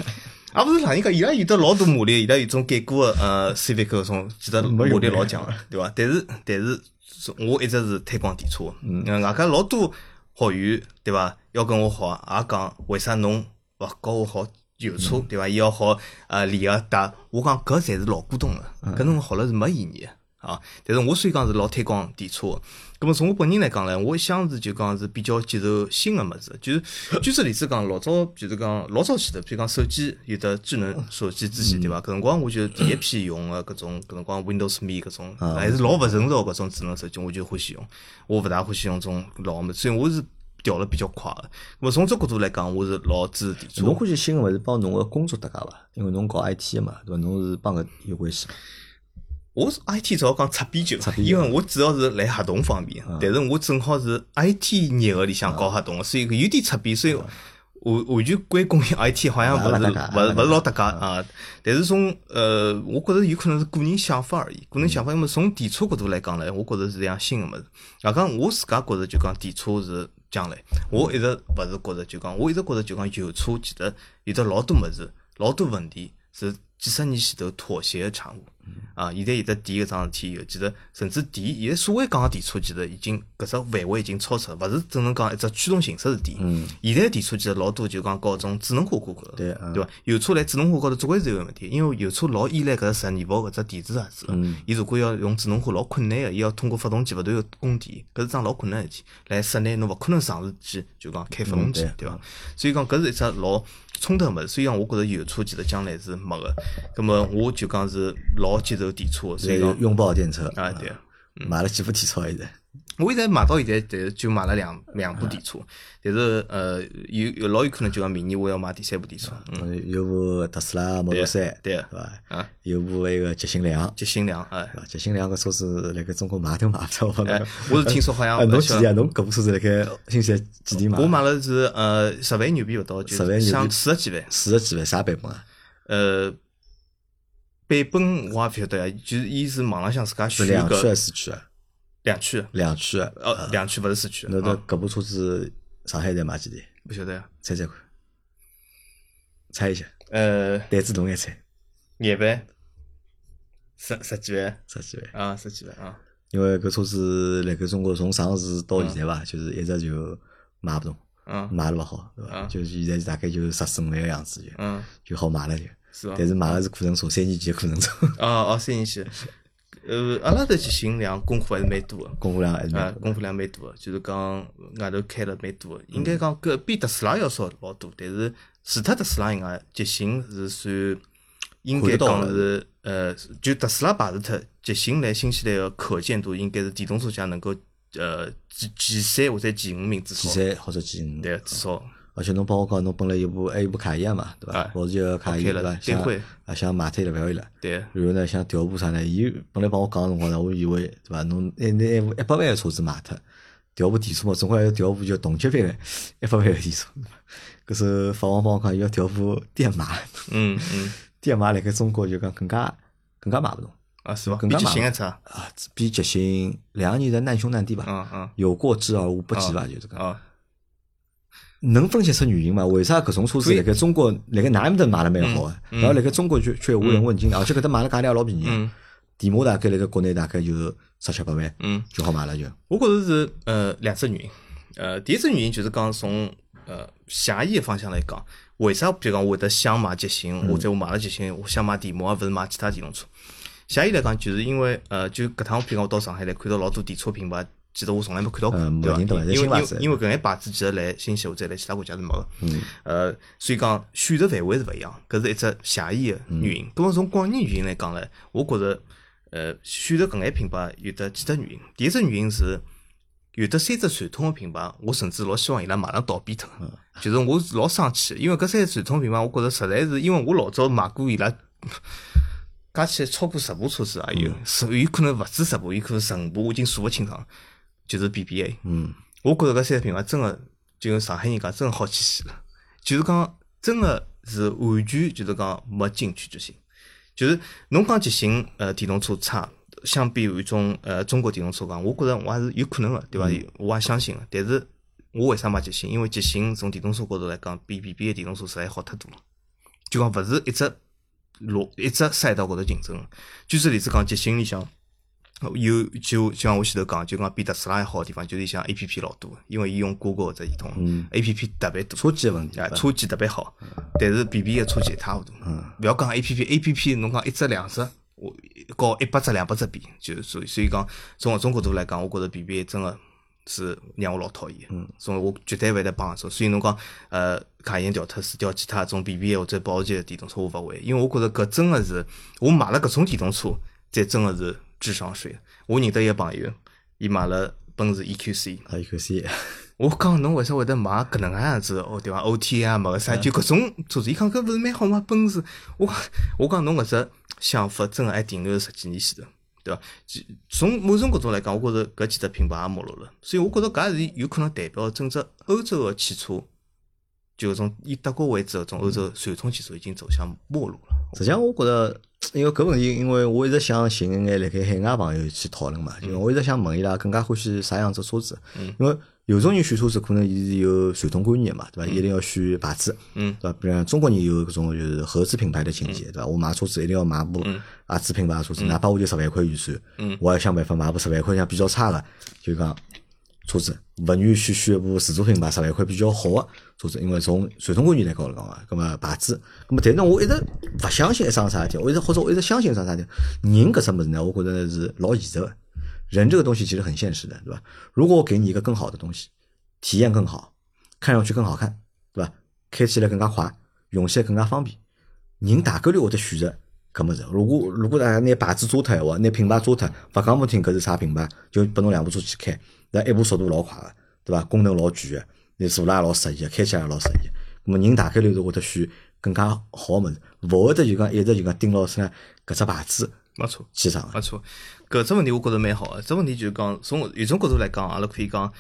[SPEAKER 2] 啊，勿是哪能讲，伊拉有的老多马力，伊拉有种改过的呃 Civic 搿种，其实马
[SPEAKER 1] 没有
[SPEAKER 2] 力老强的，对伐？但是但是，我一直是推广电车，嗯，外加老多学员，对伐？要跟我好，也讲为啥侬勿教我好油车，对伐？伊要好呃里个搭，我讲搿侪是老古董了，搿侬学了是没意义的。啊，但是我虽讲是老推广电车的，葛么从我本人来讲呢，我一向是就讲是比较接受新的物事，就是据说例子讲，老早就是讲老早起头，譬如讲手机有的智能手机之前对伐？搿辰光我就第一批用的搿种搿辰光 Windows Me 搿种，还是老勿成熟的搿种智能手机，我就欢喜用，我勿大欢喜用种老么，所以我是调了比较快的。葛么从这角度来讲，我是老支持电车
[SPEAKER 1] 侬。欢喜新个物事帮侬个工作搭界伐？因为侬搞 IT 个嘛，对伐？侬是帮搿有关系伐？
[SPEAKER 2] 我是 IT 主要讲擦边球
[SPEAKER 1] 擦，边球嗯
[SPEAKER 2] 因为我主要是来合同方面，但是我正好是 IT 业务里向搞合同的，所以有点擦边，所以
[SPEAKER 1] 嗯
[SPEAKER 2] 完完全归功于 IT 好像勿
[SPEAKER 1] 勿搭
[SPEAKER 2] 是
[SPEAKER 1] 嘎
[SPEAKER 2] 勿勿是老搭嘎啊。但是从呃，我觉着有可能是个人想法而已，个人想法。因为从电车角度来讲呢，我觉着是一样新的物事。外加我自家觉着就讲电车是将来，我一直勿是觉着就讲，我一直觉着就讲油车其实有得老多物事，老多问题是几十年前头妥协的产物啊！现在有的提搿桩事体以后，其实甚至提现在所谓讲个提车，其实已经搿只范围已经超出，勿是只能讲一只驱动形式是电。
[SPEAKER 1] 嗯
[SPEAKER 2] 现在提车其实老多就讲搞种智能化挂钩，
[SPEAKER 1] 对
[SPEAKER 2] 对
[SPEAKER 1] 啊
[SPEAKER 2] 伐？油车来智能化高头总归是有问题，因为油车老依赖搿只啥年报搿只电池盒
[SPEAKER 1] 嗯
[SPEAKER 2] 子个，伊如果要用智能化老困难个，伊要通过发动机勿断个供电，搿是桩老困难个事体。来室内侬勿可能长时间就讲开发动机
[SPEAKER 1] 嗯，
[SPEAKER 2] 对伐？所以讲搿是一只老冲突个物事，所以讲我觉着油车其实将来是没个。葛么我就讲是老接受电车个，所以讲
[SPEAKER 1] 拥抱电车
[SPEAKER 2] 啊对。
[SPEAKER 1] 买了几部提车现在，
[SPEAKER 2] 我现在买到现在，但是就买了两两部电车，但是呃有有老有可能就讲明年我要买第三部电车，嗯，
[SPEAKER 1] 有部特斯拉 Model 三，对
[SPEAKER 2] 对啊
[SPEAKER 1] 伐？
[SPEAKER 2] 啊，
[SPEAKER 1] 有部那个捷星两，
[SPEAKER 2] 就新两哎
[SPEAKER 1] 对。伐？捷星两个车子辣盖中国买都买不到，
[SPEAKER 2] 哎，我是听说好像
[SPEAKER 1] 啊，侬几
[SPEAKER 2] 像
[SPEAKER 1] 点？侬搿部车子辣盖新西兰几点买？
[SPEAKER 2] 我买了是呃十万牛币勿到，就
[SPEAKER 1] 10万牛
[SPEAKER 2] 是
[SPEAKER 1] 币
[SPEAKER 2] 像四十几万。
[SPEAKER 1] 四十几万啥版本啊？
[SPEAKER 2] 呃，版本我也勿晓得呀，就是伊是网浪向自家
[SPEAKER 1] 是
[SPEAKER 2] 选
[SPEAKER 1] 两驱还
[SPEAKER 2] 个
[SPEAKER 1] 是四驱啊？
[SPEAKER 2] 两驱，
[SPEAKER 1] 两驱啊。
[SPEAKER 2] 哦，两驱勿是四驱，
[SPEAKER 1] 那那
[SPEAKER 2] 啊
[SPEAKER 1] 搿部车子上海才买几钿？
[SPEAKER 2] 勿晓得呀。
[SPEAKER 1] 猜猜看，猜一下，
[SPEAKER 2] 呃，
[SPEAKER 1] 胆子大眼猜，
[SPEAKER 2] 廿万，十十几万
[SPEAKER 1] 十几万。
[SPEAKER 2] 啊，十几万啊。
[SPEAKER 1] 因为搿车子辣盖中国从上市到现在吧，就是一直就卖勿动，
[SPEAKER 2] 嗯
[SPEAKER 1] 卖了勿好，对伐？
[SPEAKER 2] 嗯
[SPEAKER 1] 就是现在大概就十四五万个样子就
[SPEAKER 2] 嗯，
[SPEAKER 1] 就好买了就。
[SPEAKER 2] 是伐？
[SPEAKER 1] 但是买个是库存车，三年前的库存车，
[SPEAKER 2] 哦哦，三年前，呃，阿拉搿去行量功夫还是蛮多个。
[SPEAKER 1] 供货量还是
[SPEAKER 2] 啊
[SPEAKER 1] 蛮，多。
[SPEAKER 2] 功夫量蛮大个，就是讲外头开了蛮多
[SPEAKER 1] 嗯
[SPEAKER 2] 个，应该讲搿比特斯拉要少老多，但是除脱特斯拉以外，捷星是算应该
[SPEAKER 1] 看
[SPEAKER 2] 讲
[SPEAKER 1] 得到
[SPEAKER 2] 是呃，就特斯拉排除脱捷星来新西兰个可见度，应该是电动车界能够呃前前三或者前五名至
[SPEAKER 1] 几
[SPEAKER 2] 少，
[SPEAKER 1] 三或者几五，
[SPEAKER 2] 哦对，至少
[SPEAKER 1] 而且侬帮我讲，侬本来有部还有部卡宴嘛，对伐
[SPEAKER 2] 哎？
[SPEAKER 1] 保时捷的卡宴
[SPEAKER 2] 开
[SPEAKER 1] 对
[SPEAKER 2] 了
[SPEAKER 1] 伐？
[SPEAKER 2] 对
[SPEAKER 1] 想
[SPEAKER 2] 会
[SPEAKER 1] 啊想买脱伊了，勿要伊了。
[SPEAKER 2] 对
[SPEAKER 1] 然后呢，想调部啥呢？伊本来帮我讲个辰光呢，我以为对伐？侬拿拿一部一百万个车子卖脱，调部电车嘛，总归还要调部叫同级别个一百万个电车。搿是法王帮我讲，要调部电 马，
[SPEAKER 2] 嗯嗯
[SPEAKER 1] 电马辣盖中国就讲更加更加卖勿动
[SPEAKER 2] 啊是伐？
[SPEAKER 1] 更
[SPEAKER 2] 比
[SPEAKER 1] 加
[SPEAKER 2] 捷
[SPEAKER 1] 麻
[SPEAKER 2] 星还差，
[SPEAKER 1] 啊，比捷星两个人在难兄难弟吧，
[SPEAKER 2] 嗯嗯
[SPEAKER 1] 有过之而无不及吧，就是讲。
[SPEAKER 2] 啊，
[SPEAKER 1] 能分析出原因嘛？为啥搿种车子辣盖中国辣盖哪面搭卖了蛮好个，然后辣盖中国却却无人问津，而哦且搿搭卖了价钿也老便宜
[SPEAKER 2] 嗯
[SPEAKER 1] 个，底码大概辣盖国内大概就十七八万
[SPEAKER 2] 嗯。
[SPEAKER 1] 就好买了就。
[SPEAKER 2] 我觉着是呃两只原因，呃，第一只原因就是讲从呃狭义的方向来讲，为啥比如讲我会得想买捷星，或者我买了捷星，我想买电摩，而勿是买其他电动车。狭义来讲，就是因为呃，就搿趟譬如讲我到上海来看到老多电车品牌，其实我从来没看到过
[SPEAKER 1] 嗯，
[SPEAKER 2] 对伐？
[SPEAKER 1] 没人懂
[SPEAKER 2] 因为
[SPEAKER 1] 新
[SPEAKER 2] 因为
[SPEAKER 1] 牌子
[SPEAKER 2] 因为搿眼牌子其实来新西兰或者来其他国家是没个，呃，所以讲选择范围是勿一样，搿是一只狭义个原因。葛末从广义原因来讲呢，我觉着呃选择搿眼品牌有得几只原因，第一只原因是。有得三只传统个品牌，我甚至老希望伊拉马上倒闭脱个，就是我是老生气的，因为搿三只传统品牌，我觉着实在是，因为我老早买过伊拉，加起来超过十部车子也有，十有可能勿止十部，有可能十五部，我已经数勿清爽了，就是 BBA。
[SPEAKER 1] 嗯，
[SPEAKER 2] 我觉着搿三个品牌真个，就用上海人讲，真个好气死了。就是讲，真个是完全就是讲没进取之心。就是侬讲极星呃电动车差，相比于种呃中国电动车讲，我觉着我还是有可能个，对伐？有我也相信个。但是我为啥买极星？因为极星从电动车高头来讲，比 BBA 电动车实在好太多了。就讲勿是一只路一只赛道高头竞争的。举个例子讲，极星里向。有就像我前头讲，就讲比特斯拉还好的地方，就是像 A P P 老多，因为伊用 Google 这系统，A P P 特别多，
[SPEAKER 1] 车机个嗯问题嗯
[SPEAKER 2] 啊，车技特别好，但是 B B 个车技一塌糊涂。勿要讲 A P P，A P P 侬讲一只两只，我搞一百只两百只比，就是所以所以讲从搿种角度来讲，我觉着 B B 真个是让我老讨厌的，所以我绝对勿会得帮手。所以侬讲呃，卡宴调特斯调其他种 B B 或者保时捷的电动车，我勿会，因为我觉着搿真个是我买了搿种电动车，才真个是智商税。我认得一个朋友，伊买了奔驰 E Q C。
[SPEAKER 1] 啊，有可惜，
[SPEAKER 2] 我讲侬为啥会得买搿能介样子哦，对伐？O T 啊，没个啥，就搿种车子，伊讲搿勿是蛮好吗？奔驰，我讲我讲侬搿只想法真个还停留在十几年前头，对伐？其从某种角度来讲，我觉着搿几只品牌也没落了，所以我觉着搿也是有可能代表整只欧洲个汽车，就搿种以德国为主个种欧洲传统汽车已经走向没落了。
[SPEAKER 1] 实际上我觉着，因为搿问题，因为我一直想寻
[SPEAKER 2] 嗯
[SPEAKER 1] 一眼辣盖海外朋友去讨论嘛，就我一直想问伊拉更加欢喜啥样子车子，因为有种人选车子可能伊是有传统观念嘛，对伐？一定要选牌子，
[SPEAKER 2] 嗯，
[SPEAKER 1] 对伐？比如中国人有搿种就是合资品牌的情节，对伐？我买车子一定要买部合资品牌的车子，哪怕我就十万块预算，
[SPEAKER 2] 嗯，
[SPEAKER 1] 我也想办法买部十万块像比较差的，就讲车子，勿愿意去选一部自主品牌十万块比较好的车子，因为从传统观念来高头讲啊，搿么牌子，搿么但是呢，我一直勿相信一桩啥事体，我一直或者我一直相信一桩啥事体，人搿只物事呢，我觉着是老现实的。人这个东西其实很现实的，对吧？如果我给你一个更好的东西，体验更好，看上去更好看，对吧？开起来更加快，用起来更加方便，人大概率会得选择搿么子。如果如果大家拿牌子抓脱闲话，拿品牌抓脱，勿讲勿听搿是啥品牌，就拨侬两部车去开，那一部速度老快个，对吧？功能老全个，那坐了也老适宜个，开起来也老适宜个。咁么人大概率是会得选更加好个物事，勿会得就讲一直就讲盯牢身上搿只牌子
[SPEAKER 2] 没错。
[SPEAKER 1] 去上个。
[SPEAKER 2] 没错，搿只问题我觉着蛮好个。只问题就是讲，从有种角度来讲，阿拉可以讲，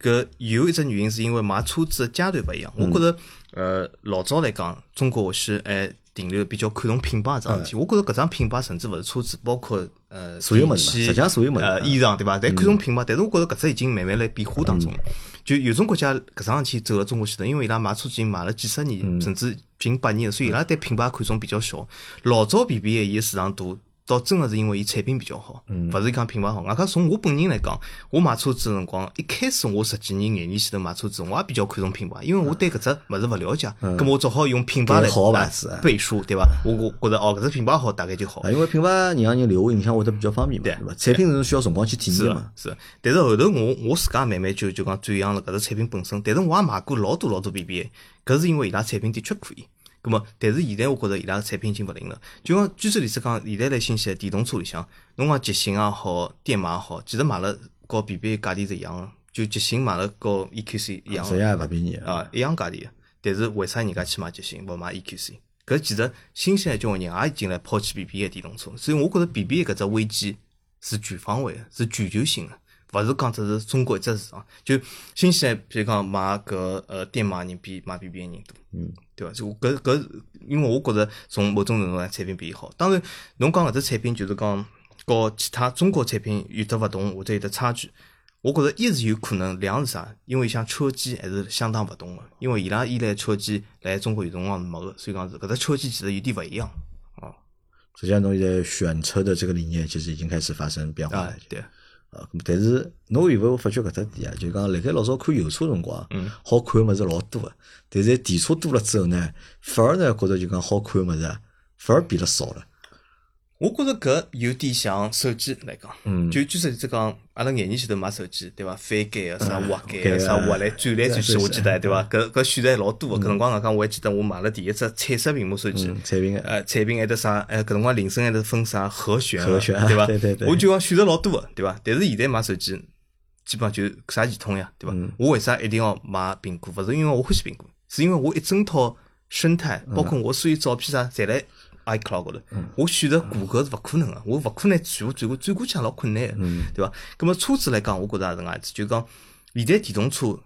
[SPEAKER 2] 搿有一只原因是因为买车子的阶段勿一样。
[SPEAKER 1] 嗯
[SPEAKER 2] 我觉着，呃，老早来讲，中国是还停留比较看重品牌桩事体。我觉着搿桩品牌甚至勿是车子，包括呃，
[SPEAKER 1] 哎所有物事嘛
[SPEAKER 2] 电器
[SPEAKER 1] 实际上所有物事
[SPEAKER 2] 呃，
[SPEAKER 1] 嗯嗯
[SPEAKER 2] 衣裳对伐？但看重品牌，但是我觉着搿只已经慢慢辣变化当中了。就有种国家搿桩事体走了中国前头，因为伊拉买车子已经买了几十
[SPEAKER 1] 嗯
[SPEAKER 2] 年，甚至近百年了，所以伊拉对品牌看重比较小。老早 BBA 伊个市场大，倒真个是因为伊产品比较好，
[SPEAKER 1] 嗯
[SPEAKER 2] 勿是讲品牌好。外加从我本人来讲，我买车子个辰光，一开始我十几年、廿年前头买车子，我也比较看重品牌，因为我对搿只物事勿了解，咁我只好用品牌来
[SPEAKER 1] 给嗯好牌子
[SPEAKER 2] 呃背书，对伐？我我觉着哦，搿只品牌好，大概就好
[SPEAKER 1] 啊，。因为品牌让人留下印象会得比较方便嘛，
[SPEAKER 2] 对
[SPEAKER 1] 对伐？产品是需要辰光去体
[SPEAKER 2] 是
[SPEAKER 1] 验
[SPEAKER 2] 啊
[SPEAKER 1] 嘛，
[SPEAKER 2] 是啊，但是后头我我自家慢慢就就讲转向了搿只产品本身，但是我也买过老多老多 BBA，搿是因为伊拉产品的确可以。葛么，但是现在我觉着伊拉产品已经勿灵了。就讲据这里是讲，现在来新西兰电动车里向，侬讲极星也好，电马也好，其实买了和 BBA 价钿是一样个，就极星买了和 EQC 一样
[SPEAKER 1] 实
[SPEAKER 2] 的
[SPEAKER 1] 际上也勿便宜。
[SPEAKER 2] 啊，一样价钿的。但是为啥人家去买极星，勿买 E EQC？搿其实新西兰交关人啊也已经来抛弃 BBA 电动车，所以我觉着 BBA 搿只危机是全方位的，是全球性的，勿是讲只是中国一只市场。就新西兰，比如讲买搿呃电马人比买 BBA 人多，
[SPEAKER 1] 嗯，
[SPEAKER 2] 对伐？就搿搿，因为我觉着从某种程度上产品比伊好。当然，侬讲搿只产品就是讲和其他中国产品有得勿同，或者有得差距。我觉着一是有可能，两是啥？因为像车机还是相当勿同个，因为伊拉依赖车机来中国有辰光是没个，所以讲是搿只车机其实有点勿一样
[SPEAKER 1] 实际上，侬现在选车的这个理念其实已经开始发生变化
[SPEAKER 2] 啊
[SPEAKER 1] 了。。
[SPEAKER 2] 对，
[SPEAKER 1] 啊，咁但是侬有没有发觉搿只点啊？就讲辣盖老早看油车辰光，
[SPEAKER 2] 嗯
[SPEAKER 1] 好看个物事老多个，但是电车多了之后呢，反而呢觉得就讲好看个物事啊，反而变得少了。
[SPEAKER 2] 我觉着搿有点像手机来讲，
[SPEAKER 1] 嗯
[SPEAKER 2] 就就是只讲阿拉廿年前头买手机，对伐？翻盖个啥滑盖个
[SPEAKER 1] 嗯
[SPEAKER 2] 啥
[SPEAKER 1] 嗯
[SPEAKER 2] 滑来转来转去，
[SPEAKER 1] 嗯
[SPEAKER 2] 我记得啊对伐？搿搿选择还老多个，搿辰光讲我还记得我买了第一只彩色屏幕手机
[SPEAKER 1] 嗯，，产品个，
[SPEAKER 2] 呃，产品还得啥？哎，搿辰光铃声还得分啥和弦啊，
[SPEAKER 1] 和弦啊
[SPEAKER 2] 对 伐？
[SPEAKER 1] 对对对
[SPEAKER 2] 我就讲选择老多个，对伐？但是现在买手机，基本上就是啥系统呀，对伐？
[SPEAKER 1] 嗯
[SPEAKER 2] 我为啥一定要买苹果？勿是因为我欢喜苹果，是因为我一整套生态，包
[SPEAKER 1] 嗯
[SPEAKER 2] 括我所有照片啥，侪辣 iCloud 高头。我选择谷歌是勿可能个，我勿可能全部转过转过去也老困难个，
[SPEAKER 1] 嗯
[SPEAKER 2] 对伐？葛么车子来讲，我觉着也是搿样子，就是讲现在电动车。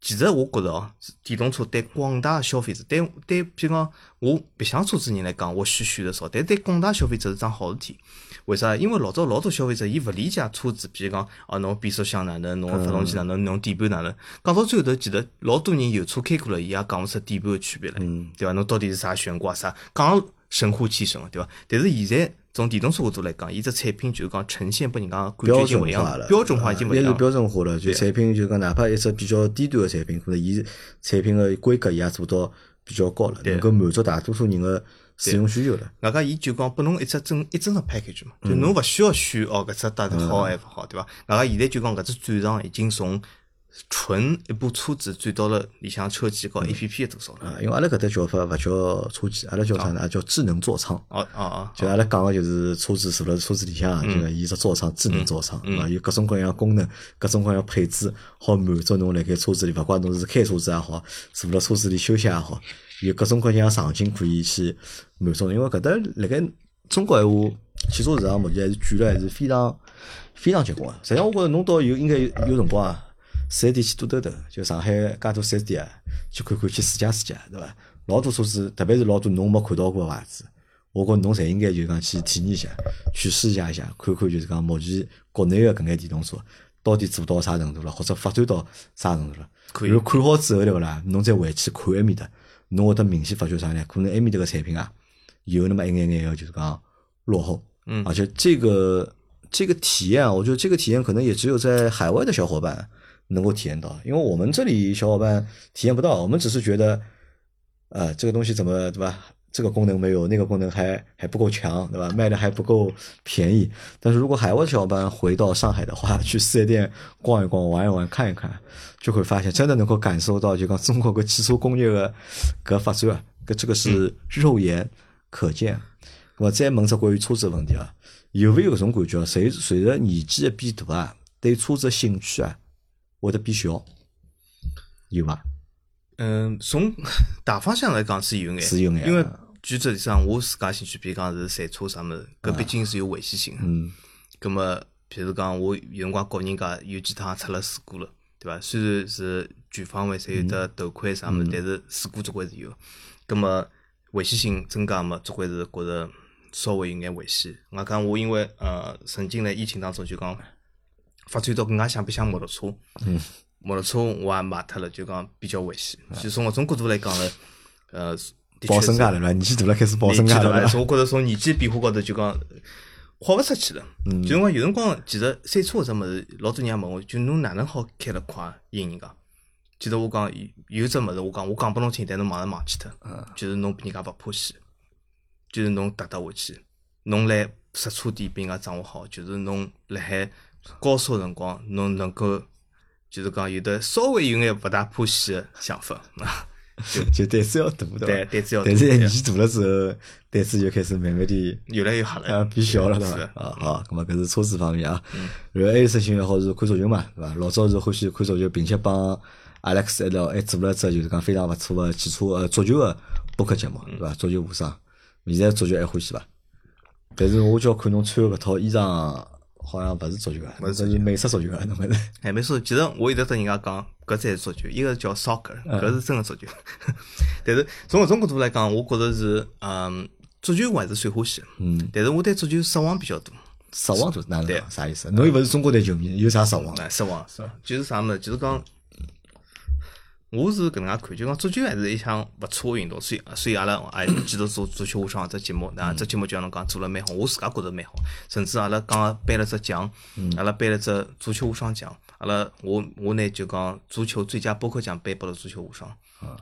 [SPEAKER 2] 其实我觉着哦，电动车对广大消费者，对对，譬如讲我白相车子人来讲，或许选择少，但对广大消费者是桩好事体。为啥？因为老早老多消费者伊勿理解车子，譬如讲啊，侬变速箱哪能，侬发动机哪
[SPEAKER 1] 嗯
[SPEAKER 2] 能，侬底盘哪能。讲到最后头，其实老多人有车开过了，伊也讲勿出底盘个区别来，
[SPEAKER 1] 嗯
[SPEAKER 2] 对伐？侬到底是啥悬挂啥，讲神乎其神个，对伐？但是现在从电动车角度来讲，伊只产品就是讲呈现拨人家感觉
[SPEAKER 1] 标
[SPEAKER 2] 已经
[SPEAKER 1] 准
[SPEAKER 2] 勿一样
[SPEAKER 1] 化
[SPEAKER 2] 了，
[SPEAKER 1] 了，啊
[SPEAKER 2] 标准化已经勿一
[SPEAKER 1] 也
[SPEAKER 2] 样啊
[SPEAKER 1] 是
[SPEAKER 2] 了。
[SPEAKER 1] 标准化了。就产品就讲，哪怕一只比较低端的产品，可能伊产品的规格也做到比较高了，能够满足大多数人的使用需求了。
[SPEAKER 2] 外加伊就讲拨侬一只整一整个 package 嘛，就侬勿需要选哦搿只搭的好还勿好，对伐？外加现在就讲搿只转让已经从纯一部车子转到了里向车企和 APP 的多少了？
[SPEAKER 1] 啊，因为阿拉搿搭叫法勿叫车机，阿拉叫啥呢？啊叫智能座舱。
[SPEAKER 2] 哦哦哦，
[SPEAKER 1] 就阿拉讲个就是车子除了车子里向啊，就讲伊只座舱智能座舱，对伐？有各种各样功能，各种各样配置，好满足侬辣盖车子里，勿管侬是开车子也好，坐辣车子里休息也好，有各种各样场景可以去满足侬。因为搿搭辣盖中国闲话，汽车市场目前还是卷了，还是非常非常结棍啊。实际上，我觉着侬倒有应该有有辰光啊，四 S 店去多兜兜，就上海介多四 S 店啊，去看看去试驾试驾，对伐？老多车子，特别是老多侬没看到过个牌子。我觉着侬侪应该就讲去体验一下，去试驾一下，看看就是讲目前国内个搿眼电动车到底做到啥程度了，或者发展到啥程度了。
[SPEAKER 2] 可以
[SPEAKER 1] 然后看好之后对勿啦？侬再回去看埃面搭，侬会得明显发觉啥呢？可能埃面搭个产品啊，有那么一眼眼个就是讲落后。
[SPEAKER 2] 嗯
[SPEAKER 1] 而且这个这个体验啊，我觉得这个体验可能也只有在海外的小伙伴能够体验到，因为我们这里小伙伴体验不到，我们只是觉得，呃，这个东西怎么对吧？这个功能没有，那个功能还还不够强，对吧？卖的还不够便宜。但是如果海外的小伙伴回到上海的话，去四 S 店逛一逛、玩一玩、看一看，就会发现真的能够感受到，就讲中国个汽车工业个个发展啊，搿这个是肉眼可见。我再问只关于车子的问题啊，有没有搿种感觉啊？随随着年纪的变大啊，对车子的兴趣啊，会得变小，有伐？
[SPEAKER 2] 嗯，从大方向来讲是有眼，
[SPEAKER 1] 是有眼
[SPEAKER 2] 因为举这里上我自家兴趣，比如讲是赛车啥么子，搿毕竟是有危险性的。
[SPEAKER 1] 嗯，
[SPEAKER 2] 葛么，譬如讲我有辰光告人家有几趟出了事故了，对伐？虽然是全方位侪有得头盔啥
[SPEAKER 1] 嗯
[SPEAKER 2] 么子，但是事故总归是有。葛么危险性增加嘛，总归是觉着稍微有眼危险。我讲我因为呃，曾经辣疫情当中就讲发展到更加像不像摩托车，嗯，摩托车我也买脱了，就讲比较危险。所以从搿种角度来讲呢，呃，的确
[SPEAKER 1] 保
[SPEAKER 2] 是
[SPEAKER 1] 身价了，对伐？年纪大了开始保身
[SPEAKER 2] 年纪
[SPEAKER 1] 价
[SPEAKER 2] 大
[SPEAKER 1] 了，对
[SPEAKER 2] 了，
[SPEAKER 1] 伐
[SPEAKER 2] 所以我觉着从年纪变化高头就讲豁勿出去了。
[SPEAKER 1] 嗯
[SPEAKER 2] 就辰光有辰光，其实赛车搿只物事，老多人也问我，就侬哪能好开了快赢人家？其实我讲有有只物事，我讲我讲拨侬听，但侬马上忘记脱，
[SPEAKER 1] 啊
[SPEAKER 2] 就是侬比人家勿怕死，就是侬踏踏回去，侬来刹车点比人家掌握好，就是侬辣海高速辰光，侬能够就是讲有的稍微有眼勿大怕死的想 法。
[SPEAKER 1] 就胆子要大，
[SPEAKER 2] 对
[SPEAKER 1] 对伐？
[SPEAKER 2] 胆子要大
[SPEAKER 1] 但是
[SPEAKER 2] 对
[SPEAKER 1] 年纪大了之后，胆子就开始慢慢的。
[SPEAKER 2] 越来越吓人，
[SPEAKER 1] 呃，变小了对
[SPEAKER 2] 哎是
[SPEAKER 1] 伐
[SPEAKER 2] 的？
[SPEAKER 1] 啊好，咁么搿是车子方面啊。然后还有一只兴趣爱好是看足球嘛，对伐？老早是欢喜看足球，并且帮 Alex 一道还做了一只就是讲非常勿错个汽车呃足球个播客节目，对伐？足球无双，现在足球还欢喜伐？但是我叫看侬穿搿套衣裳，好像勿是足球个，侬这是美式足球啊个，侬 搿是
[SPEAKER 2] 哎，没错，其实我有得跟人家讲，搿才是足球，一个叫 soccer，搿是真个足球。 但是从搿种角度来讲，我觉着是，嗯，足球我还是算欢喜，嗯，但是我对足球失望比较多，
[SPEAKER 1] 失望就是哪能讲啥意思？侬又勿是中国队球迷，有啥啊失望？
[SPEAKER 2] 哎，失望，就是啥物事，就是讲，我是搿能介看，就讲足球还是一项勿错个运动，所以所以阿拉也记得做足球无双这节目，那这节目就像侬讲做了蛮好，我自家觉着蛮好，甚至阿拉刚刚颁了只奖，阿拉颁了只足球无双奖，阿拉我我呢就讲足球最佳播客奖颁拨了足球无双，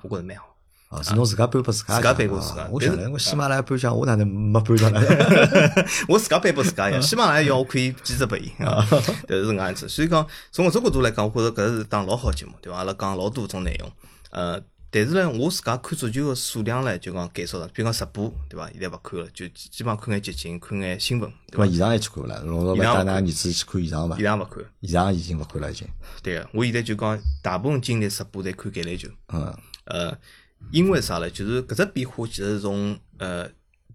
[SPEAKER 2] 我觉着蛮好。
[SPEAKER 1] 啊，是侬自家颁拨自家的
[SPEAKER 2] 自家
[SPEAKER 1] 奖，
[SPEAKER 2] 颁拨自家
[SPEAKER 1] 啊我
[SPEAKER 2] 但
[SPEAKER 1] 想
[SPEAKER 2] 是
[SPEAKER 1] 了，我喜马拉雅颁奖，我哪能没颁上呢？
[SPEAKER 2] 我自家颁拨自家呀，喜马拉雅要我可以兼职拨伊啊，但是搿能样子。所以讲，从搿只角度来讲，我觉着搿是档老好节目，对伐？阿拉讲老多种内容，呃，但是呢，我自家看足球个数量呢，就讲减少了，比如讲直播，对伐？现在勿看了，就基基本上看眼集锦，看眼新闻，对
[SPEAKER 1] 对
[SPEAKER 2] 伐？
[SPEAKER 1] 伐？现场还去看勿啦？老早勿
[SPEAKER 2] 现场
[SPEAKER 1] 带㑚儿子去看现场伐
[SPEAKER 2] 现？在也勿看，
[SPEAKER 1] 现场已经勿看了，已经。
[SPEAKER 2] 对个。我现在就讲，大部分精力直播在看橄榄球。
[SPEAKER 1] 嗯
[SPEAKER 2] 呃，因为啥呢？就是搿只变化其实是从呃，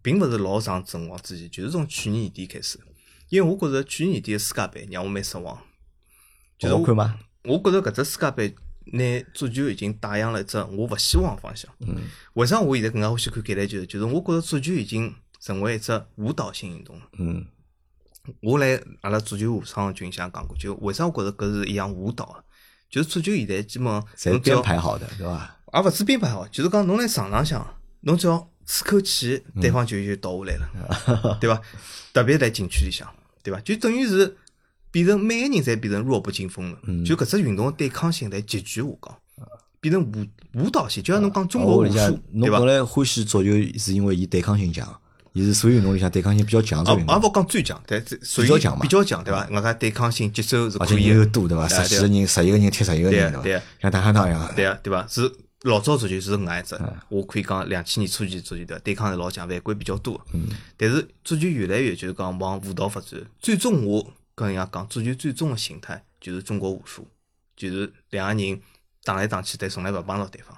[SPEAKER 2] 并勿是老长辰光之前，就是从去年年底开始。因为我觉着去年年底个世界杯让我蛮失望，就是
[SPEAKER 1] 好
[SPEAKER 2] 我
[SPEAKER 1] 看吗？
[SPEAKER 2] 我觉着搿只世界杯拿足球已经带向了一只我勿希望个方向。嗯，为啥我现在更加欢喜看橄榄球？就是我觉着足球已经成为一只舞蹈性运动了。
[SPEAKER 1] 嗯
[SPEAKER 2] 我来阿拉足球无双群里向讲过，就为啥我觉着搿是一项舞蹈啊？就是足球现在基本上
[SPEAKER 1] 侪
[SPEAKER 2] 侬只要
[SPEAKER 1] 编排好的，对伐？
[SPEAKER 2] 也勿止编排好，就是讲侬来场上向，侬只要吹口气，
[SPEAKER 1] 嗯
[SPEAKER 2] 对方就就倒下 来了，对伐？特别在禁区里向，对伐？就等于是变成每个人侪变成弱不禁风了，
[SPEAKER 1] 嗯
[SPEAKER 2] 就搿只运动的对抗性在急剧下降，变成舞舞蹈性，就像侬讲中国
[SPEAKER 1] 啊哦我
[SPEAKER 2] 武
[SPEAKER 1] 理解
[SPEAKER 2] 术，，
[SPEAKER 1] 侬
[SPEAKER 2] 对伐
[SPEAKER 1] 本？来欢喜足球是因为伊对抗性强，伊是所有运动里向对抗性比较强
[SPEAKER 2] 啊，
[SPEAKER 1] 的运
[SPEAKER 2] 也
[SPEAKER 1] 动，
[SPEAKER 2] 勿讲最强，但是属于
[SPEAKER 1] 比较强嘛啊
[SPEAKER 2] 比较强，对伐？我讲对抗性、节奏是
[SPEAKER 1] 而
[SPEAKER 2] 可
[SPEAKER 1] 且
[SPEAKER 2] 以
[SPEAKER 1] 人
[SPEAKER 2] 的
[SPEAKER 1] 又多，对伐？
[SPEAKER 2] 哎
[SPEAKER 1] 十几个人，十一个人踢十一个人，
[SPEAKER 2] 对
[SPEAKER 1] 伐
[SPEAKER 2] 啊？
[SPEAKER 1] 像打相打一样。
[SPEAKER 2] 对啊，对吧？是老早足球是搿能样子，我可以讲两千年初期足球对吧？对抗是老强，犯规比较多。但是足球越来越就是讲往舞蹈发展，最终我跟人家讲，足球最终的形态就是中国武术，就是两个人打来打去，但从来勿帮到对方，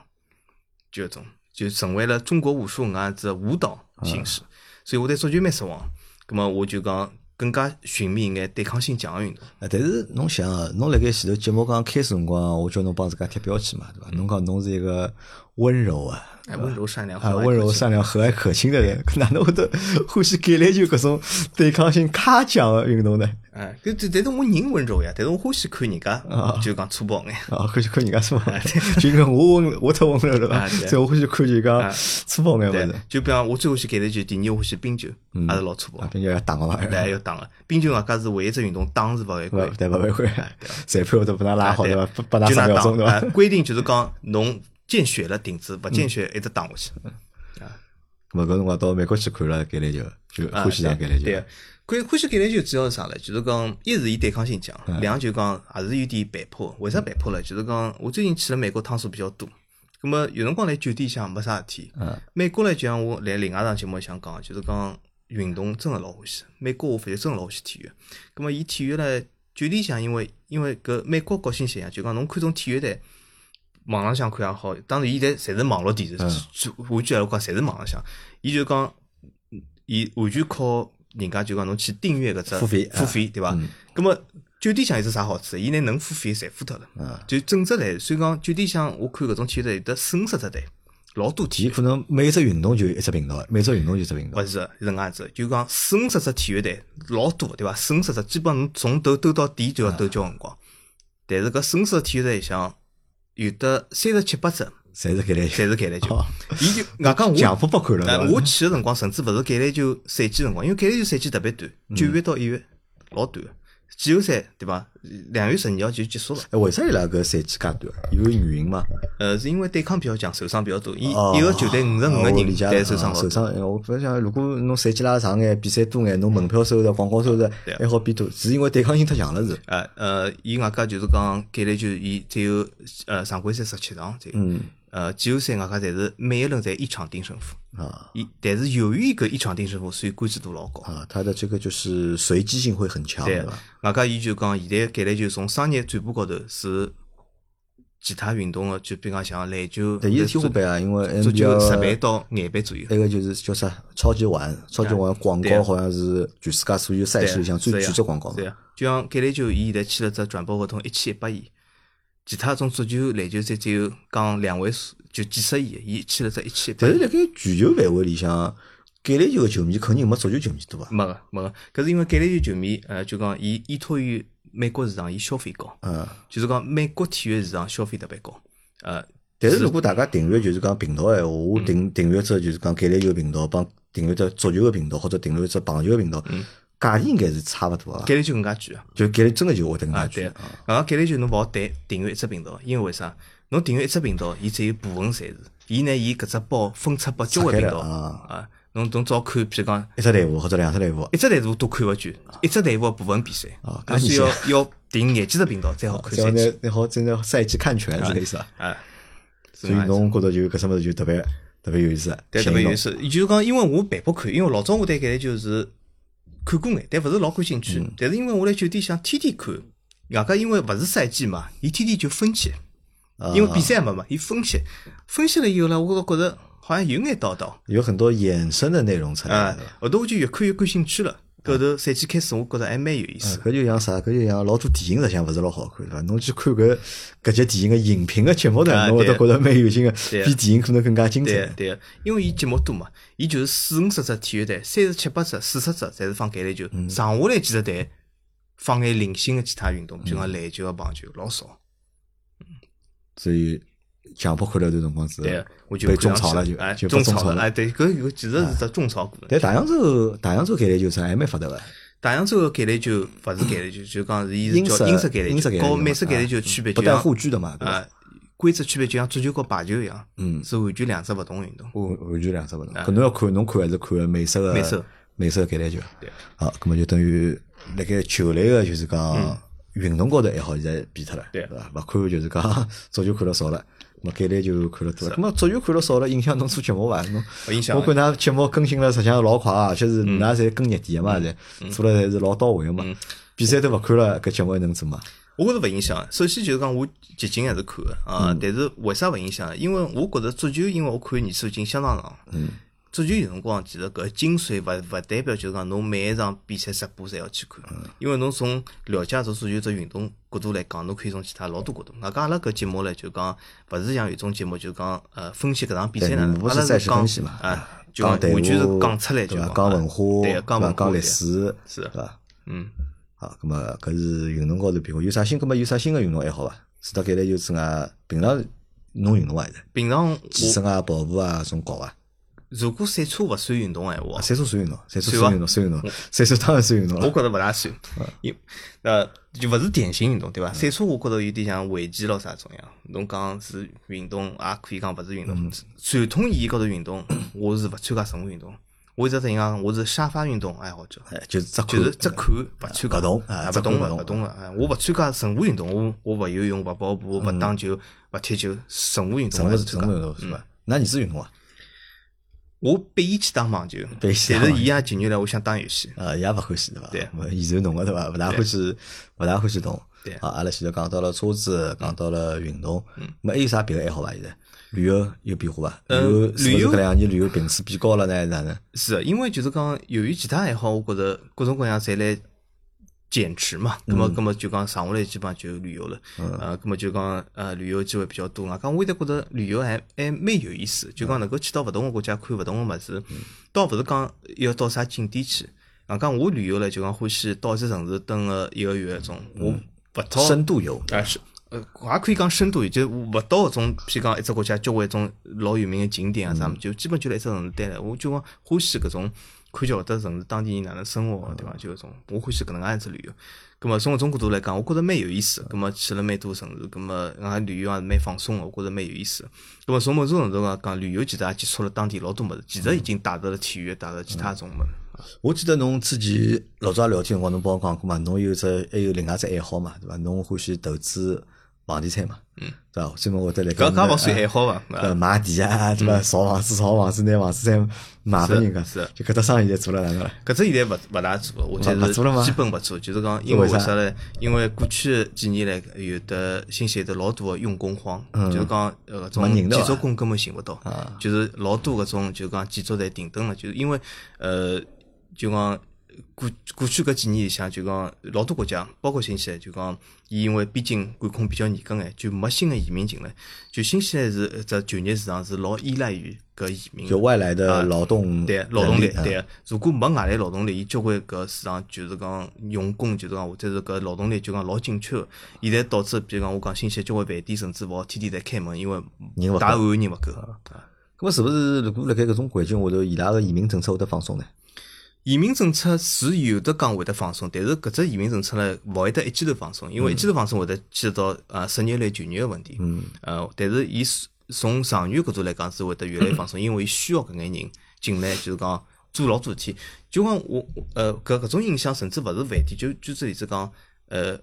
[SPEAKER 2] 就搿种就成为了中国武术搿样子的舞蹈形式。所以我对足球蛮失望，葛么我就讲更加寻觅一眼对抗性强的运动。
[SPEAKER 1] 啊但是侬想啊，侬辣盖前头节目刚开始辰光，我叫侬帮自家贴标签嘛，对伐？侬讲侬是一个温柔啊，
[SPEAKER 2] 哎，温柔善良，
[SPEAKER 1] 啊，温柔善良、和蔼可亲的人，哪能会得欢喜橄榄球搿种对抗性卡强的运动呢？
[SPEAKER 2] 良。哎，搿但但是我人温柔呀，但是我欢喜看人家，就讲粗暴眼。
[SPEAKER 1] 啊，欢喜看人家是吧？ 就因为我温，我太温柔了吧
[SPEAKER 2] 啊？对啊
[SPEAKER 1] 所以我欢喜看人家粗暴眼物
[SPEAKER 2] 对
[SPEAKER 1] 事，
[SPEAKER 2] 就比方我最欢喜橄榄球，第二我欢喜冰球，也是老粗暴
[SPEAKER 1] 啊，。并且要打个嘛，
[SPEAKER 2] 来要打个冰球，外加是唯一一只运动，打是勿违规
[SPEAKER 1] 勿。对勿违规，裁判会得把㑚拉好对伐？
[SPEAKER 2] 啊对
[SPEAKER 1] 把㑚
[SPEAKER 2] 就
[SPEAKER 1] 十秒钟
[SPEAKER 2] 打
[SPEAKER 1] 对伐？
[SPEAKER 2] 哎规定就是讲侬见血了停止，勿见血一直打下去。
[SPEAKER 1] 咾搿辰光到美国去看了橄榄球，就
[SPEAKER 2] 啊
[SPEAKER 1] 欢喜上橄榄
[SPEAKER 2] 对
[SPEAKER 1] 球
[SPEAKER 2] 啊，关欢喜橄榄球主要是啥呢？就是讲，一是伊对抗性强，
[SPEAKER 1] 嗯
[SPEAKER 2] 两就讲还是有点被迫。为啥被迫呢？就是讲，我最近去了美国趟数比较多，咁么有辰光来酒店里向没啥事体。
[SPEAKER 1] 嗯
[SPEAKER 2] 美国呢，就像我来另外一档节目里向讲，就是讲运动真的老欢喜。美国我发觉真的老欢喜体育。咁么伊体育呢，酒店里向因为因为搿美国国庆节啊，就讲侬看种体育台。网浪向看也好，当然现在侪是网络电视，
[SPEAKER 1] 嗯
[SPEAKER 2] 就我句闲话讲，侪是网浪向。伊就讲伊完全靠人家就讲侬去订阅搿只
[SPEAKER 1] 付费嗯
[SPEAKER 2] 付费对伐？咁么酒店向有只啥好处？伊拿能付费侪付脱
[SPEAKER 1] 啊
[SPEAKER 2] 了，就整只来。所以讲酒店向我看搿种体育台有得四五十只台，老多体
[SPEAKER 1] 伊
[SPEAKER 2] 育。
[SPEAKER 1] 可能每只运动就有一只频道，每只运动就一只频道
[SPEAKER 2] 勿。是，是搿能样子，就讲四五十只体育台老多对伐？四五十只，基本上侬从头兜到底就要兜交辰光。但是搿四五十只体育台里向有得三十七八只
[SPEAKER 1] 侪是橄榄
[SPEAKER 2] 侪
[SPEAKER 1] 球，
[SPEAKER 2] 是橄榄球
[SPEAKER 1] 哦，
[SPEAKER 2] 伊 就外加我
[SPEAKER 1] 强迫不看了。
[SPEAKER 2] 那
[SPEAKER 1] 对伐
[SPEAKER 2] 我去个辰光，甚至勿是橄榄球赛季辰光，因为橄榄球赛季特别短，九月到一月老短，季后赛对伐？两月十二号就结束了。
[SPEAKER 1] 哎，为啥伊拉搿赛季介短？啊有原因嘛？
[SPEAKER 2] 呃，是因为对抗比较强，受伤比较多。伊
[SPEAKER 1] 哦
[SPEAKER 2] 一个球队五十五
[SPEAKER 1] 啊
[SPEAKER 2] 个
[SPEAKER 1] 我理
[SPEAKER 2] 人，
[SPEAKER 1] 解
[SPEAKER 2] 但受伤
[SPEAKER 1] 啊
[SPEAKER 2] 老
[SPEAKER 1] 受
[SPEAKER 2] 多。
[SPEAKER 1] 伤。哎我不想，如果侬赛季拉得长眼，比赛多眼，侬门票收入、广告收入
[SPEAKER 2] 对啊
[SPEAKER 1] 还好变多，是因为对抗性太强了是？
[SPEAKER 2] 呃呃，伊外加就是讲橄榄球，伊只有呃常规赛十七场，只有
[SPEAKER 1] 嗯
[SPEAKER 2] 呃季后赛外加侪是每一轮侪一场定胜负。
[SPEAKER 1] 啊
[SPEAKER 2] 伊但是由于搿一场定胜负，所以关注度老高。
[SPEAKER 1] 啊，他的这个就是随机性会很强，
[SPEAKER 2] 对啊
[SPEAKER 1] 对吧？，
[SPEAKER 2] 外加伊就讲现在橄榄球从商业转播高头是其他运动个，就比方像篮球，
[SPEAKER 1] 对，伊是天花板哎啊，因为
[SPEAKER 2] 足球
[SPEAKER 1] NBA
[SPEAKER 2] 十倍到廿倍左右。
[SPEAKER 1] 那个就是叫啥超级碗，超级碗广
[SPEAKER 2] 对
[SPEAKER 1] 告
[SPEAKER 2] 啊
[SPEAKER 1] 好像是全世界所有赛
[SPEAKER 2] 对啊
[SPEAKER 1] 事里向最
[SPEAKER 2] 是呀啊
[SPEAKER 1] 全职广告嘛
[SPEAKER 2] 对。呀，就像橄榄球，伊现在签了只转播合同一千一百亿，其他种足球、篮球侪只有讲两位数，就几十亿，伊签了只一千一百
[SPEAKER 1] 但是
[SPEAKER 2] 亿。
[SPEAKER 1] 辣盖全球范围里向，橄榄球个球迷肯定没足球球迷多啊。
[SPEAKER 2] 没个没个，搿是因为橄榄球球迷，呃，就讲伊依托于美国市场，伊消费高，
[SPEAKER 1] 嗯，
[SPEAKER 2] 就是讲美国体育市场消费特别高，
[SPEAKER 1] 啊
[SPEAKER 2] 呃，
[SPEAKER 1] 但是如果大家订阅就是讲频道闲话，
[SPEAKER 2] 嗯
[SPEAKER 1] 我订订阅者就是讲橄榄球频道，帮订阅只足球个频道或者订阅只棒球个频道，
[SPEAKER 2] 嗯
[SPEAKER 1] 价钿应该是差勿多啊。
[SPEAKER 2] 橄榄球更加贵啊。
[SPEAKER 1] 就橄榄真个就会得搿能
[SPEAKER 2] 啊，
[SPEAKER 1] 介
[SPEAKER 2] 对
[SPEAKER 1] 去
[SPEAKER 2] 啊，然后橄榄球侬勿好订订阅一只频道，因为为啥？侬订阅一只频道，伊只有部分赛事，伊呢伊搿只包分拆拨交关频道
[SPEAKER 1] 拆开了
[SPEAKER 2] 啊，侬侬只好看，譬如讲
[SPEAKER 1] 一只队伍或者两只队伍，
[SPEAKER 2] 一只队伍都看勿全，一只队伍的部分比赛
[SPEAKER 1] 啊，
[SPEAKER 2] 侬是
[SPEAKER 1] 搿
[SPEAKER 2] 要
[SPEAKER 1] 么
[SPEAKER 2] 要 订廿几只频道才好看
[SPEAKER 1] 只要
[SPEAKER 2] 赛
[SPEAKER 1] 拿
[SPEAKER 2] 季
[SPEAKER 1] 拿好真正赛季看全是搿意思啊。
[SPEAKER 2] 啊。是
[SPEAKER 1] 所以
[SPEAKER 2] 搿能介
[SPEAKER 1] 侬觉着就搿什物事就特别特别有意思，啊
[SPEAKER 2] 对，特别有意
[SPEAKER 1] 思。
[SPEAKER 2] 思。伊就是讲，因为我被迫看，因为老早我对橄榄球是看过眼，但勿是老感兴趣。
[SPEAKER 1] 嗯
[SPEAKER 2] 但是因为我辣酒店想天天看，外加因为勿是赛季嘛，伊天天就分析，
[SPEAKER 1] 啊
[SPEAKER 2] 因为比赛没嘛，伊分析，分析了以后呢，我倒觉着好像有眼道道
[SPEAKER 1] 有很多衍生的内容出来
[SPEAKER 2] 啊
[SPEAKER 1] 对伐。
[SPEAKER 2] 后头我就越看越感兴趣了。搿头赛季开始，我觉着还蛮有意思。
[SPEAKER 1] 搿就像啥？搿就像老多电影实际上勿是老好看，对伐？侬去看搿搿集电影个影评个节目
[SPEAKER 2] 啊
[SPEAKER 1] 呢，侬会得
[SPEAKER 2] 对
[SPEAKER 1] 觉着蛮有劲个，
[SPEAKER 2] 对
[SPEAKER 1] 比电影可能更加精
[SPEAKER 2] 对
[SPEAKER 1] 彩。
[SPEAKER 2] 对，因为伊节目多嘛，伊就是四五十只体育台，三十七八只、四十只侪是放橄榄球，
[SPEAKER 1] 嗯
[SPEAKER 2] 剩下来几只台放眼零星的其他运
[SPEAKER 1] 嗯
[SPEAKER 2] 动，比如讲篮球啊、棒球，老少。
[SPEAKER 1] 所以强迫看了一段辰光之后
[SPEAKER 2] 对，，我就
[SPEAKER 1] 被
[SPEAKER 2] 看上
[SPEAKER 1] 种草
[SPEAKER 2] 去
[SPEAKER 1] 了就
[SPEAKER 2] 哎，
[SPEAKER 1] 就被
[SPEAKER 2] 种
[SPEAKER 1] 种
[SPEAKER 2] 草
[SPEAKER 1] 草了
[SPEAKER 2] 哎，对，搿有其实是只种草股。
[SPEAKER 1] 但大洋洲大洋洲橄榄球是还蛮发达个，
[SPEAKER 2] 大洋洲的橄榄球勿是橄榄球，就讲是伊是
[SPEAKER 1] 英
[SPEAKER 2] 叫
[SPEAKER 1] 式
[SPEAKER 2] 英式橄
[SPEAKER 1] 英式
[SPEAKER 2] 榄
[SPEAKER 1] 橄
[SPEAKER 2] 球，
[SPEAKER 1] 榄
[SPEAKER 2] 和
[SPEAKER 1] 球
[SPEAKER 2] 美式
[SPEAKER 1] 嘛
[SPEAKER 2] 橄
[SPEAKER 1] 啊
[SPEAKER 2] 榄球区别
[SPEAKER 1] 不
[SPEAKER 2] 就
[SPEAKER 1] 带
[SPEAKER 2] 像
[SPEAKER 1] 护具的嘛，对伐？
[SPEAKER 2] 啊，规则区别就像足球和排球一样，
[SPEAKER 1] 嗯
[SPEAKER 2] 是完全两只勿同的运动。
[SPEAKER 1] 完完全两只勿
[SPEAKER 2] 啊
[SPEAKER 1] 同。搿侬要看，侬看还是看美式个
[SPEAKER 2] 美式
[SPEAKER 1] 美式个橄榄球。
[SPEAKER 2] 对，
[SPEAKER 1] 好，搿么就等于辣盖球类个就是讲运动高头还好，现在比脱了，
[SPEAKER 2] 嗯对
[SPEAKER 1] 伐？勿看就是讲 足球看了少了。咾橄榄球看了多了，咾么足球看了少了，影响侬做节目伐？侬
[SPEAKER 2] 勿影响嗯
[SPEAKER 1] 我看㑚节目更新了，实际上老快啊，而且是㑚侪更热点个嘛，侪做了侪是老到位个嘛。比赛都勿看了，搿节目还能做嘛？
[SPEAKER 2] 我觉着勿影响。首先就是讲我极尽还
[SPEAKER 1] 嗯
[SPEAKER 2] 是
[SPEAKER 1] 嗯
[SPEAKER 2] 看的啊，但是为啥勿影响？因为我觉着足球，因为我看的年数已经相当长了。足球有辰光其实搿精髓勿勿代表就是讲侬每一场比赛直播侪要去看，
[SPEAKER 1] 嗯
[SPEAKER 2] 因为侬从了解足足球这运动角度来讲，侬可以从其他老多角度。外加阿拉搿节目呢，就讲勿是像有种节目就讲呃分析搿场比赛呢，
[SPEAKER 1] 对
[SPEAKER 2] 阿拉
[SPEAKER 1] 嗯赛
[SPEAKER 2] 是
[SPEAKER 1] 事
[SPEAKER 2] 讲
[SPEAKER 1] 分析嘛嗯
[SPEAKER 2] 啊，就
[SPEAKER 1] 讲
[SPEAKER 2] 完
[SPEAKER 1] 队伍
[SPEAKER 2] 全是讲出来就
[SPEAKER 1] 对伐
[SPEAKER 2] 讲？
[SPEAKER 1] 讲
[SPEAKER 2] 啊
[SPEAKER 1] 文化，
[SPEAKER 2] 对
[SPEAKER 1] 对
[SPEAKER 2] 讲
[SPEAKER 1] 伐
[SPEAKER 2] 文化
[SPEAKER 1] 讲历
[SPEAKER 2] 对
[SPEAKER 1] 史，
[SPEAKER 2] 是
[SPEAKER 1] 对伐？
[SPEAKER 2] 嗯，
[SPEAKER 1] 好，咁么搿是运动高头变化，有啥新？咁么有啥新个运动爱好伐？除脱橄榄球之外，平常侬运动伐？现在
[SPEAKER 2] 平常
[SPEAKER 1] 健
[SPEAKER 2] 我
[SPEAKER 1] 身啊、跑步啊，种搞伐？
[SPEAKER 2] 如果赛车勿算运动个闲话
[SPEAKER 1] 啊，，赛车算运动，赛车
[SPEAKER 2] 算
[SPEAKER 1] 算
[SPEAKER 2] 伐嗯
[SPEAKER 1] 运动，算运动，赛车当然算运动
[SPEAKER 2] 我
[SPEAKER 1] 了。
[SPEAKER 2] 觉着勿大算，
[SPEAKER 1] 嗯
[SPEAKER 2] 因呃就勿是典型运动，对伐？赛车我觉着有点像围棋咯啥种样，侬讲是运动，也可以讲勿是运
[SPEAKER 1] 嗯
[SPEAKER 2] 动。传统意义高头 运动，我是勿参加任何运动，我一直等于讲我是沙发运动爱好者。
[SPEAKER 1] 哎，就是只看
[SPEAKER 2] 就是只看勿参加，
[SPEAKER 1] 勿动啊
[SPEAKER 2] 啊，
[SPEAKER 1] 只
[SPEAKER 2] 勿
[SPEAKER 1] 看勿
[SPEAKER 2] 动个，
[SPEAKER 1] 动
[SPEAKER 2] 勿动个。哎我勿参加任何运动，我我勿游泳，勿跑步，勿打球，勿踢球，任何运动
[SPEAKER 1] 嗯任
[SPEAKER 2] 我
[SPEAKER 1] 何
[SPEAKER 2] 勿
[SPEAKER 1] 是
[SPEAKER 2] 参
[SPEAKER 1] 任
[SPEAKER 2] 加
[SPEAKER 1] 何运动是伐？那你是运动啊？
[SPEAKER 2] 我逼伊去打网球，
[SPEAKER 1] 逼伊
[SPEAKER 2] 但
[SPEAKER 1] 去打网
[SPEAKER 2] 是
[SPEAKER 1] 球
[SPEAKER 2] 伊也进入了，我想打游戏。
[SPEAKER 1] 呃，伊也勿欢喜对伐？
[SPEAKER 2] 对
[SPEAKER 1] 我遗传侬个对伐？勿大欢喜，勿大欢喜动。
[SPEAKER 2] 对
[SPEAKER 1] 啊，阿拉现在讲到了车子，讲到了运动，嗯，么还有啥别个爱好伐？现在旅游有变化伐？
[SPEAKER 2] 呃
[SPEAKER 1] 游是
[SPEAKER 2] 旅
[SPEAKER 1] 勿是
[SPEAKER 2] 游
[SPEAKER 1] 搿两年旅游频次变高了呢？哪能？
[SPEAKER 2] 是的，因为就是讲，由于其他爱好，我觉着各种各样侪来减持嘛，那么，那么就讲剩下来基本上就旅游了，呃，那么就讲呃旅游机会比较多。外加我现在觉着旅游还还蛮有意思，就讲能够去到勿同个国家看勿同个物事，倒勿是讲要到啥景点去。外加我旅游呢，就讲欢喜到一只城市蹲个一个月种，我勿到
[SPEAKER 1] 深度游，
[SPEAKER 2] 啊是，呃，也可以讲深度，也就勿到搿种，譬如讲一只国家交关一种老有名个景点啊啥么，就基本就辣一只城市待了。我就讲欢喜搿种看叫搿只城市当地人哪能生活，对伐？就搿种，我欢喜搿能介一只旅游。葛么从搿种角度来讲，我觉着蛮有意思。葛么去了蛮多城市，葛么俺旅游也是蛮放松个，我觉着蛮有意思。葛么从某种程度上讲，旅游其实也接触了当地老多物事，其实已经带到了体育，带到了其他种物事。
[SPEAKER 1] 我记得侬之前老早聊天辰光，侬帮我讲过嘛，侬有只还有另外只爱好嘛，对伐？侬欢喜投资房地产嘛，嗯，对伐？专门会得来
[SPEAKER 2] 搿搿勿算
[SPEAKER 1] 爱
[SPEAKER 2] 爱好伐？
[SPEAKER 1] 呃，买地啊，对伐？造房子，造房子，拿房子再卖拨人家，
[SPEAKER 2] 是的
[SPEAKER 1] 就搿只生意在做了哪能了？
[SPEAKER 2] 搿只现在勿勿大做，或
[SPEAKER 1] 勿
[SPEAKER 2] 者
[SPEAKER 1] 做了吗
[SPEAKER 2] 是基本勿做，就是讲，因为
[SPEAKER 1] 为啥
[SPEAKER 2] 为啥呢？因为过去几年来有的新西兰有得老多个用工荒，
[SPEAKER 1] 嗯
[SPEAKER 2] 就是讲呃搿
[SPEAKER 1] 没
[SPEAKER 2] 种
[SPEAKER 1] 人了
[SPEAKER 2] 建
[SPEAKER 1] 啊
[SPEAKER 2] 筑工根本寻勿到，就是老多搿种就是讲建筑侪停顿了，就是因为呃就讲。过过去搿几年里向，就讲老多国家，包括新西兰，就讲伊因为边境管控比较严格眼，就没新的移民进来。就新西兰是一只就业市场是老依赖于搿移民的，
[SPEAKER 1] 就外来的
[SPEAKER 2] 啊
[SPEAKER 1] 劳动啊
[SPEAKER 2] 对劳动力
[SPEAKER 1] 人，
[SPEAKER 2] 对。如果没外来劳动力，伊交关搿市场就是讲用工，就是讲或者是搿劳动力就讲老紧缺的。现在导致比如讲我讲新西兰交关饭店甚至勿好天天在开门，因为
[SPEAKER 1] 人勿
[SPEAKER 2] 大
[SPEAKER 1] 够嗯
[SPEAKER 2] 汉人勿够。啊
[SPEAKER 1] 咁么是不是如果辣盖搿种环境下头，伊拉个移民政策会得放松呢？
[SPEAKER 2] 移民政策是有的讲会得放松，但是搿只移民政策呢，勿会得一记头放松，因为一记头放松会得牵涉到啊失业率、就业个问题。嗯。呃，但是伊是从长远角度来讲是会得越来越放松，因为伊需要搿眼人进来，就是讲做老多事体。就讲我我呃搿搿种影响甚至勿是饭店，就举这例子讲，呃，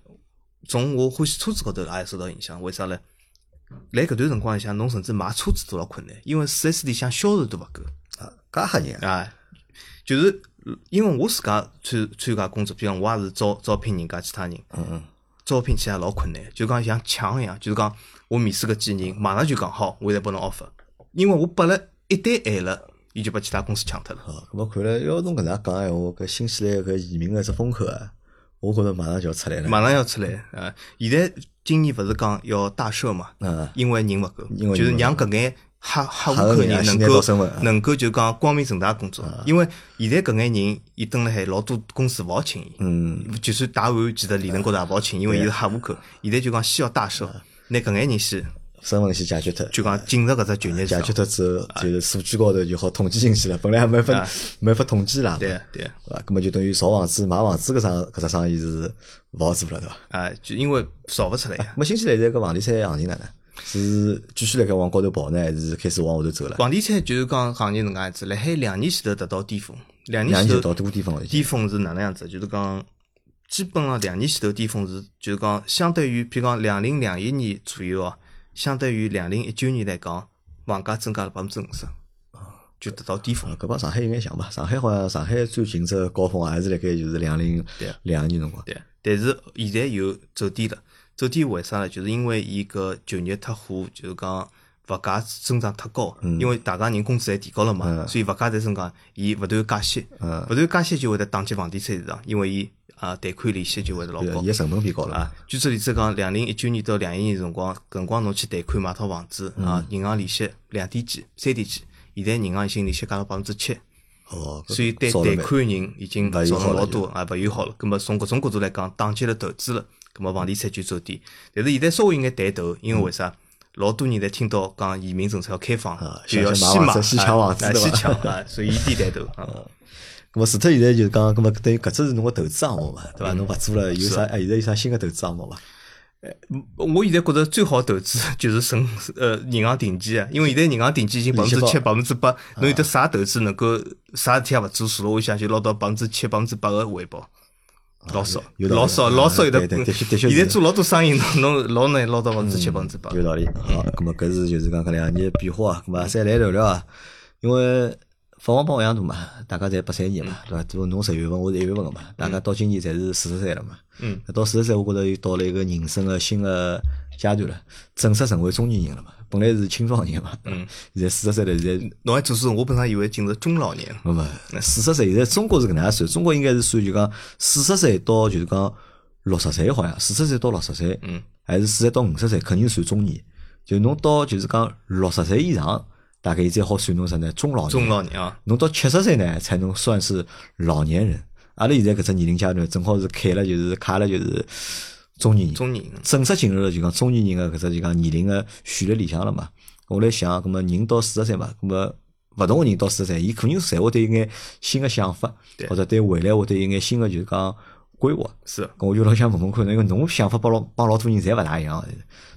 [SPEAKER 2] 从我欢喜车子高头也受到影响，为啥呢？来搿段辰光里向，侬甚至买车子都老困难，因为四 S 店里向销售都勿够。
[SPEAKER 1] 啊，介吓人啊！
[SPEAKER 2] 啊，就是因为我自家参参加工作，比如讲我也是招招聘人家其他人，
[SPEAKER 1] 嗯嗯，
[SPEAKER 2] 招聘起来老困难，就讲像抢一样，就是讲我面试搿几个人，马上就讲好，我现在拨侬 offer，因为我拨了一旦晚了，伊就把其他公司抢脱了。
[SPEAKER 1] 好，咁么看来要侬搿能介讲闲话，搿新西兰搿移民个只风口啊，我觉着马上就要出来了。
[SPEAKER 2] 马上要出来，呃，现在今年勿是讲要大赦嘛，
[SPEAKER 1] 嗯
[SPEAKER 2] 因为人勿够，
[SPEAKER 1] 因为
[SPEAKER 2] 就是
[SPEAKER 1] 人勿够
[SPEAKER 2] 让搿眼黑
[SPEAKER 1] 黑
[SPEAKER 2] 黑户口
[SPEAKER 1] 人啊
[SPEAKER 2] 人
[SPEAKER 1] 先
[SPEAKER 2] 能
[SPEAKER 1] 拿到身份
[SPEAKER 2] 够能够就讲光明正大工作，因为现在搿眼人伊蹲辣海老多公司勿好请伊，
[SPEAKER 1] 嗯，
[SPEAKER 2] 就算大碗其实理论高头也勿好请，因为伊是黑户口，现在就讲先要大赦，
[SPEAKER 1] 啊
[SPEAKER 2] 拿搿眼人先
[SPEAKER 1] 身份先解决脱，
[SPEAKER 2] 就讲进入搿只就啊业市
[SPEAKER 1] 解
[SPEAKER 2] 场
[SPEAKER 1] 决，脱之后，就是数据高头就好统计进去了。本来还没法没法统计啦，
[SPEAKER 2] 啊对啊对。
[SPEAKER 1] 伐？咁么就等于造房子、买房子搿桩搿只生意是勿好做了，对伐？
[SPEAKER 2] 啊，就因为造勿出 来呀。啊
[SPEAKER 1] 咁么新西兰现在搿房地产行情哪能？是继续辣盖往高头跑呢，还是开始往下头走了？
[SPEAKER 2] 房地产就是讲行业是搿能介样子，辣海两年前头达到巅峰，
[SPEAKER 1] 两
[SPEAKER 2] 两年
[SPEAKER 1] 年
[SPEAKER 2] 前
[SPEAKER 1] 就
[SPEAKER 2] 头
[SPEAKER 1] 到多地方了已经，
[SPEAKER 2] 巅峰是哪能样子？就是讲，基本上两年前头巅峰是，就是讲，相对于，譬如讲两零两一年左右哦，相对于两零一九年来讲，房价增加了百分之五十，就达到巅峰
[SPEAKER 1] 啊
[SPEAKER 2] 了。
[SPEAKER 1] 搿帮上海有眼像吧？上海好像上海最近只高峰啊还是辣盖就是两零
[SPEAKER 2] 对啊
[SPEAKER 1] 两一年辰光，
[SPEAKER 2] 对，但是现在又走低了，走低为啥呢？就是因为伊搿就业特化，就是讲物价增长太高，因为大家人工资侪提高了嘛，所以物价在增长，伊勿断加息，勿断加息就会得打击房地产市场，因为伊啊贷款利息就会得老
[SPEAKER 1] 对
[SPEAKER 2] 高
[SPEAKER 1] 伊。个成本变高了
[SPEAKER 2] 啊。，举这例子讲，两零一九年到两一年辰光，搿辰光侬去贷款买套房子
[SPEAKER 1] 嗯
[SPEAKER 2] 啊，银行利息两点几、三点几，现在银行已经利息加到百分之七，
[SPEAKER 1] 哦，
[SPEAKER 2] 所以对
[SPEAKER 1] 少了
[SPEAKER 2] 贷
[SPEAKER 1] 蛮
[SPEAKER 2] 款人已经
[SPEAKER 1] 勿友
[SPEAKER 2] 造
[SPEAKER 1] 好了
[SPEAKER 2] 成老
[SPEAKER 1] 就
[SPEAKER 2] 多啊勿友好了。葛末从搿种角度来讲，打击了投资了，葛末房地产就走低。但是现在稍微有眼抬头，因为为啥？老多人侪听到讲移民政策要开放
[SPEAKER 1] 嗯啊，
[SPEAKER 2] 就要
[SPEAKER 1] 想
[SPEAKER 2] 先
[SPEAKER 1] 去买
[SPEAKER 2] 买
[SPEAKER 1] 房子先抢房子
[SPEAKER 2] 啊
[SPEAKER 1] 对伐
[SPEAKER 2] 先抢啊，所以伊低抬头啊。
[SPEAKER 1] 咁么，除脱现在就是讲，咁么等于搿只是侬个投资项目嘛，对伐？
[SPEAKER 2] 嗯
[SPEAKER 1] 侬勿做了，
[SPEAKER 2] 啊
[SPEAKER 1] 有啥？哎，现在有啥新个投资项目伐？
[SPEAKER 2] 我现在觉得最好投资 就是存呃银行定期啊，因为现在银行定期已经百分之
[SPEAKER 1] 利息啊
[SPEAKER 2] 七、
[SPEAKER 1] 高
[SPEAKER 2] 百分之八，侬有得啥投资能够啥事体也勿做，坐辣屋里向就拿到百分之七、百分之八个回报，老少
[SPEAKER 1] 有道理
[SPEAKER 2] 老少
[SPEAKER 1] 啊
[SPEAKER 2] 老少有得
[SPEAKER 1] 对对的确的确。是嗯
[SPEAKER 2] 现在做老多生意，侬侬老难拿到百分之七、百分之八。
[SPEAKER 1] 有道理。好，咁么搿是就是讲搿两年个变化啊，咁么再来聊聊啊，因为法王帮我一样大嘛，大家侪八三年嘛，
[SPEAKER 2] 嗯
[SPEAKER 1] 对伐？都侬十月份，我是一月份个嘛，大家到今年侪是四十岁了嘛。
[SPEAKER 2] 嗯。
[SPEAKER 1] 到四十岁，我觉着又到了一个人生个新个阶段了，正式成为中年人了嘛。本来是青壮年嘛，嗯，现在四十岁了，现在
[SPEAKER 2] 侬还主持人，我本来以为进入中老年，
[SPEAKER 1] 那么四十岁现在中国是搿能介算，中国应该是算就讲四十岁到就是讲六十岁好像，四十岁到六十岁，
[SPEAKER 2] 嗯，
[SPEAKER 1] 还是四十到五十岁，肯定算中年。就侬到就是讲六十岁以上，大概才好算侬啥呢？中老
[SPEAKER 2] 中
[SPEAKER 1] 年。
[SPEAKER 2] 老年啊，
[SPEAKER 1] 侬到七十岁呢，才能算是老年人。阿拉现在搿只年龄阶段，正好是开了就是卡了就是中年人。
[SPEAKER 2] 中年人
[SPEAKER 1] 正式进入了就讲中年人个搿只就讲年龄个序列里向了嘛。我来想，葛么人到四十岁嘛，葛么勿同个人到四十岁，伊肯定侪会对一眼新个想法
[SPEAKER 2] 对，
[SPEAKER 1] 或者对未来会对一眼新个就是讲规划。
[SPEAKER 2] 是
[SPEAKER 1] 咁我就老想问问看，因为侬想法帮老帮老多人侪勿大一样。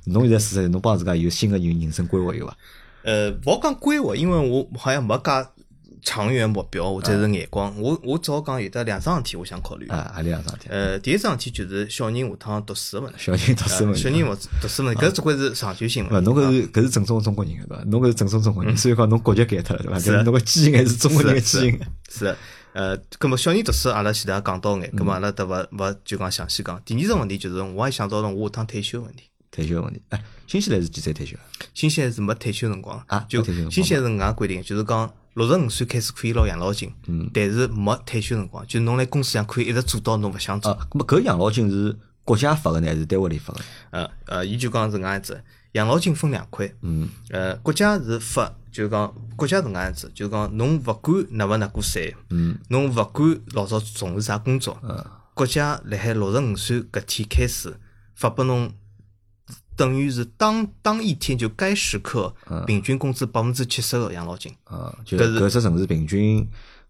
[SPEAKER 1] 侬现在四十岁，侬帮自家有新个人人生规划有伐？
[SPEAKER 2] 呃，勿好讲规划，因为我好像没介长远目标或者是眼光，我我只好讲有得两桩事体我想考虑。
[SPEAKER 1] 啊，阿里两桩事体，
[SPEAKER 2] 呃，第一桩事体就是小人下趟读书个问题，
[SPEAKER 1] 小人到四十
[SPEAKER 2] 啊
[SPEAKER 1] 问
[SPEAKER 2] 小
[SPEAKER 1] 题。
[SPEAKER 2] 人勿读书问题，搿只归是长久性
[SPEAKER 1] 勿，
[SPEAKER 2] 问题。
[SPEAKER 1] 侬搿是搿是正宗的中国人，对伐？侬搿是正宗中国人，所以讲侬国籍改脱了，对伐？但是侬个基因还是中国人个基因。
[SPEAKER 2] 是的，呃，葛末小人读书，阿拉前头也讲到眼，葛末阿拉得勿勿就讲详细讲。第二桩问题就是，我也想到了我下趟退休问题。
[SPEAKER 1] 退休问题，哎，新西兰是几岁退休啊？
[SPEAKER 2] 新西兰是没退休辰光
[SPEAKER 1] 啊
[SPEAKER 2] 就
[SPEAKER 1] 没退休辰光
[SPEAKER 2] 新西兰是搿能介规定，就是讲六十五岁开始可以拿养老金，
[SPEAKER 1] 嗯
[SPEAKER 2] 但是没退休辰光，就侬辣公司上可以一直做到侬勿想做。
[SPEAKER 1] 啊，咁么搿养老金是国家发个呢，还是单位里发个？
[SPEAKER 2] 呃呃，伊就讲是搿能样子，养老金分两块。嗯。呃，国家是发，就是讲国家是搿能样子，就是讲侬勿管拿勿拿过税，嗯，侬勿管老早从事啥工作，嗯，国家辣海六十五岁搿天开始发拨侬。等于是当当一天就该时刻，
[SPEAKER 1] 嗯
[SPEAKER 2] 平均工资百分之七十的养老金，
[SPEAKER 1] 啊，就
[SPEAKER 2] 搿是
[SPEAKER 1] 搿只城市平均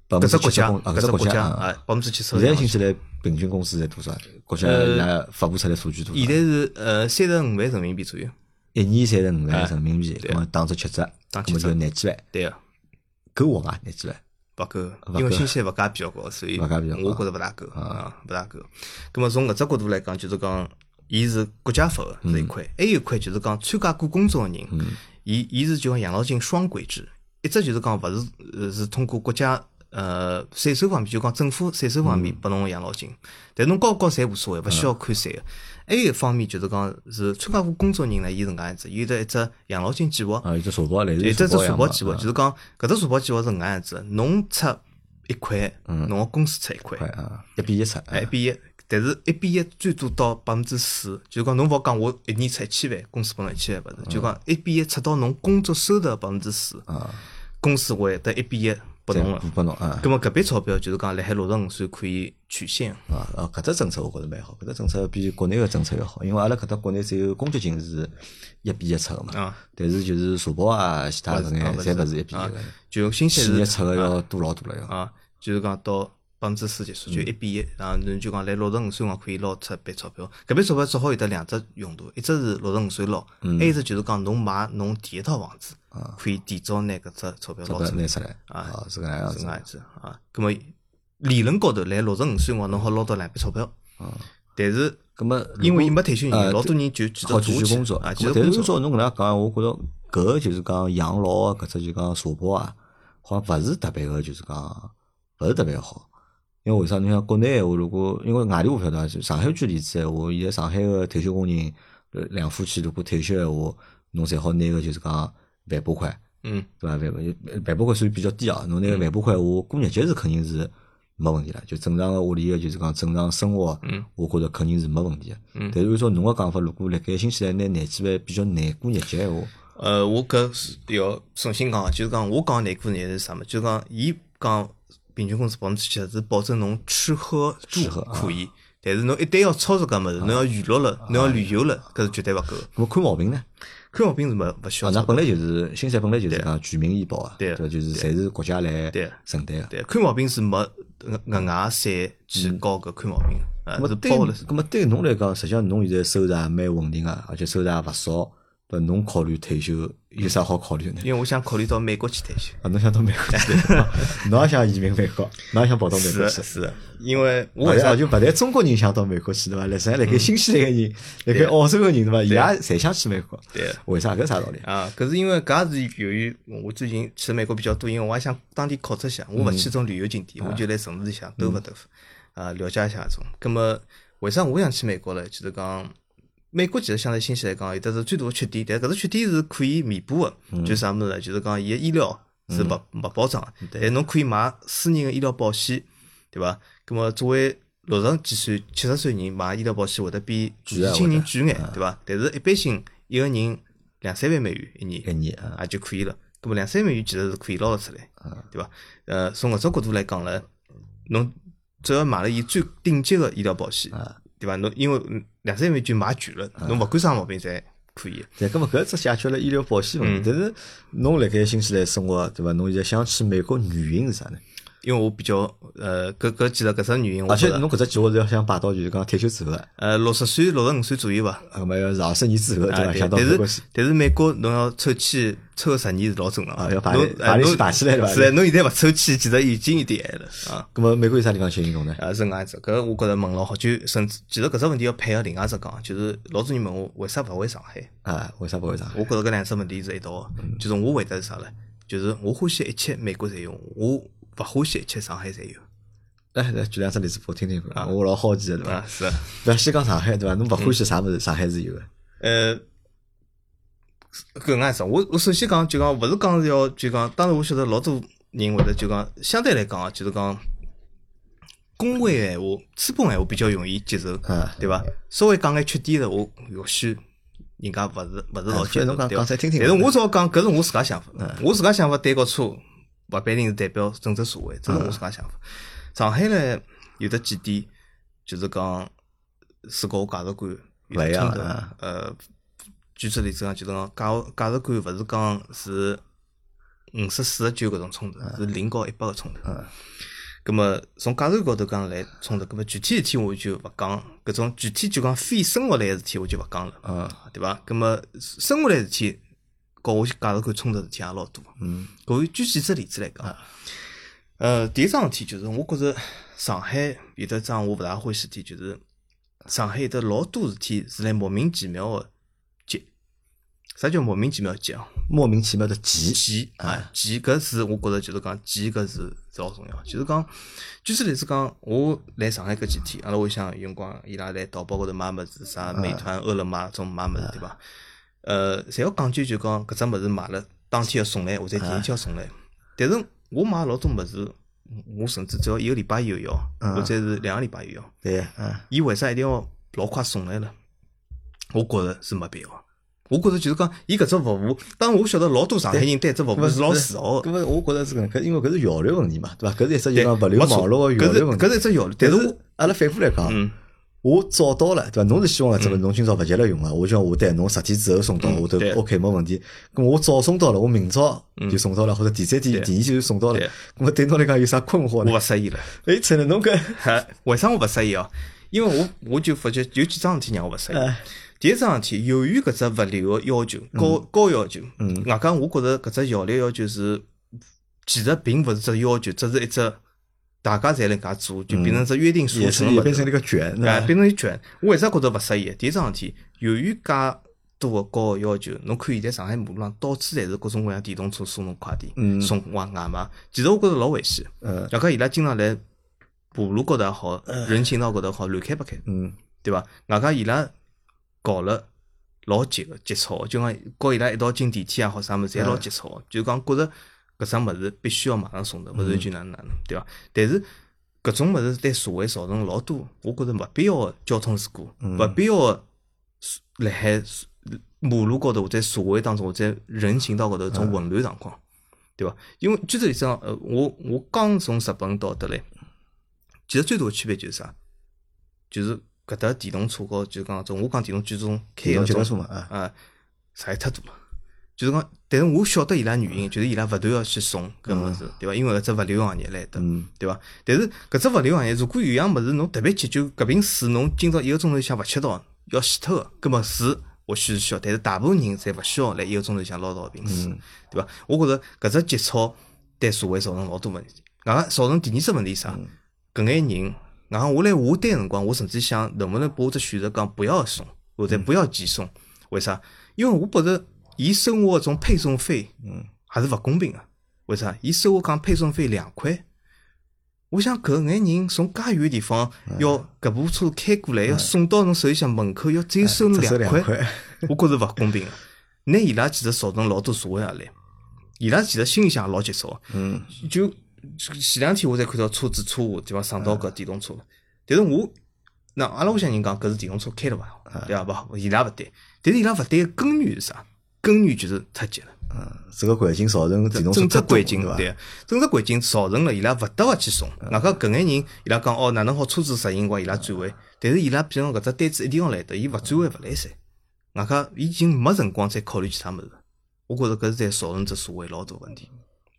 [SPEAKER 1] 百分
[SPEAKER 2] 搿
[SPEAKER 1] 之
[SPEAKER 2] 只
[SPEAKER 1] 七
[SPEAKER 2] 国
[SPEAKER 1] 十
[SPEAKER 2] 家，
[SPEAKER 1] 工啊，搿
[SPEAKER 2] 只
[SPEAKER 1] 国
[SPEAKER 2] 国家
[SPEAKER 1] 啊。
[SPEAKER 2] 啊，百分之七十
[SPEAKER 1] 现
[SPEAKER 2] 的
[SPEAKER 1] 在
[SPEAKER 2] 养老金
[SPEAKER 1] 新。西兰平均工资在多少？国家
[SPEAKER 2] 呃
[SPEAKER 1] 伊拉发布出来数据多
[SPEAKER 2] 现
[SPEAKER 1] 少
[SPEAKER 2] 在？是呃三十五万人民币左右，
[SPEAKER 1] 一年三十五万人民币，咁么打只七折，
[SPEAKER 2] 哎打
[SPEAKER 1] 咁么
[SPEAKER 2] 七折
[SPEAKER 1] 就廿几万，
[SPEAKER 2] 对啊个。
[SPEAKER 1] 够活伐？廿几万。
[SPEAKER 2] 勿够
[SPEAKER 1] 勿，够
[SPEAKER 2] 因为新西兰物价比较高，所以
[SPEAKER 1] 物价比较高嗯
[SPEAKER 2] 我觉着勿大够啊，勿大够。咁么从搿只角度来讲，就是讲，伊是国家发个是一块，还有一块就是讲参加过工作个人，
[SPEAKER 1] 嗯
[SPEAKER 2] 伊伊是就讲养老金双轨制，一只就是讲勿是呃是通过国家呃税收方面，就讲政府税
[SPEAKER 1] 嗯
[SPEAKER 2] 收方面拨侬个养老金，但侬交勿交侪无所谓，勿需要看
[SPEAKER 1] 嗯
[SPEAKER 2] 税个。还有一方面就是讲是参加过工作人呢，伊是搿能样子，伊有得一只养老金计划。
[SPEAKER 1] 啊，有只社保类似
[SPEAKER 2] 对，
[SPEAKER 1] 于
[SPEAKER 2] 哎这是
[SPEAKER 1] 社
[SPEAKER 2] 社
[SPEAKER 1] 保
[SPEAKER 2] 保
[SPEAKER 1] 一
[SPEAKER 2] 计
[SPEAKER 1] 样嗯
[SPEAKER 2] 划，
[SPEAKER 1] 嘛
[SPEAKER 2] 就是讲搿只社保计划是搿能样子，侬出一块，
[SPEAKER 1] 嗯
[SPEAKER 2] 侬个公司出一块，
[SPEAKER 1] 啊啊，一比一出，
[SPEAKER 2] 哎，一比一，但是一比一最多到百分之四，就是讲侬勿好讲我一年出一千万，公司拨侬一千万，
[SPEAKER 1] 嗯
[SPEAKER 2] 勿是，就讲一比一出到侬工作收入的百分之四，公司会得一比一拨
[SPEAKER 1] 啊再
[SPEAKER 2] 侬了
[SPEAKER 1] 补。拨侬啊。
[SPEAKER 2] 葛么搿笔钞票就是讲辣海六十五岁可以取现，
[SPEAKER 1] 啊啊，搿只政策我觉着蛮好，搿只政策比国内个政策要好，因为阿拉搿搭国内只有公积金是一比一出个嘛
[SPEAKER 2] 啊，
[SPEAKER 1] 但是就是社保啊，其他搿眼
[SPEAKER 2] 啊
[SPEAKER 1] 侪勿
[SPEAKER 2] 勿
[SPEAKER 1] 是
[SPEAKER 2] 是
[SPEAKER 1] 一比一
[SPEAKER 2] 啊
[SPEAKER 1] 个，
[SPEAKER 2] 就新西
[SPEAKER 1] 企业
[SPEAKER 2] 兰
[SPEAKER 1] 出个要多老多了要。
[SPEAKER 2] 啊，就是讲到百分之四结
[SPEAKER 1] 嗯
[SPEAKER 2] 束，就一比一，然后侬就讲来六十五岁辰光可以捞出一笔钞票，搿笔钞票只好有得两只用途，一只是六十五岁捞，
[SPEAKER 1] 嗯
[SPEAKER 2] 还有一只就是讲侬买侬第一套房子，可以提早拿搿只钞票
[SPEAKER 1] 啊钞
[SPEAKER 2] 捞
[SPEAKER 1] 票
[SPEAKER 2] 出来，
[SPEAKER 1] 拿出来
[SPEAKER 2] 啊
[SPEAKER 1] 啊，是搿能样
[SPEAKER 2] 是
[SPEAKER 1] 子
[SPEAKER 2] 搿能样子啊。葛么理论高头来六十五岁辰光侬好捞到两笔钞票，但是
[SPEAKER 1] 咁么，
[SPEAKER 2] 因为伊
[SPEAKER 1] 如
[SPEAKER 2] 没退休
[SPEAKER 1] 呃
[SPEAKER 2] 人，老多人就继续
[SPEAKER 1] 果好
[SPEAKER 2] 做
[SPEAKER 1] 继
[SPEAKER 2] 下
[SPEAKER 1] 续
[SPEAKER 2] 去
[SPEAKER 1] 工作
[SPEAKER 2] 啊，
[SPEAKER 1] 咁
[SPEAKER 2] 继
[SPEAKER 1] 么
[SPEAKER 2] 续
[SPEAKER 1] 但
[SPEAKER 2] 工
[SPEAKER 1] 是
[SPEAKER 2] 作。
[SPEAKER 1] 照侬搿能介讲，我觉着搿就是讲养老个搿只就讲社保啊，好像勿是特别个，就是讲勿是特别好。因为为啥？侬像国内闲话，如果因为外地我勿晓得啊，就上海举例子闲话，现在上海个退休工人呃两夫妻如果退休闲话，侬才好拿个就是讲万把块，
[SPEAKER 2] 嗯
[SPEAKER 1] 对伐？万把万把块算比较低啊。侬拿万把块，我过日脚是肯定是没问题了。就正常个屋里个，就是讲正常生活，
[SPEAKER 2] 嗯
[SPEAKER 1] 我觉着肯定是没问题个。
[SPEAKER 2] 嗯
[SPEAKER 1] 但是按照侬个讲法，如果辣盖新西兰拿廿几万比较难过日脚闲话，
[SPEAKER 2] 呃，我搿是要重新讲啊，就是讲我讲难过眼是啥么？就是讲伊讲平均工资百分之七十是保证侬吃喝住
[SPEAKER 1] 吃喝啊
[SPEAKER 2] 可以，但是侬一旦要超出搿物事，侬要娱乐了，侬要旅游了，搿是绝对勿够的。
[SPEAKER 1] 咾么看毛病呢？
[SPEAKER 2] 看毛病是没勿需
[SPEAKER 1] 啊，
[SPEAKER 2] 要
[SPEAKER 1] 那
[SPEAKER 2] 操
[SPEAKER 1] 本来就是新西兰本来就是讲全民医保啊，
[SPEAKER 2] 对
[SPEAKER 1] 伐？就是侪是国家来
[SPEAKER 2] 对
[SPEAKER 1] 承担个。
[SPEAKER 2] 对，啊看毛病是没额额外税去交搿看毛病的，
[SPEAKER 1] 咁
[SPEAKER 2] 呃，
[SPEAKER 1] 么
[SPEAKER 2] 是
[SPEAKER 1] 对
[SPEAKER 2] 包了。
[SPEAKER 1] 咁么对侬来讲，实际上侬现在收入也蛮稳定啊，而且收入也勿少。那侬考虑退休有啥好考虑的呢？
[SPEAKER 2] 因为我想考虑到美国去退休。
[SPEAKER 1] 啊，侬想到美国去，侬也想移民美国，侬也想跑到美
[SPEAKER 2] 是
[SPEAKER 1] 国
[SPEAKER 2] 的
[SPEAKER 1] 去。
[SPEAKER 2] 是的，因为我
[SPEAKER 1] 勿
[SPEAKER 2] 为啥
[SPEAKER 1] 但就勿但中国人想到美国去对伐？来实际上辣盖新西兰个人，辣盖澳洲个人对伐？伊也侪想去美国。
[SPEAKER 2] 对
[SPEAKER 1] 为啥？搿啥道理？
[SPEAKER 2] 啊？搿是因为搿也是由于我最近去美国比较多，因为我也想当地考察一下，我勿去种旅游景点，我就来城市里向兜发兜发，啊，了解一下种。葛么为啥我想去美国呢？就是讲。美国其实相对新西兰讲，有得是最大的缺点，但搿只缺点是可以弥补的，就是啥物事呢？就是讲伊个医疗是勿勿保障的，但侬可以买私人个医疗保险，对伐？葛么作为六十几岁、七十岁人买医疗保险会得比年轻人贵眼，
[SPEAKER 1] 嗯
[SPEAKER 2] 对伐？但是一般性一个人两三万美元一年
[SPEAKER 1] 一年啊，
[SPEAKER 2] 也就可以了。葛么两三万元其实是可以捞得出来，
[SPEAKER 1] 嗯
[SPEAKER 2] 对伐？呃，从搿只角度来讲呢，侬只要买了伊最顶级个医疗保险，对伐？侬因为嗯两三万元就买全了，
[SPEAKER 1] 嗯
[SPEAKER 2] 侬勿管啥毛病侪可以。
[SPEAKER 1] 对，搿么搿只解决了医疗保险问
[SPEAKER 2] 嗯
[SPEAKER 1] 题。但是侬辣盖新西兰生活对伐？侬现在想去美国原因是啥呢？
[SPEAKER 2] 因为我比较呃，搿搿其实搿只原因，我
[SPEAKER 1] 而且
[SPEAKER 2] 觉得
[SPEAKER 1] 侬搿只计划是要想摆到就是讲退休之后啊，
[SPEAKER 2] 呃六十岁、六十五岁左右伐。
[SPEAKER 1] 那么要是二十年之后对
[SPEAKER 2] 啊，
[SPEAKER 1] 伐？
[SPEAKER 2] 对
[SPEAKER 1] 想到
[SPEAKER 2] 但
[SPEAKER 1] 美国去
[SPEAKER 2] 是。但是美国侬要抽签抽个十年是老正常
[SPEAKER 1] 啊
[SPEAKER 2] 的，
[SPEAKER 1] 要排
[SPEAKER 2] 侬
[SPEAKER 1] 排
[SPEAKER 2] 哎
[SPEAKER 1] 列
[SPEAKER 2] 侬
[SPEAKER 1] 排起来了吧
[SPEAKER 2] 是的，侬现在勿抽签，其实已经有点晚了啊。
[SPEAKER 1] 咁么美国有啥地方吸引侬呢？
[SPEAKER 2] 啊，是搿样子，搿我觉着问老好，就甚至其实搿只问题要配合另外一只讲，就是老早人问我为啥勿回上海，
[SPEAKER 1] 啊，为啥不会上海？
[SPEAKER 2] 我觉着搿两只问题是一道的，就是我回答是啥呢？就是我欢喜一切美国侪有，我勿欢喜一切上海侪有
[SPEAKER 1] 哎，来举两只例子拨我听听看，我老好奇的对伐
[SPEAKER 2] 啊，？是的，
[SPEAKER 1] 勿要先讲上海对伐？侬勿欢喜啥物事，上海是有个。
[SPEAKER 2] 呃，搿能样子，我我首先讲就讲，勿是讲是要就讲，当然我晓得老多人会得就讲，相对来讲啊，就是讲工会闲话、资本闲话比较容易接受，
[SPEAKER 1] 嗯
[SPEAKER 2] 对伐？稍微讲眼缺点的，我或许人家勿是勿是老
[SPEAKER 1] 啊
[SPEAKER 2] 接
[SPEAKER 1] 侬
[SPEAKER 2] 受，
[SPEAKER 1] 讲
[SPEAKER 2] 对
[SPEAKER 1] 讲
[SPEAKER 2] 伐
[SPEAKER 1] 出来听嗯听
[SPEAKER 2] 但是我只好讲，搿是我自家想法，我自家想法对和错，勿必定是代表整个社会，这是我自家想法。
[SPEAKER 1] 嗯
[SPEAKER 2] 上海呢，有得几点，就是讲是和我价值观有
[SPEAKER 1] 勿一
[SPEAKER 2] 得
[SPEAKER 1] 样
[SPEAKER 2] 冲突
[SPEAKER 1] 啊。
[SPEAKER 2] 呃，举出例子讲，就是讲价价值观勿是讲是五十四十九搿种冲突，是零到一百个冲突。
[SPEAKER 1] 嗯
[SPEAKER 2] 咁么从价值观高头讲来冲突，咁么具体事体我就勿讲，搿种具体就讲非生活类个事体我就勿讲了，
[SPEAKER 1] 嗯
[SPEAKER 2] 对伐？咁么生活类事体，和我价值观冲突事体也老多。
[SPEAKER 1] 嗯
[SPEAKER 2] 搿我举几只例子来讲，啊呃，第一桩事体就是我觉着上海有得桩我勿大欢喜事体，就是上海有得老多事体是来莫名其妙个急。啥叫莫名其妙急啊？
[SPEAKER 1] 莫名其妙的急，
[SPEAKER 2] 急啊，急搿是我觉着就是讲急搿是是老重要。就是讲，举个例子讲，我来上海搿几天，阿拉屋里向有辰光伊拉来淘宝高头买物事，啥美团、饿了么种买物事对伐？呃，侪要讲究就讲搿只物事买了当天要送来，或者第二天要送来。但是我买老多物事，我甚至只要一个礼拜以后要，或者是两个礼拜以后要。
[SPEAKER 1] 对，嗯
[SPEAKER 2] 伊为啥一定要老快送来了？我觉着是没必要。我觉着就是讲，伊搿只服务，当然我晓得老多上海人对搿只服务是老自豪
[SPEAKER 1] 搿
[SPEAKER 2] 的，
[SPEAKER 1] 么我觉着是搿能介，因为搿是效率问题嘛，对伐？搿是一只就
[SPEAKER 2] 对，
[SPEAKER 1] 讲物流
[SPEAKER 2] 没错
[SPEAKER 1] 网络个效
[SPEAKER 2] 搿
[SPEAKER 1] 率
[SPEAKER 2] 是
[SPEAKER 1] 问题
[SPEAKER 2] 搿。是一只效率，但
[SPEAKER 1] 但
[SPEAKER 2] 是我嗯
[SPEAKER 1] 是嗯阿拉反过来讲，我找到了，对伐？侬是希望搿只物事侬今朝勿急了用啊，我就讲我对侬十天之后送到我都
[SPEAKER 2] 对
[SPEAKER 1] OK 没问题。咾我早送到了，我明朝就送到了，或者第三天、
[SPEAKER 2] 对
[SPEAKER 1] 第二天就送到了
[SPEAKER 2] 对。
[SPEAKER 1] 咾嗯么对侬来讲有啥困惑
[SPEAKER 2] 我
[SPEAKER 1] 呢？
[SPEAKER 2] 勿适意了。
[SPEAKER 1] 哎，真的侬搿
[SPEAKER 2] 哈为啥我勿适意哦？因为我我就发觉有几桩事体让我勿适意
[SPEAKER 1] 哎。嗯
[SPEAKER 2] 第一桩事体，由于搿只物流个要求高高要求，外加我觉着搿只效率要求是，其实并勿是只要求，只是一只大家侪能介做，就变成只约定俗
[SPEAKER 1] 也是
[SPEAKER 2] 成的
[SPEAKER 1] 也
[SPEAKER 2] 物
[SPEAKER 1] 变成
[SPEAKER 2] 事
[SPEAKER 1] 了一个卷，对
[SPEAKER 2] 啊，
[SPEAKER 1] 伐
[SPEAKER 2] 变成一卷。我为啥觉着勿适意？第一桩事体，由于介多个高个要求，侬看现在上海马路上到处侪是各种各样电动车送侬快递、送外外卖，其实我觉着老危险。
[SPEAKER 1] 嗯
[SPEAKER 2] 外加伊拉经常来马路高头也好，人行道高头也好，乱开八开，
[SPEAKER 1] 嗯，
[SPEAKER 2] 对伐？外加伊拉搞了老急个急躁个，就讲和伊拉一道进电梯也好，啥物事侪老急躁个，就讲觉着搿桩物事必须要马上送到，勿然就哪能哪能，对伐？但是搿种物事对社会造成老多，我觉着勿必要个交通事故，勿必要个辣海马路高头或者社会当中或者人行道高头一种混乱状况，对伐？因为举个例子讲，呃，我我刚从日本到得来，其实最大个区别就是啥？就是搿搭电动车和就是讲种我讲电动机种开
[SPEAKER 1] 电动
[SPEAKER 2] 搿
[SPEAKER 1] 机动
[SPEAKER 2] 种
[SPEAKER 1] 车嘛啊
[SPEAKER 2] 啊，实在太多了。就是讲，但是我晓得伊拉原
[SPEAKER 1] 嗯
[SPEAKER 2] 因，就是伊拉勿断要去送搿物事，对伐？因为搿只物流行业来的，
[SPEAKER 1] 嗯
[SPEAKER 2] 对伐？但是搿只物流行业，如果有样物事侬特别急救，搿瓶水侬今朝一个钟头里向勿吃到，要死脱个，葛末水或许是需要，但是大部分人侪勿需要来一个钟头里向捞到一瓶水，
[SPEAKER 1] 嗯
[SPEAKER 2] 对伐？我觉着搿只节操对社会造成老多问题，外加造成第二只问题是啥？搿眼人，然后我来下单个辰光，我甚至想能不能把我只选择讲不要送，或者不要寄送，为啥？因为我觉着伊收我搿种配送费，嗯，还是勿公平个、为啥？伊收我讲配送费两块，我想搿眼人从介远个地方要搿部车开过来，要送到侬手里向门口，要只有收侬
[SPEAKER 1] 只收
[SPEAKER 2] 哎两块
[SPEAKER 1] 两块，
[SPEAKER 2] 我觉着勿公平个、啊拿伊拉其实造成老多社会压力，伊拉其实心里向也老急躁个。嗯，就就前两天我才看到车子车祸，对伐？上到搿电动车，但是我那阿拉屋向人讲，搿是电动车开了伐？对伐？勿，伊拉勿对，但是伊拉勿对个根源是啥？根源就是太急了。
[SPEAKER 1] 嗯，这个环境造成电动车
[SPEAKER 2] 政治
[SPEAKER 1] 太多
[SPEAKER 2] 环境
[SPEAKER 1] 对伐？
[SPEAKER 2] 对，政治环境造成了伊拉勿得勿去送。外加搿眼人，伊拉讲哦，哪能好车子实行光伊拉转弯，但是伊拉比方讲搿只单子一定要来得，伊勿转弯勿来三。外加已经没辰光再考虑其他物事。我觉着搿是在造成只社会老大问题，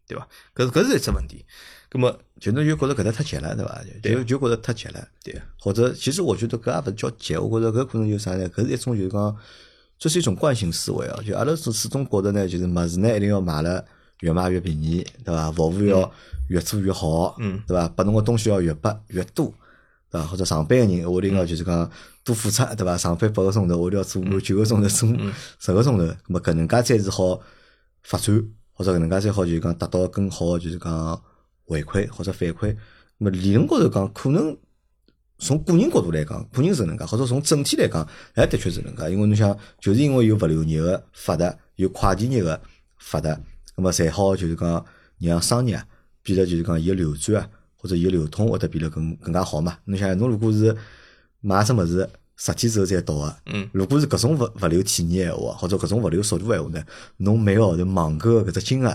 [SPEAKER 2] 对伐？搿是搿是一只问题。葛末
[SPEAKER 1] 就侬就觉得搿搭太急了，对伐？就就就觉得太急了。
[SPEAKER 2] 对
[SPEAKER 1] 或者其实我觉得搿也勿叫急，我觉得搿可能就是啥呢？搿是一种就是讲，这是一种惯性思维啊。就阿拉始始终觉得呢，就是物事呢一定要买了越买越便宜，对伐？服务要越做越好，
[SPEAKER 2] 嗯，
[SPEAKER 1] 对伐？拨侬个东西要越拨越多，对伐？或者上班个人，我一定要就是讲多付出，对伐？上班八个钟头，我一定要做满九个钟头，做十个钟头，咁么搿能介才是好发展，或者搿能介才好就是讲达到更好的就是讲回馈或者反馈。咁么理论高头讲，可能从个人角度来讲，个人是搿能介，或者从整体来讲，也的确是搿能介。因为侬想，就是因为有物流业个发达，有快递业个发达，咁么才好就是讲让商业啊变得就是讲伊个流转啊，或者伊个流通会得变得更更加好嘛。侬想，侬如果是买只物事十天之后才到个，
[SPEAKER 2] 嗯，
[SPEAKER 1] 如果是搿种物物流体验个闲话，或者搿种物流速度个闲话呢，侬每个号头网购个搿只金额。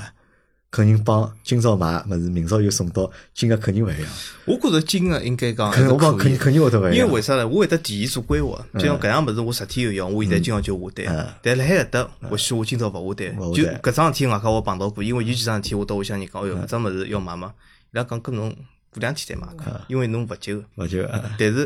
[SPEAKER 1] 肯定帮今朝买物事，明朝又送到，金额肯定勿一样。
[SPEAKER 2] 我觉着金额应该讲还
[SPEAKER 1] 肯
[SPEAKER 2] 是
[SPEAKER 1] 定我讲
[SPEAKER 2] 啊可
[SPEAKER 1] 肯
[SPEAKER 2] 以
[SPEAKER 1] 定。肯定会得勿一
[SPEAKER 2] 因为
[SPEAKER 1] 样。
[SPEAKER 2] 为啥呢？我会得提前做规划，
[SPEAKER 1] 嗯
[SPEAKER 2] 就像搿样物事，我十天有要，我现在今朝就下单。但辣海搿搭，或许我今朝勿下单，
[SPEAKER 1] 嗯勿
[SPEAKER 2] 就
[SPEAKER 1] 下嗯单
[SPEAKER 2] 搿桩事体外加我碰到过，因为有几桩事体我到屋里向人讲，哎哟，搿桩物事要买嘛，伊拉讲搿侬过两天再买
[SPEAKER 1] 嗯
[SPEAKER 2] 个，因为侬勿急个。嗯
[SPEAKER 1] 我就啊
[SPEAKER 2] 但是，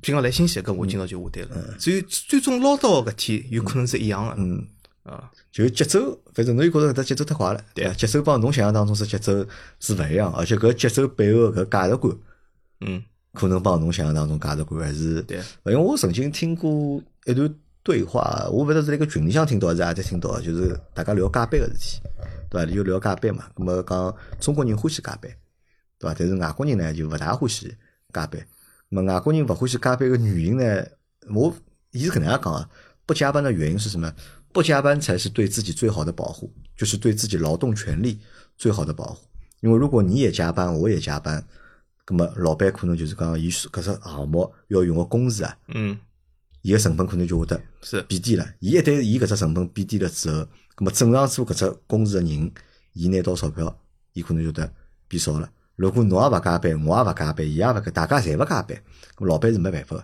[SPEAKER 2] 譬如讲来新鲜，搿我今朝就下单了。
[SPEAKER 1] 嗯
[SPEAKER 2] 所以最终捞到个搿天，有可能是一样个。嗯啊，
[SPEAKER 1] 就节奏，反正侬就觉着搿搭节奏太快了，啊
[SPEAKER 2] 对
[SPEAKER 1] 伐？节奏帮侬想象当中是节奏是勿一样，而且搿节奏背后搿价值观，
[SPEAKER 2] 嗯
[SPEAKER 1] 可能帮侬想象当中价值观还是
[SPEAKER 2] 对。
[SPEAKER 1] 因为我曾经听过一段对话，我勿晓得是在一个群里向听到还是阿搭听到，就是大家聊加班个事体，对伐？就聊加班嘛，咁么讲中国人欢喜加班，对伐？但是外国人呢就勿大欢喜加班。那么外国人勿欢喜加班个原因呢，我伊是搿能样讲啊，不加班的原因是什么？不加班才是对自己最好的保护，就是对自己劳动权利最好的保护。因为如果你也加班，我也加班，那么老板可能就是讲，伊是搿只项目要用个工资啊，
[SPEAKER 2] 嗯，
[SPEAKER 1] 伊个成本可能就会得
[SPEAKER 2] 是
[SPEAKER 1] 变低了。伊一旦伊搿只成本变低了之后，葛末正常做搿只工事个人，伊拿到钞票，伊可能就得变少了。如果侬也勿加班，我也勿加班，伊也勿加，大家侪勿加班，咁老板是没办法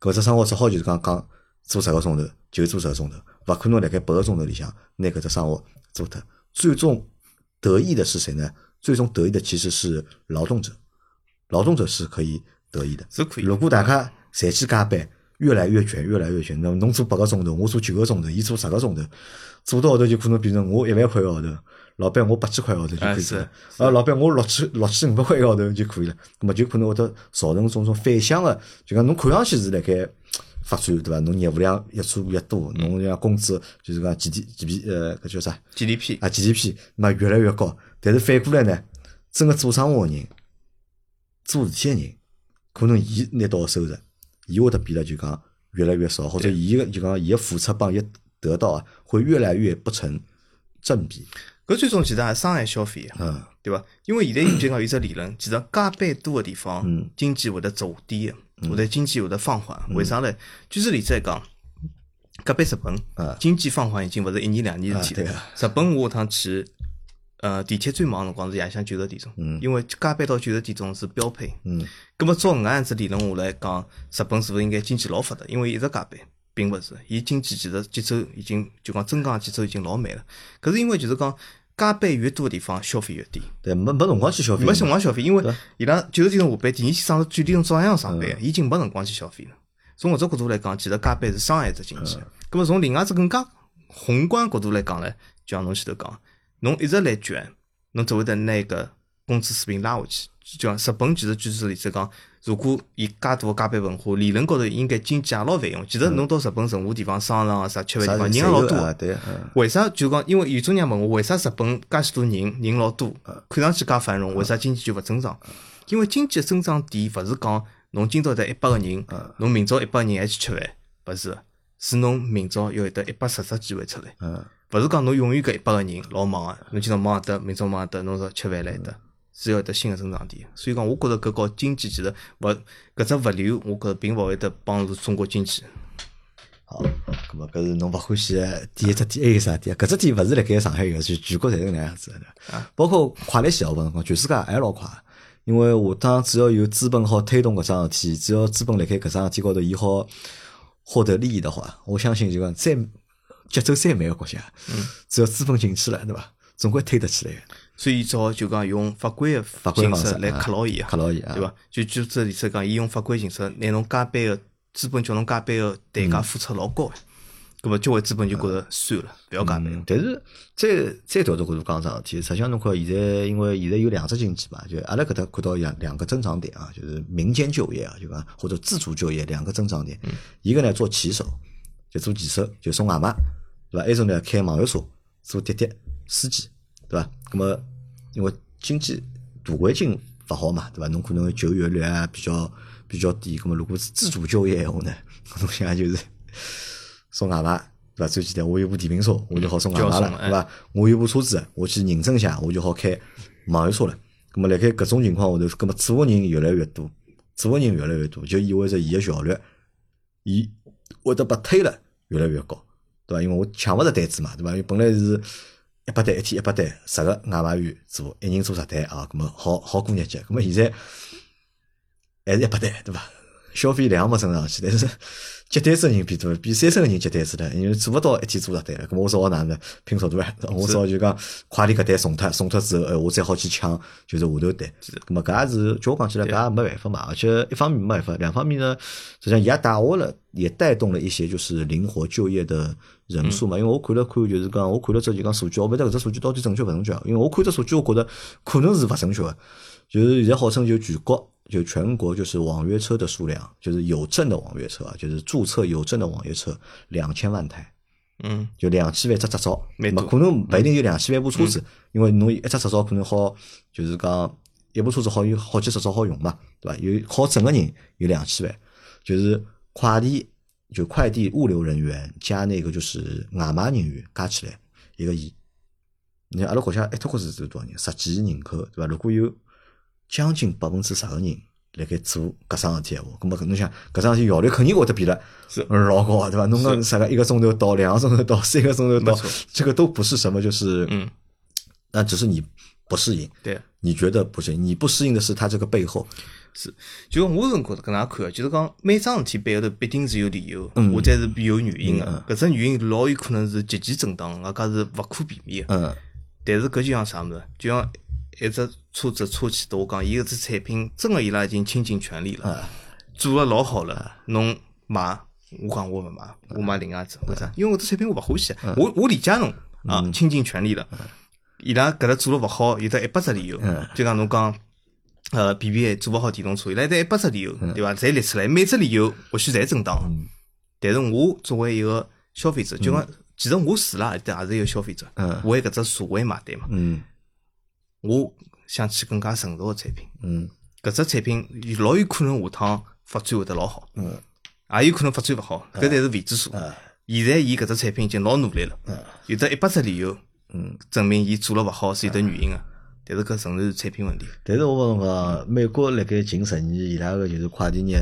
[SPEAKER 1] 个。搿只生活只好就是讲讲做十个钟头就做十个钟头，勿可能辣盖八个钟头里向拿搿只生活做脱。最终得益的是谁呢？最终得益的其实是劳动者，劳动者是可以得益的。
[SPEAKER 2] 是可以。
[SPEAKER 1] 如果大家侪去加班，越来越卷，越来越卷，那么侬做八个钟头，我做九个钟头，伊做十个钟头，做到后头就可能变成我一万块一个号头，老板我八千块一个号头就可以做了
[SPEAKER 2] 哎，
[SPEAKER 1] 啊，老板我六千六千五百块一个号头就可以了，那么就可能会得造成种种反向的，就讲侬看上去是辣盖。发展对伐？侬业务量越做越多，侬像工资就是讲 G D G P 呃，搿叫啥？
[SPEAKER 2] GDP
[SPEAKER 1] 啊 GDP 嘛越来越高，但是反过来呢，真个做生活个人，做事体个人，可能伊拿到个收入，伊会得变得就讲越来越少，或者伊个就讲伊个付出帮伊得到啊，会越来越不成正比。
[SPEAKER 2] 搿最终其实还是商业消费，啊
[SPEAKER 1] 嗯，
[SPEAKER 2] 对伐？因为现在就讲有只理论，其实加班多的地方，经济会得走低，啊会得经济会得放缓。为啥呢？举个例子来讲，隔壁日本，经济放缓已经勿是一年两年事体了。日本我趟去，呃，地铁最忙辰光是夜向九十点钟，因为加班到九十点钟是标配。
[SPEAKER 1] 嗯，
[SPEAKER 2] 咁么照搿样子理论下来讲，日本是勿是应该经济老发达？因为一直加班。并勿是，伊经济其实节奏已经就讲增长节奏已经老慢了。搿是因为就是讲加班越多的地方消费越低，
[SPEAKER 1] 对，没没辰光去消费，
[SPEAKER 2] 没辰光消费，因为伊拉九十点钟下班，第二天上九点钟照样上班，已经没辰光去消费了。从搿只角度来讲，其实加班是伤害只经济。葛末从另外只更加宏观角度来讲呢，就像侬前头讲，侬一直来卷，侬只会得拿个工资水平拉下去。就像日本其实举个例子讲，如果伊介大个加班文化，理论高头应该经济也老繁荣。其实侬到日本任何地方商场啊啥吃饭地方，人也老多。
[SPEAKER 1] 啊对，嗯
[SPEAKER 2] 为啥就讲？因为有种人问我，为啥日本介许多人，人老多，
[SPEAKER 1] 呃
[SPEAKER 2] 看上去介繁荣，为啥经济就勿增长？因为经济增长点勿是讲侬今朝得一百个人，
[SPEAKER 1] 呃
[SPEAKER 2] 侬明朝一百人还去吃饭，勿是，是侬明朝要有得一百十只机会出来。
[SPEAKER 1] 嗯，
[SPEAKER 2] 勿是讲侬永远搿一百个人老忙啊，侬今朝忙也得，明朝忙也得，侬说吃饭来
[SPEAKER 1] 嗯
[SPEAKER 2] 得。是要有得新的增长点，所以讲，我觉着搿个经济其实勿搿只物流，我觉着并勿会得帮助中国经济。
[SPEAKER 1] 好，咁么搿是侬勿欢喜的第一只点，还有啥点？搿只点勿是辣盖上海有，是全国侪是搿能样子的。
[SPEAKER 2] 啊
[SPEAKER 1] 包括快乐线，我帮侬讲，全世界还老快。因为下趟只要有资本好推动搿桩事体，只要资本辣盖搿桩事体高头，伊好获得利益的话，我相信就讲再节奏再慢个国家，
[SPEAKER 2] 嗯
[SPEAKER 1] 只要资本进去了，对伐？总归推得起来的。
[SPEAKER 2] 所以只好就讲用法规的
[SPEAKER 1] 法规
[SPEAKER 2] 形
[SPEAKER 1] 方
[SPEAKER 2] 式
[SPEAKER 1] 式
[SPEAKER 2] 来克牢伊啊
[SPEAKER 1] 克，牢伊啊，
[SPEAKER 2] 对伐？就就这里头讲，伊用法规形式拿侬加班的资本叫侬加班的代价付出老高的，葛么交关资本就觉着算了，勿要加班。
[SPEAKER 1] 嗯，但是再再调到角度讲桩事体，实际上侬看现在，因为现在有两只经济吧，就阿拉搿搭看到两两个增长点啊，就是民间就业啊，就讲或者自主就业两个增长
[SPEAKER 2] 嗯
[SPEAKER 1] 点。一个呢做骑手，就做骑手，就送外卖，对伐？还有一种呢开网约车，做滴滴司机，对伐？那么因为经济大环境勿好嘛，对伐？侬可能就业率啊比较比较低，那么如果是自主就业闲话呢， 侬想就是。送外卖，对伐？最简单，我有部电瓶车，我就好送外卖
[SPEAKER 2] 就要送
[SPEAKER 1] 了，
[SPEAKER 2] 哎
[SPEAKER 1] 对伐？我有部车子，我去认证一下，我就好开网约车了。咁么，辣盖搿种情况下头，咁么做个人越来越多，做个人越来越多，就意味着伊个效率，伊会得被推了越来越高，对伐？因为我抢勿着单子嘛，对伐？因为本来是一百单一天一百单，十个外卖员做，一人做十单啊，咁么好好过日脚。咁么现在。还是一百单，哎对 伐？消费量没增长 起，但是接单子的人变多了，比三十个人接单子了，因为做勿到一天做十单了。咁我只好哪能呢？拼速度啊！我只好就讲快点搿单送脱，送脱之后，哎，我再好去抢，就是下头单。咁么搿也是，叫我讲起来，搿也没办法嘛。而且一方面没办法，两方面呢，实际上也带活了，也带动了一些就是灵活就业的人数嘛。因为我看了看，就是讲我看了之后就讲数据，我勿晓得搿只数据到底正确勿正确。啊因为我看只数据，我觉得可能是勿正确的。就是现在号称就全国就全国就是网约车的数量，就是有证的网约车啊，就是注册有证的网约车两千万台，
[SPEAKER 2] 嗯，
[SPEAKER 1] 就两千万只执照，
[SPEAKER 2] 蛮
[SPEAKER 1] 没
[SPEAKER 2] 多
[SPEAKER 1] 可能勿一定有两千万部车子，因为侬一只执照可能好，就是讲一部车子好有好几只执照好用嘛，对伐？有好整个人有两千万，就是快递就快递物流人员加那个就是外卖人员加起来一个亿。你看阿拉国家一脱国是多少人？十几亿人口，对伐？如果有将近百分之十个人辣盖做搿桩事体闲话，咁么搿侬想搿桩事体效率肯定会得比了
[SPEAKER 2] 是
[SPEAKER 1] 老高啊，对伐？侬讲啥个一个钟头到，两个钟头到，三个钟头
[SPEAKER 2] 没
[SPEAKER 1] 到
[SPEAKER 2] 错，
[SPEAKER 1] 这个都不是什么，就是
[SPEAKER 2] 嗯，
[SPEAKER 1] 那只是你不适应，
[SPEAKER 2] 对。
[SPEAKER 1] 你觉得不适应，你不适应的是它这个背后，
[SPEAKER 2] 就讲我是觉得搿能介看啊，就是讲每桩事体背后头必定是有理由，
[SPEAKER 1] 嗯
[SPEAKER 2] 或者是有原因的。搿只原因老有可能是极其正当，外加是勿可避免的。
[SPEAKER 1] 嗯
[SPEAKER 2] 但是搿就像啥物事，就像一只车子车企头，我讲伊搿只产品，真个伊拉已经倾尽全力了，做了老好了，侬买，我讲我勿买，我买啊另外一只，为啥？因为搿只产品我勿欢喜，我我理解侬啊，倾尽全力了，伊拉搿搭做了勿好，有得一百只理由，就讲侬讲。呃，BBA 做勿好电动车，伊拉有得一百只理由，对伐？侪列出来，每只理由或许侪正当，但是我作为一个消费者，就讲，其实我自啦，也是一个消费者，
[SPEAKER 1] 嗯
[SPEAKER 2] 我为搿只社会买单嘛，
[SPEAKER 1] 嗯
[SPEAKER 2] 我想去更加成熟个产品，
[SPEAKER 1] 嗯
[SPEAKER 2] 搿只产品老有可能下趟发展会得老好，
[SPEAKER 1] 嗯，
[SPEAKER 2] 也有可能发展勿好，搿才是未知数。现在伊搿只产品已经老努力了，
[SPEAKER 1] 嗯
[SPEAKER 2] 有得一百只理由，嗯，证明伊做了勿好是有得原因个，
[SPEAKER 1] 嗯
[SPEAKER 2] 但是搿纯粹是产品问题。
[SPEAKER 1] 但是我讲讲，美国辣盖近十年，伊拉个就是快递业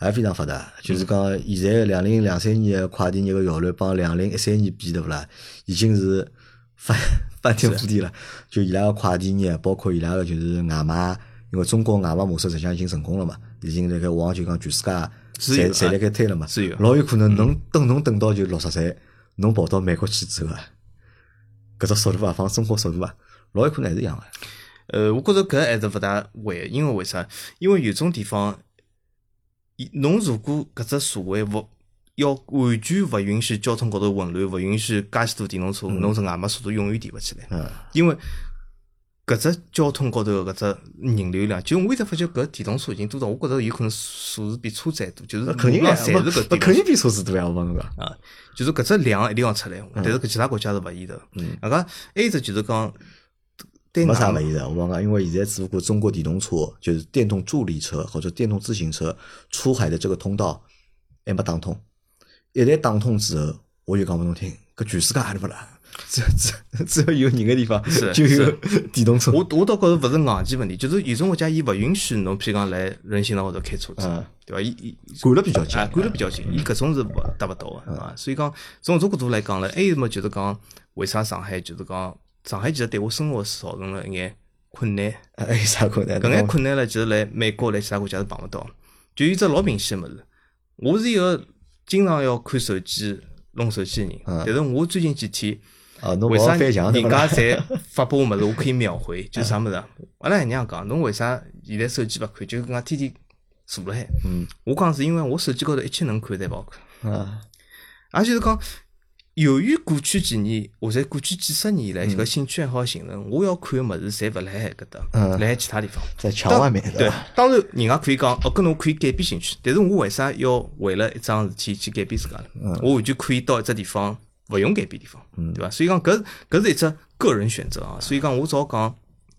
[SPEAKER 1] 也非常发达，就是讲
[SPEAKER 2] 嗯
[SPEAKER 1] 现在两零两三年个快递业个效率帮两零一三年比，对勿啦？已经是翻 翻天覆地了。就伊拉个快递业，包括伊拉个就是外卖，因为中国外卖模式实际上已经成功了嘛，已经辣盖往就讲全世界
[SPEAKER 2] 是有
[SPEAKER 1] 侪侪
[SPEAKER 2] 啊
[SPEAKER 1] 辣盖推了嘛，
[SPEAKER 2] 是有嗯
[SPEAKER 1] 老有可能侬等侬等到就六十岁，侬跑到美国去之后啊，搿只速度啊，放中国速度啊，老有可能还是一样个。
[SPEAKER 2] 呃，我觉着搿还是勿大会，因为为啥？因为有种地方，伊侬如果搿只社会勿要完全勿允许交通高头混乱，勿允许介许多电动车，侬是外卖速度永远提勿起来。
[SPEAKER 1] 嗯
[SPEAKER 2] 因为搿只交通高头的搿只人流量，就我现在发觉搿电动车已经多到，我觉着有可能数字比车子还多，就是
[SPEAKER 1] 呃肯定
[SPEAKER 2] 路
[SPEAKER 1] 呀
[SPEAKER 2] 上，侪是搿
[SPEAKER 1] 不
[SPEAKER 2] 电动
[SPEAKER 1] 肯
[SPEAKER 2] 车
[SPEAKER 1] 定比车子多呀，我帮侬讲。
[SPEAKER 2] 啊，就是搿只量一定要出
[SPEAKER 1] 嗯
[SPEAKER 2] 来，但是搿其他国家是勿现得。嗯，那个还有一只就是讲对
[SPEAKER 1] 没啥
[SPEAKER 2] 外
[SPEAKER 1] 勿
[SPEAKER 2] 卖
[SPEAKER 1] 现得，我帮侬讲，因为现在只不过中国电动车就是电动助力车或者电动自行车出海的这个通道还没打通，一旦打通之后，我就讲拨侬听，搿全世界阿里勿啦，只只只要有人的地方
[SPEAKER 2] 是
[SPEAKER 1] 就有 电动车。
[SPEAKER 2] 我我倒觉着勿是硬件问题，就是有种国家伊勿允许侬，譬如讲来人行道高头开车子
[SPEAKER 1] 嗯，
[SPEAKER 2] 对伐？伊伊
[SPEAKER 1] 管得比较紧
[SPEAKER 2] 啊，管得比较紧，伊搿种是勿达勿到个啊。所以讲从这个角度来讲呢，还有么就是讲为啥上海就是讲上海其实对我生活造成了一眼困难，
[SPEAKER 1] 还有哎啥困难？
[SPEAKER 2] 搿眼困难呢，其实来美国来其他国家是碰勿到，就有一只老明显个物事。我是一个经常要看手机、弄手机个人，但是我最近几天。
[SPEAKER 1] 啊，侬
[SPEAKER 2] 为
[SPEAKER 1] 勿好
[SPEAKER 2] 啥
[SPEAKER 1] 翻
[SPEAKER 2] 人
[SPEAKER 1] 墙对勿
[SPEAKER 2] 家
[SPEAKER 1] 啦？
[SPEAKER 2] 侪发拨我物事，我可以秒回，就是啥物事啊？阿拉爷娘讲，侬为啥现在手机勿看？就是讲天天坐辣海。
[SPEAKER 1] 嗯，
[SPEAKER 2] 我讲是因为我手机高头一切能看侪勿好看，
[SPEAKER 1] 啊，
[SPEAKER 2] 也就是讲，由于过去几年或者过去几十年以
[SPEAKER 1] 嗯
[SPEAKER 2] 来搿兴趣爱好形成，我要看个物事侪勿辣海搿搭，
[SPEAKER 1] 嗯
[SPEAKER 2] 辣海其他地方。
[SPEAKER 1] 在墙外面
[SPEAKER 2] 对
[SPEAKER 1] 伐？，
[SPEAKER 2] 当然人家可以讲，哦，搿侬可以改变兴趣，但是我为啥要为了一桩事体去改变自家呢？我完全可以到一只地方，勿用改变地方，对伐？所以讲搿搿是一只个人选择啊，所以讲我只好讲勿适合我。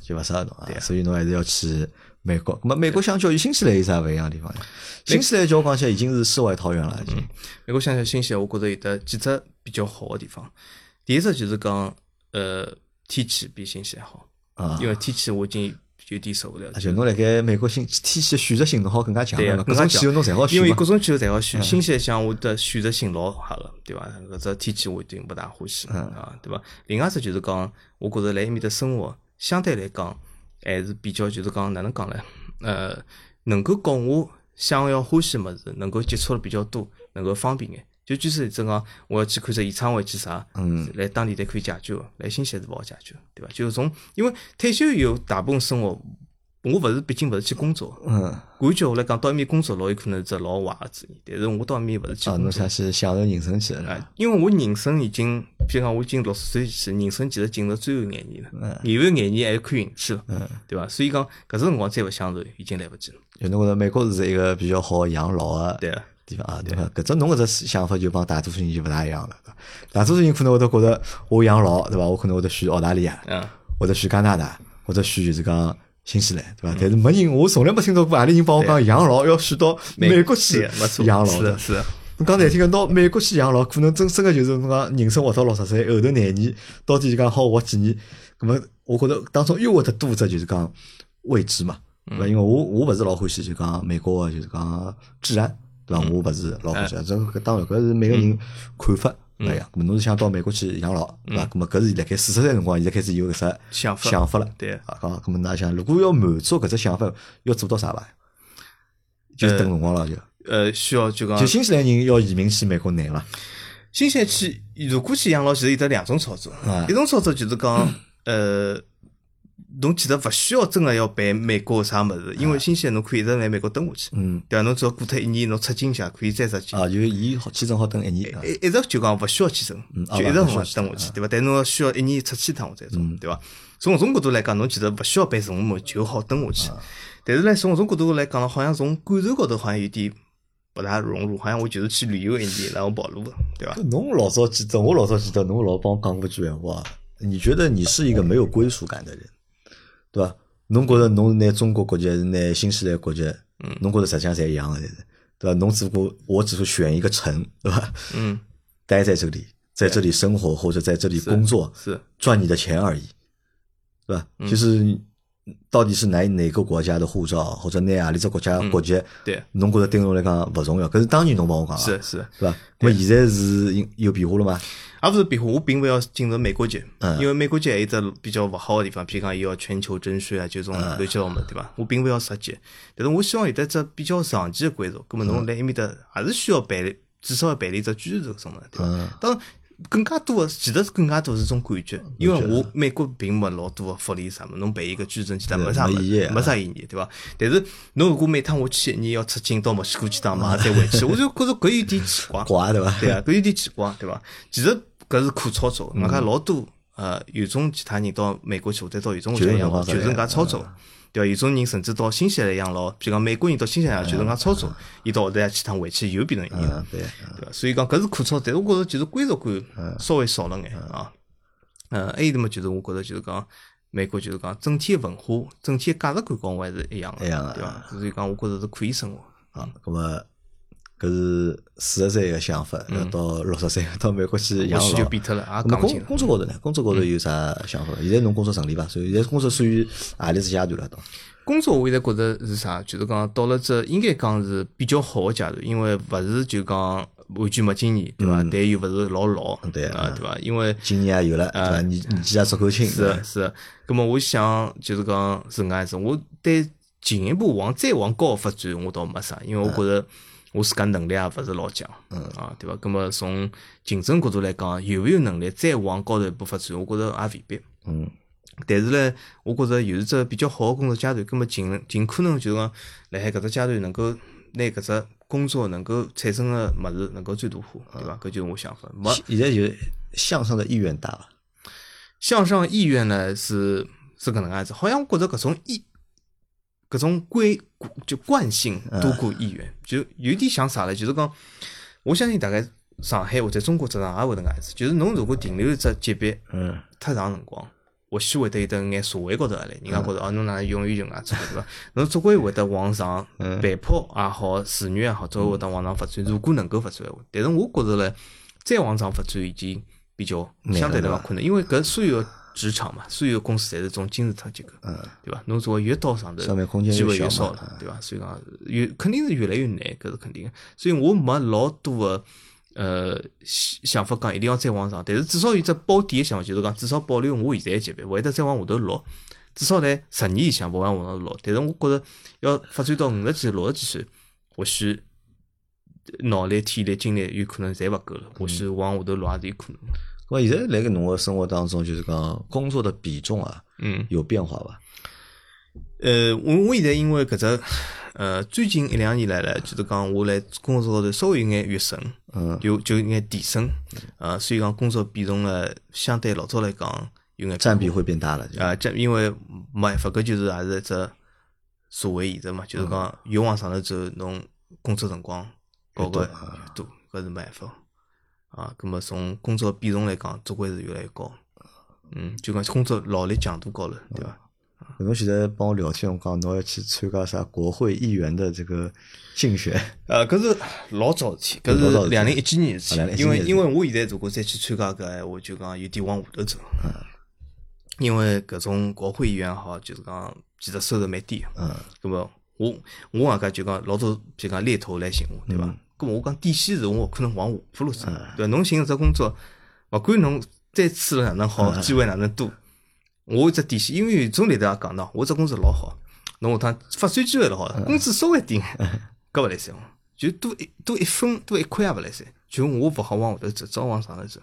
[SPEAKER 1] 就勿适合侬啊，所以侬还是要去美国。那么美国相较于新西兰有啥勿一样的地方呢？新西兰叫我讲起来已经是世外桃源了，
[SPEAKER 2] 嗯
[SPEAKER 1] 已经。
[SPEAKER 2] 美国想想新西兰，我觉着有得几只比较好个地方。第一只就是讲，呃，天气比新西兰好，
[SPEAKER 1] 啊
[SPEAKER 2] 因为天气我已经有点受不了了
[SPEAKER 1] 而。且侬辣盖美国新天气选择性能好更加强
[SPEAKER 2] 对
[SPEAKER 1] 了
[SPEAKER 2] 啊
[SPEAKER 1] 嘛，
[SPEAKER 2] 更
[SPEAKER 1] 各
[SPEAKER 2] 加
[SPEAKER 1] 种气候侬侪好
[SPEAKER 2] 因
[SPEAKER 1] 选
[SPEAKER 2] 为
[SPEAKER 1] 嘛嗯
[SPEAKER 2] 各。种气候侪要选，新西兰像我的选择性老吓个，对伐？搿只天气我一定勿大欢
[SPEAKER 1] 嗯
[SPEAKER 2] 喜啊，对伐？另外一只就是讲，我觉着辣埃面的生活相对来讲还是比较就是讲哪能讲呢？呃，能够告我想要欢喜物事，能够接触的比较多，能够方便眼。就即使真讲我要去看只演唱会去啥，嗯，来当地侪可以解决的，来新西兰是勿好解决的，对伐？就是从因为退休以后大部分生活，我勿是毕竟勿是去工作，
[SPEAKER 1] 嗯，啊，
[SPEAKER 2] 感觉下来讲到埃面工作老有可能是只老坏个主意，但是我到埃面勿是去工
[SPEAKER 1] 啊侬
[SPEAKER 2] 作
[SPEAKER 1] 想去享受人生去了？
[SPEAKER 2] 啊，因为我人生已经，譬如讲我已经六十岁去，人生其实进入最后廿年了，廿后廿年还要看运气了，对伐？所以讲搿只辰光再勿享受，已经来勿及了，
[SPEAKER 1] 就侬觉着美国是一个比较好养老的
[SPEAKER 2] 对啊。
[SPEAKER 1] 地方啊，对伐？搿只侬搿只想法就帮大多数人就勿大一样了。大多数人可能会得觉着我养老，对伐？我可能会得选澳大利亚，
[SPEAKER 2] 嗯，
[SPEAKER 1] 或者选加拿大，或者选就是讲新西兰，对伐？但是没人，我从来没听到过何里人帮我讲养老要选到美国去
[SPEAKER 2] 对没错，
[SPEAKER 1] 养老
[SPEAKER 2] 是
[SPEAKER 1] 的
[SPEAKER 2] 的，。是啊的，
[SPEAKER 1] 侬讲难听个，到美国去养老，可能真真个就是侬讲人生活到六十岁，后头廿年到底就讲好活几年，咁么我觉得当中又会得多一只就是讲未知嘛，对伐？因为我我勿是老欢喜就讲美国个啊就是讲治安，对伐？我勿是老欢喜，这个当然搿是每个人看法勿一样。咁么侬是想到美国去养老，对伐？咁么搿是辣盖四十岁辰光，现在开始有搿只
[SPEAKER 2] 想法
[SPEAKER 1] 想法了，
[SPEAKER 2] 对
[SPEAKER 1] 啊，讲咁么㑚想，如果要满足搿只想法，要做到啥伐？就是等辰光了就。
[SPEAKER 2] 呃，需要就讲
[SPEAKER 1] 就新西兰人要移民去美国难伐？
[SPEAKER 2] 新西兰去，如果去养老，其实有得两种操作
[SPEAKER 1] 啊，
[SPEAKER 2] 一种操作就是讲， 呃，侬其实勿需要真个要办美国啥物事，因为新西兰侬可以一直来美国蹲下去，
[SPEAKER 1] 嗯，
[SPEAKER 2] 对伐？侬只要过脱一年，侬出境一下可以再出境。
[SPEAKER 1] 啊，就是伊好签证好等一年啊，
[SPEAKER 2] 一一直就讲勿需要签证，
[SPEAKER 1] 啊
[SPEAKER 2] 就一直
[SPEAKER 1] 勿
[SPEAKER 2] 往
[SPEAKER 1] 需要啊
[SPEAKER 2] 下等下去，对伐？但侬要需要一年出去一趟再做，
[SPEAKER 1] 嗯
[SPEAKER 2] 对伐？从搿种角度来讲，侬其实勿需要办什么么就好蹲下去。
[SPEAKER 1] 啊
[SPEAKER 2] 但是呢，从搿种角度来讲，好像从感受高头好像有点勿大融入，好像我就是去旅游一年，然后跑路了，对伐？
[SPEAKER 1] 侬老早记得，我老早记得，侬老帮我讲过句闲话，你觉得你是一个没有归属感的人，对
[SPEAKER 2] 嗯
[SPEAKER 1] 吧？侬觉得侬是拿中国国籍还是拿新西兰国籍，侬觉得实际上侪一样的，但是对吧？侬只不过我只是选一个城，对吧？
[SPEAKER 2] 嗯，
[SPEAKER 1] 待在这里，在这里生活或者在这里工作，
[SPEAKER 2] 是
[SPEAKER 1] 赚你的钱而已，对吧？
[SPEAKER 2] 嗯
[SPEAKER 1] 其实到底是哪哪个国家的护照，或者拿何里只国家国籍，
[SPEAKER 2] 嗯对，
[SPEAKER 1] 侬觉着对侬来讲勿重要。搿是当年侬帮我讲啊，
[SPEAKER 2] 是是。
[SPEAKER 1] 对吧？那么现在是有有变化了吗？
[SPEAKER 2] 而不是比如我并勿要进入美国籍，
[SPEAKER 1] 嗯
[SPEAKER 2] 因为美国籍还有一只比较勿好个地方，譬如讲伊要全球征税啊，就种
[SPEAKER 1] 嗯
[SPEAKER 2] 乱七八糟物事，对伐？我并勿要涉及，但是我希望有得只比较长期个归属，
[SPEAKER 1] 嗯
[SPEAKER 2] 葛末侬辣埃面搭还是需要办理，至少要办理一只居住证什么的，对
[SPEAKER 1] 嗯
[SPEAKER 2] 伐？当然更加多个，其实更加多是种感
[SPEAKER 1] 嗯
[SPEAKER 2] 觉，因为我美国并没老多个福利啥物事，侬办一个居住证其实没啥
[SPEAKER 1] 没
[SPEAKER 2] 物
[SPEAKER 1] 意义
[SPEAKER 2] 事，
[SPEAKER 1] 啊
[SPEAKER 2] 没啥意义，对伐？但是侬如果每趟我去一年要出境到墨西哥去趟嘛，再回去，我就觉着搿有点奇怪。
[SPEAKER 1] 怪对吧？
[SPEAKER 2] 对啊，搿有点奇怪，对伐？其实搿是可操
[SPEAKER 1] 嗯
[SPEAKER 2] 作，外加老多呃，有种其他人到美国去，或者到有种国家一样，
[SPEAKER 1] 就是
[SPEAKER 2] 就
[SPEAKER 1] 搿能介
[SPEAKER 2] 是搿能介操
[SPEAKER 1] 嗯
[SPEAKER 2] 作。对伐？有种人甚至到新西兰一样咯，比如讲美国人到新西兰就是搿能介操作，伊到后头去趟回去又变成一样
[SPEAKER 1] 嗯，，对。
[SPEAKER 2] 对伐？所以讲搿是可操作，但是我觉着就是归属
[SPEAKER 1] 嗯
[SPEAKER 2] 感稍微少了眼啊。呃，还有的么，就是我觉着就是讲美国就是讲整体的文化、整体的价值观跟我还是一样的，
[SPEAKER 1] 一样的
[SPEAKER 2] 对伐？所以讲我觉着是可以生活。
[SPEAKER 1] 啊，那么搿是四十岁个想法，要到六十岁 到美国去
[SPEAKER 2] 或
[SPEAKER 1] 养
[SPEAKER 2] 许
[SPEAKER 1] 老
[SPEAKER 2] 嗯就。变脱了，也
[SPEAKER 1] 那
[SPEAKER 2] 讲
[SPEAKER 1] 么工工
[SPEAKER 2] 勿清了。
[SPEAKER 1] 作高头呢？工作
[SPEAKER 2] 嗯
[SPEAKER 1] 高头有啥想法？现在侬工作顺利伐？所以现在工作属于何里只阶段了都？
[SPEAKER 2] 工作我现在觉着是啥，就是讲到了这应该讲是比较好的阶段，因为勿是就讲完全没经验，对伐？但又勿是老老，
[SPEAKER 1] 嗯对
[SPEAKER 2] 啊，对伐？因为
[SPEAKER 1] 今年也有了，对伐？年年纪也足够轻，对啊伐
[SPEAKER 2] 呃是是，葛么我想就是讲是搿能介意思，我对进一步往再往高发展我倒没啥，因为我觉
[SPEAKER 1] 嗯
[SPEAKER 2] 着我自家能力也勿是老强，啊，对伐？葛么从竞争角度来讲，有没有能力再往高头一步发展，我觉着也未必。
[SPEAKER 1] 嗯，
[SPEAKER 2] 但是呢，我觉着有一只比较好的工作阶段，葛么尽尽可能就是讲，辣海搿只阶段能够拿搿只工作能够产生个物事能够最大化，对伐？搿就是我想法。没
[SPEAKER 1] 现在就向上的意愿大了。
[SPEAKER 2] 向上意愿呢是是搿能介样子，好像我觉着搿种意，搿种归就惯性多过意愿，就有点像啥呢？就是讲，我相信大概上海或者中国职场也会搿能介样子，就是侬如果停留一只级别，
[SPEAKER 1] 嗯，
[SPEAKER 2] 太长辰光，或许会得有得眼社会高头压力，人家
[SPEAKER 1] 嗯
[SPEAKER 2] 觉着哦，侬哪能永远就搿能介做对伐？ 侬总归会得往上，
[SPEAKER 1] 嗯
[SPEAKER 2] 被迫也好，事业也好，总归会得往上发展。如果能够发展闲话，但是我觉着呢，再往上发展已经比较
[SPEAKER 1] 难了
[SPEAKER 2] 相对来
[SPEAKER 1] 对
[SPEAKER 2] 讲困难，因为搿所有的职场嘛，所有的公司侪是种金字塔结构，
[SPEAKER 1] 嗯
[SPEAKER 2] 对伐？侬总归越到上头，
[SPEAKER 1] 上面空间越
[SPEAKER 2] 机会
[SPEAKER 1] 小
[SPEAKER 2] 越
[SPEAKER 1] 嘛啊
[SPEAKER 2] 少了，对伐？所以讲越肯定是越来越难，搿是肯定的。所以我没老多个呃想想法讲一定要再往上，但是至少有只保底的想法，就是讲至少保留我现在的级别，勿会得再往下头落。至少在十年以向勿会往下头落。但是我觉着要发展到五十几、六十几岁，或许脑力、体力、精力有可能侪勿够了，或许
[SPEAKER 1] 嗯
[SPEAKER 2] 往下头落也是有可能的。
[SPEAKER 1] 那么现在辣盖侬个生活当中，就是讲工作的比重啊，
[SPEAKER 2] 嗯。
[SPEAKER 1] 有变化伐？
[SPEAKER 2] 呃，我我现在因为搿只，呃，最近一两年来了，就是讲我来工作高头稍微有眼跃升，
[SPEAKER 1] 嗯，
[SPEAKER 2] 有就有眼提升，呃，所以讲工作比重呢，相对老早来讲有眼
[SPEAKER 1] 占比会变大了，就
[SPEAKER 2] 啊，这因为没办法，搿就是也是一只社会现实嘛，就是讲越往上头走，侬工作辰光高嗯个越多，啊搿是没办法啊。葛末从工作比重来讲，总归是越来越高，嗯，就讲工作劳力强度高了，对伐？
[SPEAKER 1] 侬现在帮我聊天，我讲侬要去参加啥国会议员的这个竞 选，
[SPEAKER 2] 呃，搿是老早的事体，
[SPEAKER 1] 老早的
[SPEAKER 2] 搿是
[SPEAKER 1] 事体
[SPEAKER 2] 两零一几年的事
[SPEAKER 1] 啊2017
[SPEAKER 2] 体。因为
[SPEAKER 1] 年的事体
[SPEAKER 2] 因为我现在如果再去参加搿闲话，就讲有点往下头走。因为搿种国会议员也好，就是讲其实收入蛮低。嗯。葛么我我外加就讲老早就讲猎头来寻我，对伐？葛么我讲底线是我勿可能往下坡路走，对伐？侬寻只工作，勿管侬再次了哪能好，机会哪能多，我有只底线，因为有种猎头也讲喏，我只工作老好，侬下趟发展机会老好，
[SPEAKER 1] 嗯
[SPEAKER 2] 工资稍微低眼，搿勿来三，就多一多一分多一块也勿来三，就我勿好往下头走，只好往上头走，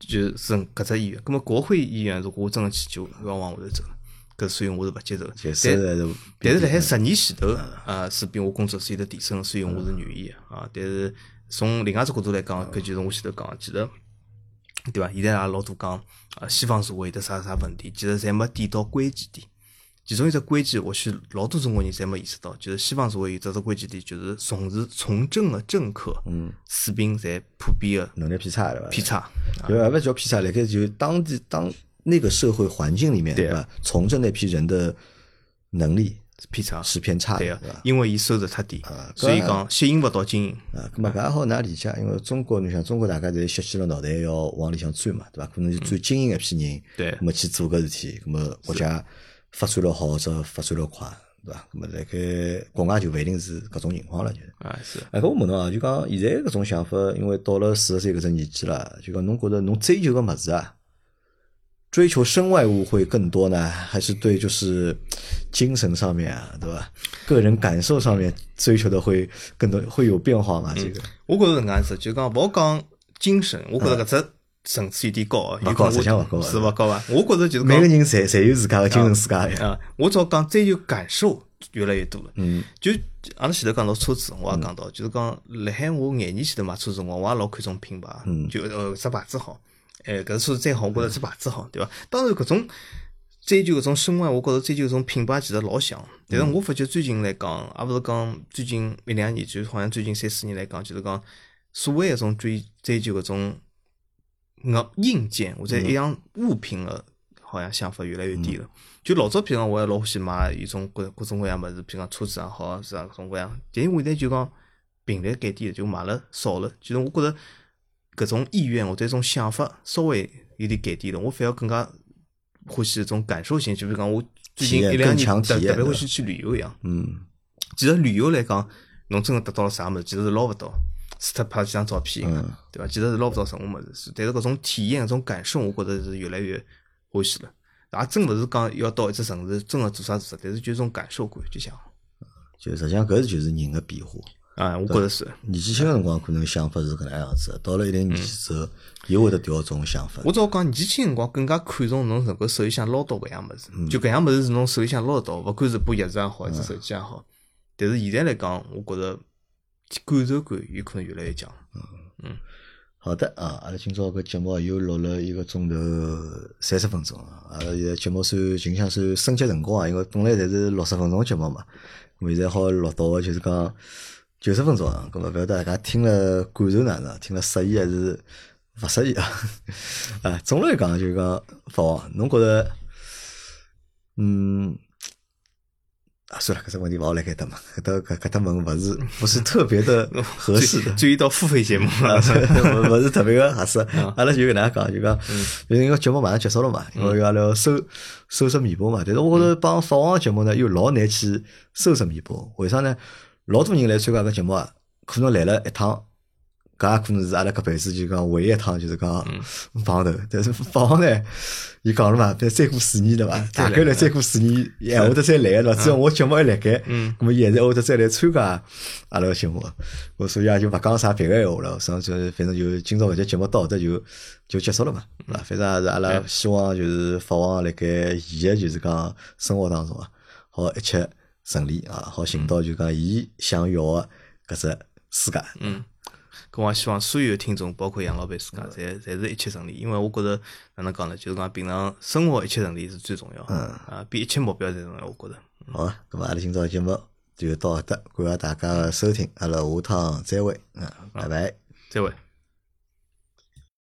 [SPEAKER 2] 就是搿只意愿。葛么国会议员如果我真个去就要往下头走了，搿所以我是勿接受的。
[SPEAKER 1] 就收入还是
[SPEAKER 2] 但是辣海十年前头，呃，是比我工作是有得提升，所以我是愿意的啊。但是从另外一只角度来讲，搿就是我前头讲的，其实对伐？现在也老多讲，呃，西方社会有得啥啥问题，其实侪没点到关键点。其中一只关键，或许老多中国人侪没意识到，就是西方社会有得只关键点，就是从事从政的政客，嗯，水平侪普遍的
[SPEAKER 1] 能力偏差对伐？
[SPEAKER 2] 偏差。
[SPEAKER 1] 有还不叫偏差，辣盖就当地当那个社会环境里面，
[SPEAKER 2] 对啊
[SPEAKER 1] 吧？从政那批人的能力
[SPEAKER 2] 偏差
[SPEAKER 1] 是偏差的，
[SPEAKER 2] 对啊
[SPEAKER 1] 对
[SPEAKER 2] 个
[SPEAKER 1] 伐，？
[SPEAKER 2] 因为伊收入太低，所以讲吸引勿到精英。
[SPEAKER 1] 啊，咁么搿也好难理解，因为中国，你想中国大家侪吸起了脑袋要往里向钻嘛，对伐？可能就钻精英一批人，
[SPEAKER 2] 对
[SPEAKER 1] 咁么去做搿事体，咁么国家发展了好或者发展了快，对伐？咁么辣盖国外就勿一定是搿种情况了，就是。
[SPEAKER 2] 啊，是
[SPEAKER 1] 啊，搿我问侬啊，就讲现在搿种想法，因为到了四十岁搿只年纪了，就讲侬觉着侬追求个物事啊，追求身外物会更多呢，还是对就是精神上面啊，对吧？个人感受上面追求的会更多，会有变化
[SPEAKER 2] 嗯
[SPEAKER 1] 嘛？这个
[SPEAKER 2] 我觉着搿能样子，就讲勿好讲精神，我觉着搿只层次有点高啊，有
[SPEAKER 1] 勿高
[SPEAKER 2] 可
[SPEAKER 1] 实际上
[SPEAKER 2] 能
[SPEAKER 1] 勿高
[SPEAKER 2] 我
[SPEAKER 1] 啊
[SPEAKER 2] 是勿高伐？我觉着就是
[SPEAKER 1] 每个
[SPEAKER 2] 讲
[SPEAKER 1] 人侪侪有自家个精神世界呀。
[SPEAKER 2] 啊，我只好讲追求感受越来越多了。
[SPEAKER 1] 嗯
[SPEAKER 2] 就阿拉前头讲到车子，我也讲到，就是讲辣海我廿年前头买车子辰光，我也老看重品牌，就呃只牌子好，哎，搿车子再好，我觉着只牌子好，对伐？当然搿种追求搿种身外，我觉着追求搿种品牌其实老像，但是我发觉最近来讲，啊也勿是讲最近一两年，就是好像最近三四年来讲，就是讲所谓搿种追追求搿种硬硬件或者一样物品的，好像想法越来越低了。就老早，譬如讲，我也老欢喜买一种各各种各样物事，譬如讲车子也好，是啊，各种各样。但是我现在就讲频率减低了，就买了少了。就是我觉着搿种意愿或者一种想法稍微有点减低了，我反而更加欢喜这种感受型，就比如讲我最近
[SPEAKER 1] 体验
[SPEAKER 2] 一两
[SPEAKER 1] 更强
[SPEAKER 2] 年
[SPEAKER 1] 体
[SPEAKER 2] 特
[SPEAKER 1] 验
[SPEAKER 2] 特别
[SPEAKER 1] 对
[SPEAKER 2] 欢
[SPEAKER 1] 吧
[SPEAKER 2] 喜去旅游一样。
[SPEAKER 1] 嗯，
[SPEAKER 2] 其实旅游来讲，侬真个得到了啥物事，其实是捞勿到，除脱拍几张照片，
[SPEAKER 1] 嗯
[SPEAKER 2] 对伐？其实是捞勿到什么物事，是但是搿种体验、搿种感受，我觉着是越来越欢喜了。也真勿是讲要到一只城市，真个做啥做啥，但是就是种感受感就像，
[SPEAKER 1] 就实际上搿是就是人的变化。
[SPEAKER 2] 啊，我觉着是。
[SPEAKER 1] 年纪轻个辰光可能想法是搿能样子，到了一定年纪之后，也会得调这种想法。
[SPEAKER 2] 我只好讲，年轻辰光更加看重侬能够手里向捞到搿样物事，就搿样物事是侬手里向捞得到，勿管是部钥匙也好，还是手机也好。但是现在来讲，我觉着感受感有可能越来越强。
[SPEAKER 1] 好的啊，阿拉今朝搿节目又录了一个钟头三十分钟啊，阿拉现在节目算形象算升级成功啊，因为本来侪是六十分钟节目嘛，咁现在好录到个就是讲九十分钟啊，咁么勿晓得大家听了感受哪能，啊听了适意还是勿适意啊？ 啊，总的来讲就是讲，法王，侬觉着，嗯。啊，算了，搿只问题勿好辣盖搭问，搿搭搿搿搭问勿是不是特别的
[SPEAKER 2] 嗯
[SPEAKER 1] 合适的
[SPEAKER 2] 最，最一到付费节目
[SPEAKER 1] 啊
[SPEAKER 2] 了。
[SPEAKER 1] 勿勿是特别个合适。阿拉就搿能样讲，就讲，因为搿节目马上结束了嘛，因为阿拉要收收拾尾巴嘛。但是我觉着帮法王个节目呢，又老难去收拾尾巴。为啥呢？老多人来参加搿节目啊，可能来了一趟。搿也可能是阿拉搿辈子就讲唯一一趟，就是讲碰头。 但是法王呢，伊讲了嘛，再再过四年对伐？
[SPEAKER 2] 再
[SPEAKER 1] 大
[SPEAKER 2] 来
[SPEAKER 1] 概了再嗯过四年，也会得再来了。只要我节目还辣盖，
[SPEAKER 2] 嗯
[SPEAKER 1] 咁么啊现在会得再来参加阿拉个节目，我所以啊也就勿讲啥别个闲话了，上就反正就今朝搿节节目到搿搭就就结束了嘛，对伐？反正也是阿拉希望就是法王辣盖伊个就是讲生活当中啊，好一切顺利啊，好寻到就讲伊想要个啊搿只世界。
[SPEAKER 2] 嗯，搿我也希望所有的听众，包括杨老板自家，侪侪是一切顺利。因为我觉着哪能讲呢，就是讲平常生活一切顺利是最重要，
[SPEAKER 1] 嗯
[SPEAKER 2] 啊，比一切目标侪重要。我觉着，
[SPEAKER 1] 好啊，咁么阿拉今朝节目就到搿搭，感谢大家个收听，阿拉下趟再会，嗯，拜拜。
[SPEAKER 2] 再会。